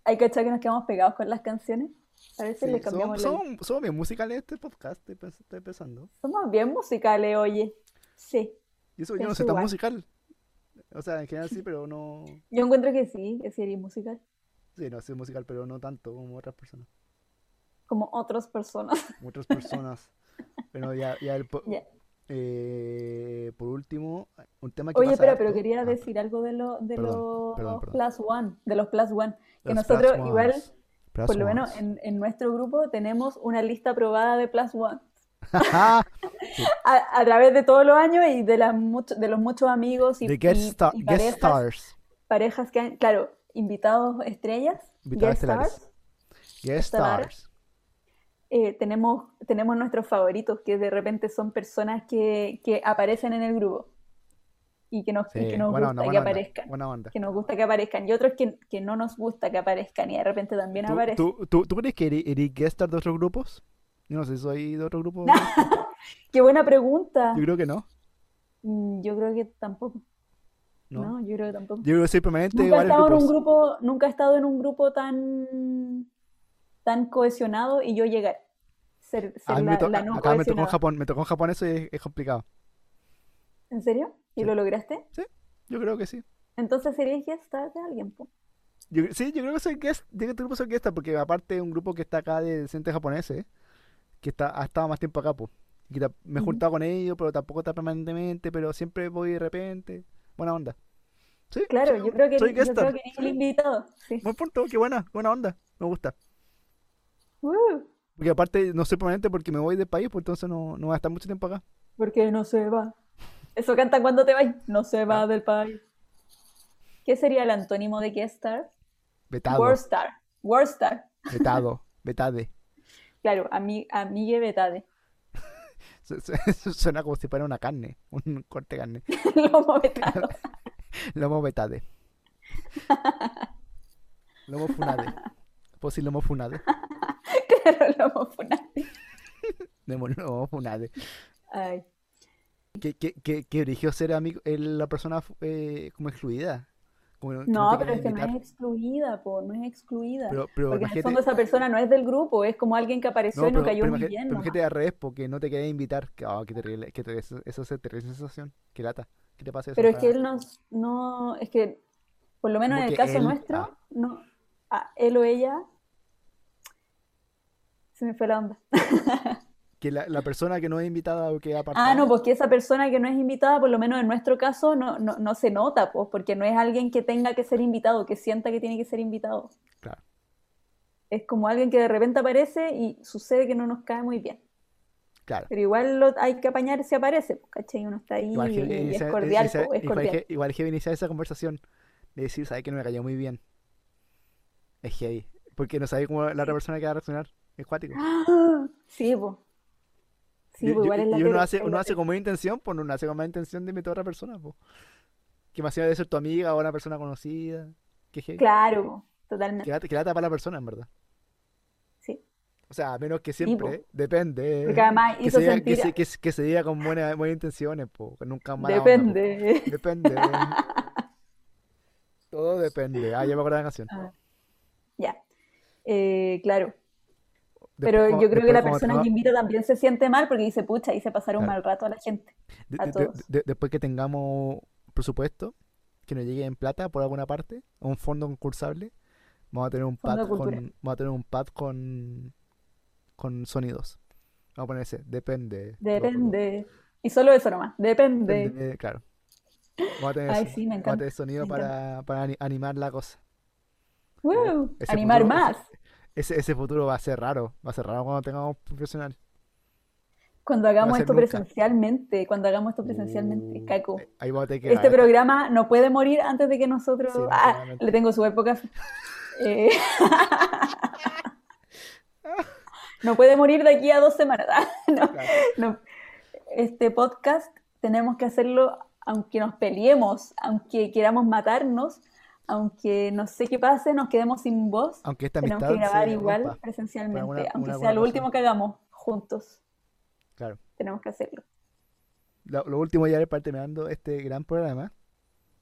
Speaker 3: Hay que echar que nos quedamos pegados con las canciones. A veces le
Speaker 2: somos,
Speaker 3: cambiamos la-
Speaker 2: somos, somos bien musicales en este podcast, estoy, pens- estoy pensando.
Speaker 3: Somos bien musicales, oye. Sí,
Speaker 2: Y eso yo no
Speaker 3: Pienso
Speaker 2: soy tan
Speaker 3: igual.
Speaker 2: musical. O sea, en general sí, pero no.
Speaker 3: yo encuentro que sí, que sí eres musical.
Speaker 2: Sí, no soy musical, pero no tanto como otras personas.
Speaker 3: Como otras personas.
Speaker 2: Como otras personas. Bueno, ya, ya el po-
Speaker 3: Ya.
Speaker 2: eh, por último, un tema que
Speaker 3: Oye,
Speaker 2: pasa
Speaker 3: espera, pero
Speaker 2: harto.
Speaker 3: quería
Speaker 2: Ah,
Speaker 3: decir algo de, lo, de
Speaker 2: Perdón, perdón,
Speaker 3: los
Speaker 2: perdón.
Speaker 3: Plus One, de los Plus One. Que
Speaker 2: los
Speaker 3: nosotros
Speaker 2: plus
Speaker 3: igual,
Speaker 2: ones, plus
Speaker 3: Por lo menos
Speaker 2: ones.
Speaker 3: en, en nuestro grupo tenemos una lista probada de Plus One
Speaker 2: Ajá.
Speaker 3: a, a través de todos los años y de, las mucho- de los muchos amigos y,
Speaker 2: De Guest,
Speaker 3: y-
Speaker 2: star-
Speaker 3: y
Speaker 2: guest
Speaker 3: parejas,
Speaker 2: Stars.
Speaker 3: parejas que han, claro, invitados estrellas,
Speaker 2: Invitados
Speaker 3: guest
Speaker 2: estelares.
Speaker 3: stars,
Speaker 2: Guest
Speaker 3: estelares.
Speaker 2: Stars.
Speaker 3: eh, tenemos, tenemos nuestros favoritos que de repente son personas que, que aparecen en el grupo y que nos, y que
Speaker 2: Sí,
Speaker 3: nos
Speaker 2: buena onda,
Speaker 3: gusta
Speaker 2: buena
Speaker 3: que
Speaker 2: onda.
Speaker 3: aparezcan,
Speaker 2: Buena onda.
Speaker 3: que nos gusta que aparezcan y otros que, que no nos gusta que aparezcan y de repente también
Speaker 2: ¿Tú,
Speaker 3: aparecen.
Speaker 2: tú, tú, tú crees que eri- eres guest star de otros grupos? Yo no sé, ¿soy de otro grupo?
Speaker 3: ¡Qué buena pregunta!
Speaker 2: Yo creo que no.
Speaker 3: Mm, Yo creo que tampoco.
Speaker 2: ¿no?
Speaker 3: No, yo creo que tampoco.
Speaker 2: Yo creo que soy permanente de
Speaker 3: Nunca he
Speaker 2: varios
Speaker 3: estado en un
Speaker 2: grupos.
Speaker 3: grupo, nunca he estado en un grupo tan, tan cohesionado y yo llegar. Ser, ser
Speaker 2: A mí me
Speaker 3: la,
Speaker 2: to-
Speaker 3: la
Speaker 2: a-
Speaker 3: no
Speaker 2: acá me tocó en
Speaker 3: cohesionada.
Speaker 2: Japón, me tocó en Japón eso y es, es complicado.
Speaker 3: ¿En serio? ¿Y
Speaker 2: Sí.
Speaker 3: lo lograste?
Speaker 2: Yo creo que sí.
Speaker 3: Entonces serías guest star de alguien, po.
Speaker 2: Yo, sí, yo creo que soy guest, yo creo que este grupo soy guest star, porque aparte es un grupo que está acá de decentes japoneses, que está, ha estado más tiempo acá, pues. Y que ta- me he
Speaker 3: Ujú.
Speaker 2: juntado con ellos, pero tampoco está permanentemente, pero siempre voy de repente. Buena onda. Sí,
Speaker 3: Claro,
Speaker 2: soy
Speaker 3: yo
Speaker 2: un-
Speaker 3: creo que
Speaker 2: soy
Speaker 3: eres-
Speaker 2: guest
Speaker 3: yo creo
Speaker 2: star.
Speaker 3: que eres el
Speaker 2: Sí,
Speaker 3: invitado. Sí.
Speaker 2: Buen punto, qué buena, buena onda. Me gusta.
Speaker 3: Uh,
Speaker 2: Porque aparte no soy permanente porque me voy del país, pues entonces no, no voy a estar mucho tiempo acá.
Speaker 3: porque no se va. Eso canta cuando te vas. No se
Speaker 2: Ah.
Speaker 3: va del país. ¿Qué sería el antónimo de guest star?
Speaker 2: Vetado,
Speaker 3: World star. World star.
Speaker 2: vetado, vetade.
Speaker 3: Claro, ami, amigue betade.
Speaker 2: Su- su- Suena como si fuera una carne, un corte de carne.
Speaker 3: Lomo vetado.
Speaker 2: Lomo betade. Lomo funade. Pues sí, lomo funade.
Speaker 3: Claro, lomo funado.
Speaker 2: Lomo, lomo funade.
Speaker 3: Ay.
Speaker 2: Que, que, que, que eligió ser amigo, el- la persona eh, como excluida. Como que
Speaker 3: No,
Speaker 2: te
Speaker 3: pero
Speaker 2: querían
Speaker 3: es que no es
Speaker 2: invitar.
Speaker 3: excluida, po, no es excluida.
Speaker 2: Pero, pero
Speaker 3: Porque en el
Speaker 2: imagínate,
Speaker 3: fondo esa persona no es del grupo, es como alguien que apareció
Speaker 2: no,
Speaker 3: y no
Speaker 2: pero,
Speaker 3: cayó
Speaker 2: pero
Speaker 3: muy
Speaker 2: imagi-
Speaker 3: bien
Speaker 2: pero
Speaker 3: nomás.
Speaker 2: imagínate al revés, porque no te quería invitar. Que, oh, qué terrible, qué terrible, eso, eso es terrible sensación. Qué lata. ¿Qué te pasa eso?
Speaker 3: Pero es
Speaker 2: Ah,
Speaker 3: que él nos, no, es que, por lo menos
Speaker 2: Como
Speaker 3: en el
Speaker 2: que
Speaker 3: caso
Speaker 2: él-
Speaker 3: nuestro,
Speaker 2: ah.
Speaker 3: no, a él o ella, se me fue la onda.
Speaker 2: que la, la persona que no es invitada o que es
Speaker 3: Ah,
Speaker 2: apartada.
Speaker 3: no, porque esa persona que no es invitada, por lo menos en nuestro caso, no, no, no se nota, pues, porque no es alguien que tenga que ser invitado, que sienta que tiene que ser invitado.
Speaker 2: Claro.
Speaker 3: Es como alguien que de repente aparece y sucede que no nos cae muy bien.
Speaker 2: Claro.
Speaker 3: Pero igual lo, hay que apañar si aparece, pues, ¿cachai? Uno está ahí
Speaker 2: Igual
Speaker 3: y,
Speaker 2: que
Speaker 3: y es
Speaker 2: iniciar- eh,
Speaker 3: cordial,
Speaker 2: iniciar-
Speaker 3: pues, es
Speaker 2: igual
Speaker 3: cordial.
Speaker 2: que- igual que iniciar esa conversación. De decir, sabes que no me cayó muy bien. Es heavy. Porque no sabes cómo la otra persona que va a reaccionar. Es cuático.
Speaker 3: ¡Ah! Sí, pues. Sí,
Speaker 2: Y-
Speaker 3: pues
Speaker 2: y-
Speaker 3: igual es la
Speaker 2: y uno
Speaker 3: tele,
Speaker 2: hace,
Speaker 3: es
Speaker 2: uno
Speaker 3: la
Speaker 2: hace
Speaker 3: tele.
Speaker 2: con buena intención, pues uno hace con mala intención de invitar a otra persona, pues. Que más allá de ser tu amiga o una persona conocida. Que heavy.
Speaker 3: Claro, po,
Speaker 2: Que
Speaker 3: totalmente.
Speaker 2: la, que la tapa la persona, en verdad.
Speaker 3: Sí.
Speaker 2: O sea, a menos que
Speaker 3: Sí, po.
Speaker 2: siempre, depende.
Speaker 3: Porque además
Speaker 2: que,
Speaker 3: hizo
Speaker 2: se diga, que,
Speaker 3: sentir,
Speaker 2: se, que, se- que se diga con buenas, buenas intenciones, pues. Nunca más.
Speaker 3: depende.
Speaker 2: Depende. Todo depende. Ah, ya me acuerdo de la canción.
Speaker 3: Ah. Ya. Eh, claro.
Speaker 2: Después
Speaker 3: Pero
Speaker 2: como-
Speaker 3: yo creo que
Speaker 2: después
Speaker 3: la
Speaker 2: como
Speaker 3: persona
Speaker 2: tenga-
Speaker 3: que invita también se siente mal porque dice, pucha, hice pasar un
Speaker 2: Claro.
Speaker 3: mal rato a la gente.
Speaker 2: de-
Speaker 3: a
Speaker 2: de- de-
Speaker 3: todos.
Speaker 2: de- después que tengamos presupuesto, que nos llegue en plata por alguna parte, o un fondo concursable, vamos a tener un
Speaker 3: Fondo
Speaker 2: pad
Speaker 3: de cultura.
Speaker 2: con, vamos a tener un pad con, con sonidos. Vamos a poner ese, depende. lo-
Speaker 3: Depende. Y solo eso nomás, depende.
Speaker 2: depende, claro. Vamos a tener,
Speaker 3: Ay,
Speaker 2: eso,
Speaker 3: sí, me
Speaker 2: vamos a
Speaker 3: encanta.
Speaker 2: tener sonido
Speaker 3: me
Speaker 2: para, para ani- animar la cosa.
Speaker 3: ¡Wow!
Speaker 2: Ese
Speaker 3: Animar
Speaker 2: futuro-
Speaker 3: más.
Speaker 2: Ese, ese futuro va a ser raro, va a ser raro cuando tengamos profesional.
Speaker 3: Cuando hagamos
Speaker 2: ser
Speaker 3: esto
Speaker 2: nunca.
Speaker 3: presencialmente, cuando hagamos esto presencialmente, Caco.
Speaker 2: Eh, Ahí vamos a tener que
Speaker 3: Este
Speaker 2: grabar esto.
Speaker 3: programa no puede morir antes de que nosotros.
Speaker 2: Sí, no,
Speaker 3: ah,
Speaker 2: claramente.
Speaker 3: le tengo su época. Eh, No puede morir de aquí a dos semanas. Ah, no, no. Este podcast tenemos que hacerlo aunque nos peleemos, aunque queramos matarnos, aunque no sé qué pase, nos quedemos sin voz.
Speaker 2: Aunque esta
Speaker 3: Tenemos
Speaker 2: Ah, amistad
Speaker 3: que grabar
Speaker 2: se
Speaker 3: igual
Speaker 2: rompa.
Speaker 3: presencialmente,
Speaker 2: alguna-
Speaker 3: aunque
Speaker 2: una-
Speaker 3: sea
Speaker 2: alguna
Speaker 3: lo último
Speaker 2: razón.
Speaker 3: que hagamos juntos.
Speaker 2: Claro.
Speaker 3: Tenemos que hacerlo.
Speaker 2: Lo, lo último ya para ir terminando este gran programa.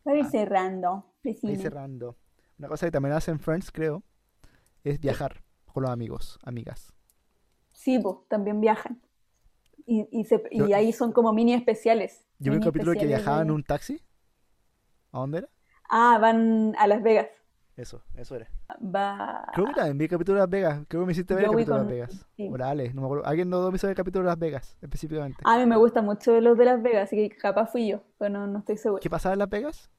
Speaker 3: Voy a ir
Speaker 2: Ah.
Speaker 3: cerrando,
Speaker 2: Ahí
Speaker 3: vecino.
Speaker 2: cerrando. Una cosa que también hacen Friends, creo, es viajar con los amigos, amigas.
Speaker 3: Sí, po, también viajan. Y, y, se- y
Speaker 2: Yo-
Speaker 3: ahí son como mini especiales.
Speaker 2: Yo vi un
Speaker 3: mini
Speaker 2: capítulo que
Speaker 3: especiales
Speaker 2: viajaban en
Speaker 3: de-
Speaker 2: un taxi. ¿A dónde era?
Speaker 3: Ah, van a Las Vegas.
Speaker 2: Eso, eso era.
Speaker 3: Va...
Speaker 2: Creo que también vi el capítulo de Las Vegas. Creo que me hiciste ver el
Speaker 3: Yo voy
Speaker 2: capítulo de Las
Speaker 3: con-
Speaker 2: Vegas.
Speaker 3: sí.
Speaker 2: Hola, Ale, no me acuerdo. Alguien no me hizo ver el capítulo de Las Vegas, específicamente.
Speaker 3: A mí Ah, me gustan mucho los de Las Vegas, así que capaz fui yo, pero no, no estoy segura.
Speaker 2: ¿Qué pasaba en Las Vegas?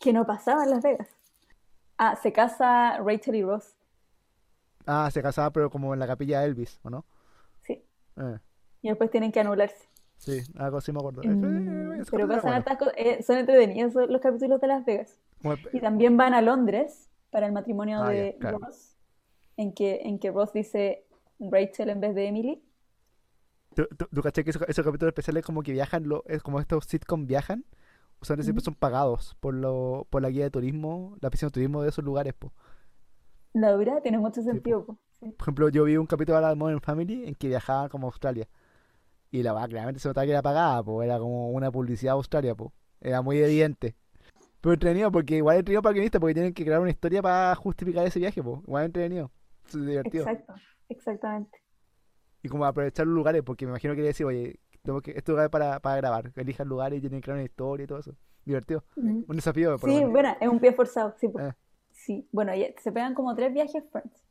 Speaker 3: ¿Qué no pasaba en Las Vegas? Ah, se casa Rachel y Ross.
Speaker 2: Ah, se casaba, pero como en la capilla de Elvis, ¿o no?
Speaker 3: Sí.
Speaker 2: Eh,
Speaker 3: Y después tienen que anularse.
Speaker 2: sí, algo así me acuerdo. Eh,
Speaker 3: Mm,
Speaker 2: eh, ese
Speaker 3: pero
Speaker 2: capítulo era
Speaker 3: pasan
Speaker 2: bueno.
Speaker 3: hartas cosas. Eh, son entretenidos son los capítulos de Las Vegas.
Speaker 2: Como el-
Speaker 3: Y también van a Londres para el matrimonio
Speaker 2: Ah, ya,
Speaker 3: de
Speaker 2: claro.
Speaker 3: Ross, en que, en que Ross dice Rachel en vez de Emily.
Speaker 2: ¿Tú, tú- tú caché que esos, esos capítulos especiales como que viajan, lo, es como estos sitcom viajan, usualmente siempre
Speaker 3: Ujú.
Speaker 2: son pagados por lo, por la guía de turismo, la piscina de turismo de esos lugares, po.
Speaker 3: La dura tiene mucho
Speaker 2: po.
Speaker 3: sentido. po. Sí.
Speaker 2: Por ejemplo, yo vi un capítulo ahora de Modern Family en que viajaba como a Australia. Y la verdad, claramente se notaba que era pagada, po. Era como una publicidad de Australia, po. Era muy evidente. Pero entretenido, porque igual entretenido para el guionista, porque tienen que crear una historia para justificar ese viaje, po. Igual entretenido. Es divertido.
Speaker 3: Exacto, exactamente.
Speaker 2: Y como aprovechar los lugares, porque me imagino que le decir, oye, tengo que, este lugar es para, para grabar, elijan lugares y tienen que crear una historia y todo eso. Divertido.
Speaker 3: Mm.
Speaker 2: Un desafío, por lo
Speaker 3: Sí,
Speaker 2: menos.
Speaker 3: bueno, es un pie forzado, sí, po.
Speaker 2: Eh.
Speaker 3: Sí, bueno, ya se pegan como tres viajes Friends.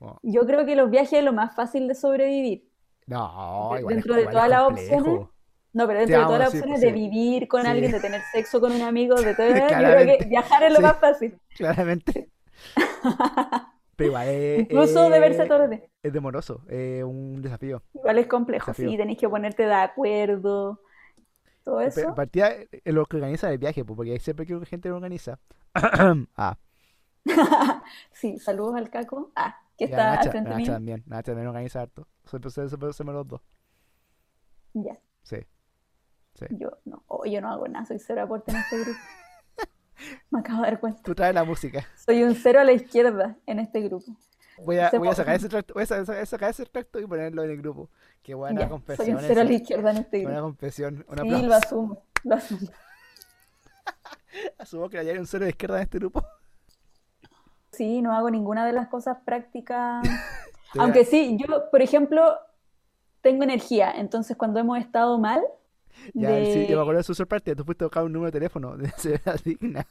Speaker 2: Wow.
Speaker 3: Yo creo que los viajes es lo más fácil de sobrevivir.
Speaker 2: No, igual
Speaker 3: de-
Speaker 2: es-
Speaker 3: dentro de
Speaker 2: igual es
Speaker 3: todas las
Speaker 2: complejo.
Speaker 3: opciones, No, pero dentro de
Speaker 2: amo,
Speaker 3: todas las
Speaker 2: sí, pues,
Speaker 3: opciones
Speaker 2: sí.
Speaker 3: de vivir con
Speaker 2: Sí.
Speaker 3: alguien, de tener sexo con un amigo, de todo, yo creo que
Speaker 2: Claramente.
Speaker 3: viajar es lo
Speaker 2: Sí.
Speaker 3: más fácil.
Speaker 2: Claramente. Pero igual es,
Speaker 3: Incluso de verse
Speaker 2: es-
Speaker 3: todos los días.
Speaker 2: es demoroso, es un desafío.
Speaker 3: Igual es complejo,
Speaker 2: Desafío.
Speaker 3: sí, tenés que ponerte de acuerdo, todo
Speaker 2: Pe-
Speaker 3: eso.
Speaker 2: Partida eh, lo que organiza el viaje, pues, porque hay siempre que gente lo organiza. ah,
Speaker 3: Sí, saludos al Caco, ah, que
Speaker 2: y a
Speaker 3: está al
Speaker 2: Nacha,
Speaker 3: frente
Speaker 2: Nacha
Speaker 3: mío.
Speaker 2: también, Nacha también organiza harto. Siempre se, se, se me los dos.
Speaker 3: Ya,
Speaker 2: Sí.
Speaker 3: yo no, oh, yo no hago nada, soy cero aporte en este grupo. Me acabo de dar cuenta.
Speaker 2: Tú traes la música.
Speaker 3: Soy un cero a la izquierda en este grupo.
Speaker 2: Voy a,
Speaker 3: Se
Speaker 2: voy a
Speaker 3: mo-
Speaker 2: sacar ese tracto, voy a sa- sa- sacar ese tracto y ponerlo en el grupo. Qué buena
Speaker 3: Ya, soy
Speaker 2: confesión
Speaker 3: un cero a la
Speaker 2: esa.
Speaker 3: izquierda en este
Speaker 2: Qué buena
Speaker 3: grupo.
Speaker 2: confesión. Un
Speaker 3: Sí,
Speaker 2: aplauso.
Speaker 3: lo asumo, lo asumo.
Speaker 2: Asumo que hay un cero de izquierda en este grupo.
Speaker 3: Sí, no hago ninguna de las cosas prácticas.
Speaker 2: Te voy a-
Speaker 3: Aunque sí, yo, por ejemplo, tengo energía, entonces cuando hemos estado mal,
Speaker 2: Ya,
Speaker 3: de-
Speaker 2: sí, yo me acuerdo de su sorpresa, tú fuiste a buscar un número de teléfono de Severidad Digna.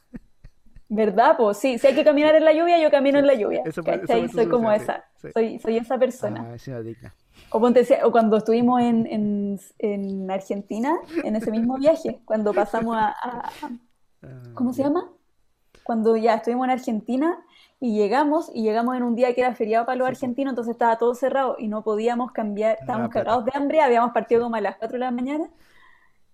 Speaker 3: ¿verdad? Pues sí, si hay que caminar en la lluvia, yo camino en la lluvia,
Speaker 2: Eso fue- eso
Speaker 3: ¿cachai?
Speaker 2: fue tu
Speaker 3: Soy como
Speaker 2: solución, sí,
Speaker 3: esa,
Speaker 2: sí.
Speaker 3: soy, soy esa persona.
Speaker 2: Ah, Severidad Digna.
Speaker 3: O, ponte si- o cuando estuvimos en, en- en Argentina, en ese mismo viaje, cuando pasamos a- a- a,
Speaker 2: Ah,
Speaker 3: ¿Cómo se
Speaker 2: ya.
Speaker 3: llama? Cuando ya estuvimos en Argentina y llegamos, y llegamos en un día que era feriado para los
Speaker 2: Sí, po.
Speaker 3: argentinos, entonces estaba todo cerrado y no podíamos cambiar,
Speaker 2: No
Speaker 3: estábamos
Speaker 2: había plata.
Speaker 3: cagados de hambre, habíamos partido como a las 4 de la mañana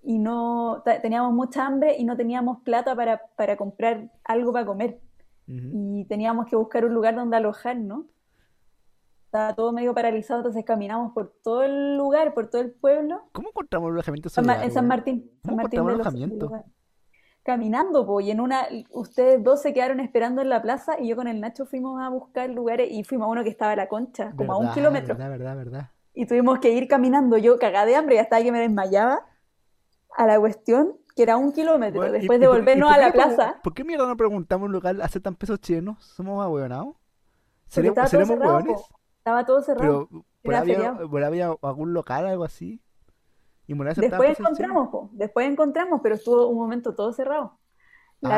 Speaker 3: y no ta- teníamos mucha hambre y no teníamos plata para, para comprar algo para comer
Speaker 2: Ujú.
Speaker 3: y teníamos que buscar un lugar donde alojarnos. Estaba todo medio paralizado, entonces caminamos por todo el lugar, por todo el pueblo.
Speaker 2: ¿Cómo encontramos el alojamiento de
Speaker 3: San Ma-
Speaker 2: Soledad,
Speaker 3: en San
Speaker 2: güey?
Speaker 3: Martín, San
Speaker 2: ¿Cómo
Speaker 3: Martín
Speaker 2: encontramos
Speaker 3: de los-
Speaker 2: alojamiento?
Speaker 3: de los- Caminando, po, y en una, ustedes dos se quedaron esperando en la plaza y yo con el Nacho fuimos a buscar lugares y fuimos a uno que estaba a la concha, como a un
Speaker 2: Verdad,
Speaker 3: kilómetro,
Speaker 2: Verdad, verdad, verdad.
Speaker 3: y tuvimos que ir caminando, yo cagada de hambre y hasta que me desmayaba a la cuestión, que era un kilómetro,
Speaker 2: Bueno, y-
Speaker 3: después
Speaker 2: y
Speaker 3: de
Speaker 2: por- y
Speaker 3: volvernos
Speaker 2: por
Speaker 3: a
Speaker 2: qué
Speaker 3: la
Speaker 2: no pregun-
Speaker 3: plaza,
Speaker 2: ¿Por qué mierda no preguntamos un local aceptan pesos chilenos? ¿Somos ahueonados?
Speaker 3: Porque
Speaker 2: ¿Seremos,
Speaker 3: estaba todo
Speaker 2: seremos
Speaker 3: cerrado,
Speaker 2: hueones?
Speaker 3: po. Estaba todo cerrado.
Speaker 2: Pero por
Speaker 3: Era
Speaker 2: ahí había,
Speaker 3: feriado.
Speaker 2: por ahí había algún local, algo así. Y Morada se estaba
Speaker 3: Después
Speaker 2: presenciando.
Speaker 3: encontramos, po. Después encontramos, pero estuvo un momento todo cerrado. La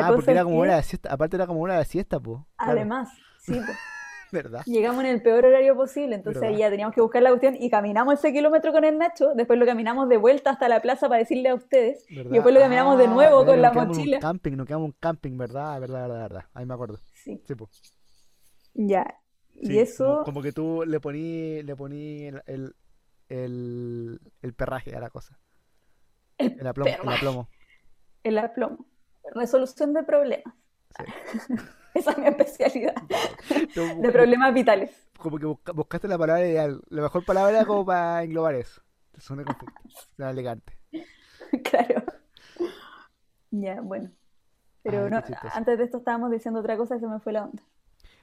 Speaker 2: Ah,
Speaker 3: cosa
Speaker 2: porque era
Speaker 3: es
Speaker 2: como
Speaker 3: que,
Speaker 2: hora de siesta. Aparte era como hora de siesta, po. Claro,
Speaker 3: además, sí, po,
Speaker 2: ¿verdad?
Speaker 3: llegamos en el peor horario posible, entonces ahí
Speaker 2: ¿Verdad?
Speaker 3: ya teníamos que buscar la cuestión y caminamos ese kilómetro con el Nacho, después lo caminamos de vuelta hasta la plaza para decirle a ustedes, y
Speaker 2: ¿Verdad?
Speaker 3: después lo caminamos de
Speaker 2: Ah,
Speaker 3: nuevo
Speaker 2: ¿verdad?
Speaker 3: con
Speaker 2: Nos
Speaker 3: la
Speaker 2: quedamos en un
Speaker 3: mochila.
Speaker 2: camping, nos quedamos en un camping, ¿verdad? ¿Verdad, verdad, verdad? Ahí me acuerdo.
Speaker 3: Sí,
Speaker 2: Sí, po.
Speaker 3: ya. Y
Speaker 2: Sí, como,
Speaker 3: eso,
Speaker 2: como que tú le poní, le poní el, el, el, el perraje a la cosa.
Speaker 3: El
Speaker 2: El aplomo, el
Speaker 3: perraje.
Speaker 2: aplomo.
Speaker 3: el aplomo. Resolución de problemas.
Speaker 2: Sí.
Speaker 3: Esa es mi especialidad,
Speaker 2: Tú bu-
Speaker 3: de
Speaker 2: bu-
Speaker 3: problemas vitales.
Speaker 2: como que busca- buscaste la palabra ideal. La mejor palabra era como para englobar eso. Te suena perfecto. Suena elegante.
Speaker 3: Claro. Ya, bueno. Pero
Speaker 2: Ay,
Speaker 3: no,
Speaker 2: qué chistoso.
Speaker 3: antes de esto estábamos diciendo otra cosa y se me fue la onda.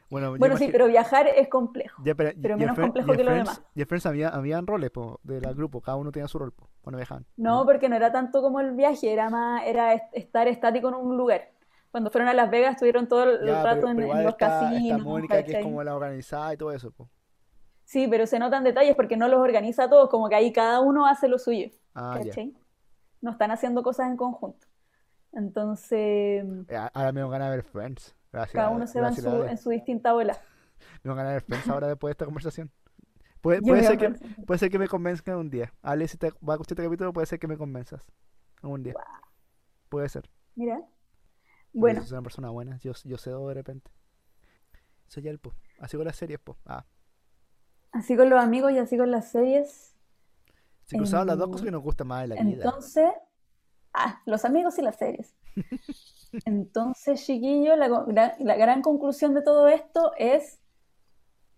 Speaker 2: Bueno, Pues yo
Speaker 3: Bueno, sí,
Speaker 2: imagino-
Speaker 3: pero viajar es complejo.
Speaker 2: Ya, pero,
Speaker 3: pero
Speaker 2: y- y
Speaker 3: menos
Speaker 2: en Friends-
Speaker 3: complejo
Speaker 2: y en
Speaker 3: que lo
Speaker 2: Friends-
Speaker 3: demás.
Speaker 2: y en Friends había, habían roles po, de la grupo, cada uno tenía su rol po, cuando viajaban.
Speaker 3: No, porque no era tanto como el viaje, era más, era est- estar estático en un lugar. Cuando fueron a Las Vegas estuvieron todo el el
Speaker 2: Ya,
Speaker 3: rato
Speaker 2: pero,
Speaker 3: en,
Speaker 2: pero
Speaker 3: en
Speaker 2: igual
Speaker 3: los
Speaker 2: está, está
Speaker 3: casinos,
Speaker 2: Mónica, que es
Speaker 3: ¿cachai?
Speaker 2: como la organizada y todo eso. po.
Speaker 3: Sí, pero se notan detalles porque no los organiza a todos, como que ahí cada uno hace lo suyo,
Speaker 2: Ah, ya.
Speaker 3: ¿cachai? No están haciendo cosas en conjunto. Entonces,
Speaker 2: Eh, a- Ahora me van ganas de ver Friends. Gracias,
Speaker 3: cada uno se va en
Speaker 2: gracias,
Speaker 3: su,
Speaker 2: Lore.
Speaker 3: en su distinta bola.
Speaker 2: Me van ganas de ver Friends ahora después de esta conversación. Puede, Eh, puede
Speaker 3: Yo me
Speaker 2: ser
Speaker 3: voy a
Speaker 2: que, puede ser que me convenzcan un día. Ale, si te va a escuchar este capítulo, puede ser que me convenzas un día. Puede ser.
Speaker 3: Mira.
Speaker 2: Porque
Speaker 3: Bueno,
Speaker 2: soy una persona buena, yo, yo cedo de repente. Soy el po. Así con las series, po. Ah.
Speaker 3: así con los amigos y así con las series.
Speaker 2: Si cruzamos las dos cosas
Speaker 3: Em,
Speaker 2: que nos gustan más de la vida.
Speaker 3: Entonces, ah, los amigos y las series. Entonces, chiquillo, la, co- gra- la gran conclusión de todo esto es,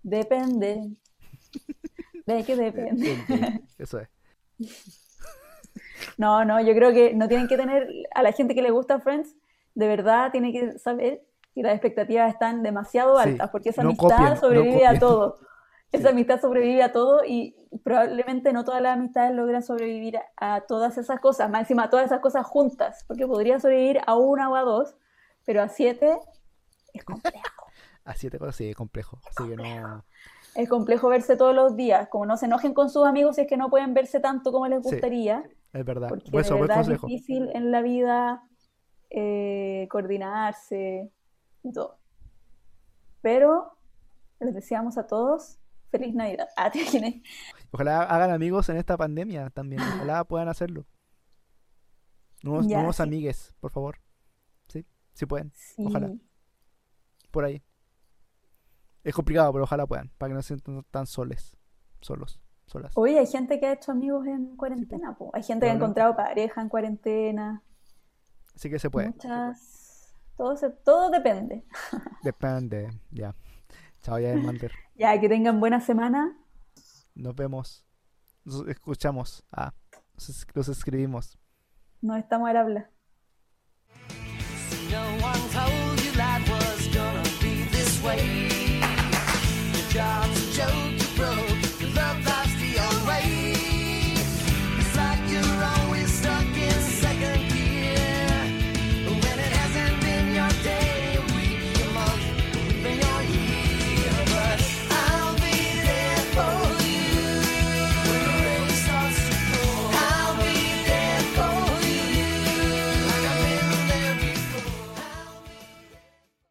Speaker 3: depende. ¿De qué depende?
Speaker 2: Entiendo. Eso es.
Speaker 3: No, no, yo creo que no tienen que tener, a la gente que le gusta Friends, de verdad tiene que saber que las expectativas están demasiado
Speaker 2: Sí,
Speaker 3: altas, porque esa
Speaker 2: no
Speaker 3: amistad
Speaker 2: copien, no
Speaker 3: sobrevive a
Speaker 2: copien.
Speaker 3: todo. Esa
Speaker 2: Sí.
Speaker 3: amistad sobrevive a todo y probablemente no todas las amistades logran sobrevivir a, a todas esas cosas, más encima a todas esas cosas juntas, porque podría sobrevivir a una o a dos, pero a siete es complejo.
Speaker 2: A siete cosas sí es complejo. Así que no.
Speaker 3: Es complejo verse todos los días, como no se enojen con sus amigos si es que no pueden verse tanto como les
Speaker 2: Sí.
Speaker 3: gustaría.
Speaker 2: Es verdad.
Speaker 3: porque
Speaker 2: Por eso,
Speaker 3: de
Speaker 2: buen
Speaker 3: verdad es
Speaker 2: consejo.
Speaker 3: difícil en la vida eh, coordinarse y todo. Pero les deseamos a todos feliz Navidad. Ah, te imaginé.
Speaker 2: Ojalá hagan amigos en esta pandemia también. Ojalá puedan hacerlo. Nuevos,
Speaker 3: Ya,
Speaker 2: nuevos
Speaker 3: sí.
Speaker 2: amigues, por favor. Sí, sí pueden.
Speaker 3: Sí,
Speaker 2: Ojalá. Por ahí. Es complicado, pero ojalá puedan. Para que no se sientan tan soles. Solos. Solas.
Speaker 3: Oye, hay gente que ha hecho amigos en cuarentena,
Speaker 2: pues.
Speaker 3: po. Hay gente que ha
Speaker 2: Probablemente.
Speaker 3: encontrado pareja en cuarentena,
Speaker 2: Así que se puede.
Speaker 3: muchas,
Speaker 2: pues.
Speaker 3: todo se- todo depende.
Speaker 2: Depende. Ya. Chao, ya, Mander.
Speaker 3: Ya, que tengan buena semana.
Speaker 2: Nos vemos. Nos escuchamos. Ah, nos es- nos escribimos.
Speaker 3: Nos estamos al habla.
Speaker 1: No one told